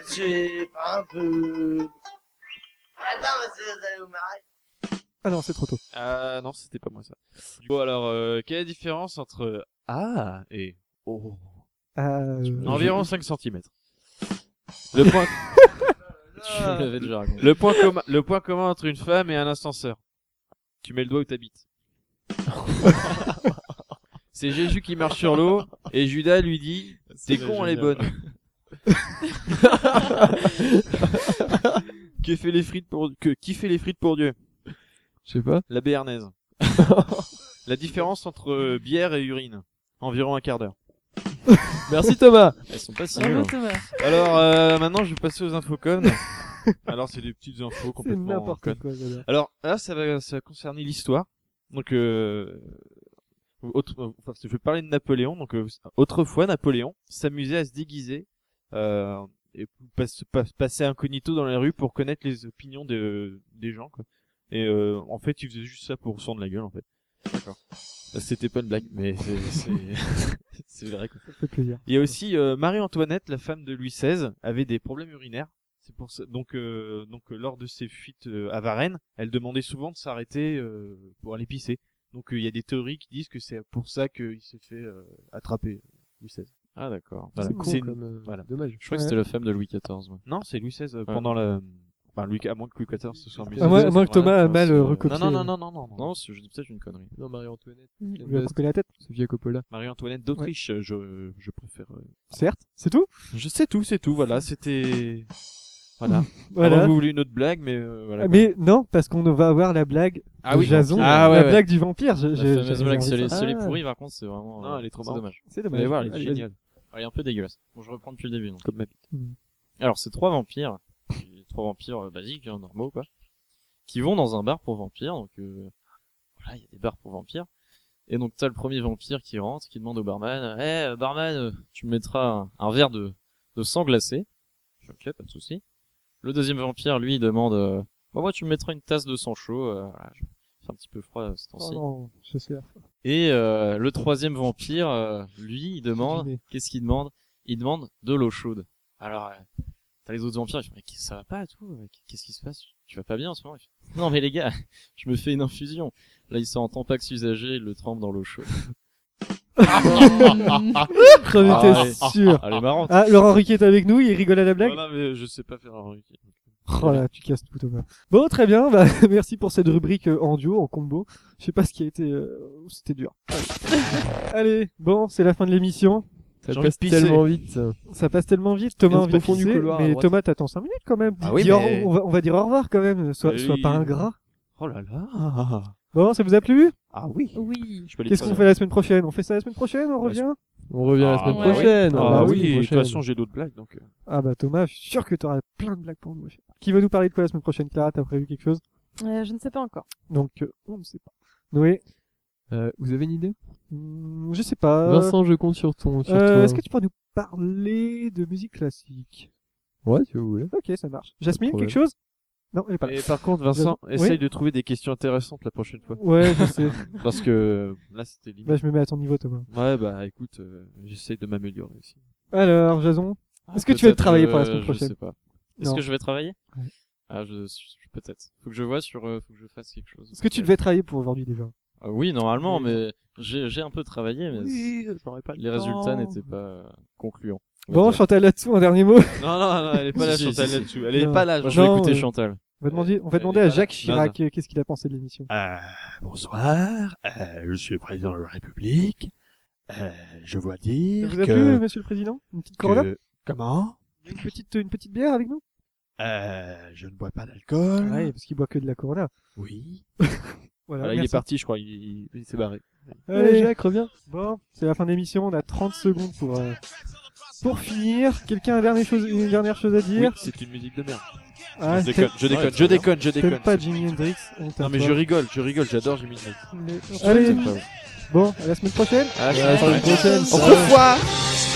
C'est par exemple. Euh... Attends, mais c'est- vous allez vous marrer. Ah non, c'est trop tôt. Ah non, c'était pas moi ça. Du coup, alors, euh, quelle est la différence entre ah et oh Euh, Environ 5 cm. Le point, Tu Ah. me l'avais déjà raconté. le, point commun, le point commun entre une femme et un ascenseur. Tu mets le doigt où t'habites. C'est Jésus qui marche sur l'eau et Judas lui dit T'es C'est con, on est génial. bonne. qui, fait les frites pour, que, qui fait les frites pour Dieu Je sais pas. La béarnaise. la différence entre euh, bière et urine. Environ un quart d'heure. Merci Thomas. Elles sont pas si nulles. Bravo hein. Thomas. Alors euh, maintenant, je vais passer aux infocons. Alors c'est des petites infos c'est complètement n'importe connes. quoi, j'adore. Alors là, ça va, ça va concerner l'histoire. Donc, euh, autre, euh, enfin, je vais parler de Napoléon. Donc, euh, autrefois, Napoléon s'amusait à se déguiser euh, et pas- pas- passer incognito dans les rues pour connaître les opinions de, des gens. Quoi. Et euh, en fait, il faisait juste ça pour se rendre la gueule, en fait. D'accord. Euh, C'était pas une blague, mais c'est- c'est c'est vrai. Quoi. Ça fait plaisir. Il y a aussi euh, Marie-Antoinette, la femme de Louis XVI, avait des problèmes urinaires. C'est pour ça. Donc, euh, donc euh, lors de ses fuites euh, à Varennes, elle demandait souvent de s'arrêter euh, pour aller pisser. Donc euh, il y a des théories qui disent que c'est pour ça qu'il s'est fait euh, attraper Louis XVI. Ah d'accord. Voilà. C'est con C'est une- comme, euh, voilà. dommage. Je crois que c'était la femme de Louis XIV. ouais. Non, c'est Louis XVI euh, pendant la. Enfin, Louis... à moins que Louis XIV se soit amusé. À moins, à moins que Ah, Thomas a Voilà, mal c'est- euh, non, recopié. Non, non, non, non, non, non. Non, c'est- je dis peut-être une connerie. Non, Marie-Antoinette. Il lui a coupé la tête. Sofia Coppola. Marie-Antoinette d'Autriche, euh, je, je préfère. euh. Certes, c'est tout. Je sais tout, c'est tout. Voilà, c'était. Voilà. Voilà. Ah, Alors, vous voulez une autre blague, mais euh, voilà. quoi. Mais non, parce qu'on va avoir la blague Ah de oui. Jason, Ah ouais, la ouais. blague du vampire. Je- La je- fameuse j'avais blague, envie c'est de les, ça. c'est les Ah, pourris, par contre, c'est vraiment. Non, euh, elle est trop c'est marrante. dommage. C'est Vous dommage. allez voir, elle est Allez, géniale. Elle est un peu dégueulasse. Bon, je reprends depuis le début. donc. Comme ma bite. Alors, c'est trois vampires, les trois vampires euh, basiques, hein, normaux, quoi, qui vont dans un bar pour vampires. Donc, euh, voilà, il y a des bars pour vampires. Et donc, t'as le premier vampire qui rentre, qui demande au barman, Eh, euh, barman, euh, tu me mettras un, un verre de, de sang glacé. Je fais, ok, pas de souci. Le deuxième vampire, lui, il demande, euh, Bah, moi, tu me mettras une tasse de sang chaud. Euh, voilà, je- il fait un petit peu froid euh, ce vas-y. temps-ci. Oh non, je sais. Et euh, le troisième vampire, euh, lui, il demande, Devinez. qu'est-ce qu'il demande Il demande de l'eau chaude. Alors, euh, t'as les autres vampires, ils font, mais ça va pas, tout euh, Qu'est-ce qui se passe Tu vas pas bien en ce moment Il fait, Non mais les gars, je me fais une infusion. Là, il sort un tampax usagé, il le trempe dans l'eau chaude. J'en étais Ah ouais. sûr. Elle est marrante. Ah, Laurent Riquet est avec nous, il rigole à la blague. Voilà, mais je sais pas faire un Ricky. Oh là, tu casses tout, Thomas. Bon, très bien. Bah, merci pour cette rubrique euh, en duo, en combo. Je sais pas ce qui a été. euh, C'était dur. Allez, bon, c'est la fin de l'émission. Ça J'ai envie passe de pisser. tellement vite. Ça passe tellement vite, Thomas a Reste envie de au fond du pisser, couloir, à mais droite. Thomas t'attends 5 minutes quand même. Ah Dis- oui, dis au- mais- on, va, on va dire au revoir quand même, sois, Mais sois oui. pas ingrat. Oh là là Bon, ça vous a plu Ah oui Oui. Je peux Qu'est-ce qu'on fait la semaine prochaine On fait ça la semaine prochaine, on Ouais, revient On revient la Ah, semaine ouais, ouais. prochaine. Ah Ah bah oui, oui, de toute prochaine. façon j'ai d'autres blagues donc. euh. Ah bah Thomas, je suis sûr que t'auras plein de blagues pour nous. Qui va nous parler de quoi la semaine prochaine, Clara T'as prévu quelque chose Euh, je ne sais pas encore. Donc, euh, on ne sait pas. Noé, Euh, vous avez une idée hmm, je sais pas. Vincent, je compte sur ton. Sur euh, hein. toi. est-ce que tu pourras nous parler de musique classique Ouais, si vous voulez. Ok, ça marche. Jasmine, problème. quelque chose Non, elle est pas là. Et par contre Vincent, Oui. essaye de trouver des questions intéressantes la prochaine fois Ouais, je sais. parce que là c'était bah, limite. je me mets à ton niveau, Thomas. Ouais bah écoute, euh, j'essaye de m'améliorer aussi. Alors, Jason, Est-ce que Ah, tu vas peut-être, travailler pour la euh, semaine prochaine Je sais pas. Est-ce Non. que je vais travailler Ouais. Ah, je, je- peut-être. Faut que je vois sur, euh, faut que je fasse quelque chose. est-ce que tu devais travailler pour aujourd'hui déjà Ah oui, normalement, Oui. mais j'ai j'ai un peu travaillé, mais j'aurais pas les résultats n'étaient pas euh, concluants. on va Bon, dire. Chantal là-dessous, un dernier mot. Non, non, non, elle est pas là, Si, si, Chantal, si, si. là-dessus. Elle est Non. pas là, Moi, Chantal. je vais Non, écouter euh, Chantal. On va demander, on va Elle demander est à pas là. Jacques Non, Chirac euh, qu'est-ce qu'il a pensé de l'émission. Euh, bonsoir, euh, monsieur le président de la République. Euh, je vois Ça dire vous a que... plu, monsieur le président Une petite corona que... Comment Une petite, une petite bière avec nous euh, Je ne bois pas Ah. d'alcool. Ouais, parce qu'il boit que de la corona. Oui. Voilà, Voilà, il euh, merci. est parti, je crois. Il, il- il s'est barré. Allez, Jacques, reviens. Bon, c'est la fin de l'émission, on a 30 secondes pour, euh, pour finir. Quelqu'un a une dernière chose, une dernière chose à Oui, dire c'est une musique de merde. Ah, je déconne, t'aimes- je déconne, Ouais, je très bien. déconne, je T'aimes déconne. pas Jimi Hendrix honte à Non, mais toi. je rigole, je rigole, j'adore Jimi Hendrix. Allez, bon, à la semaine prochaine À la À la semaine prochaine Au revoir! It's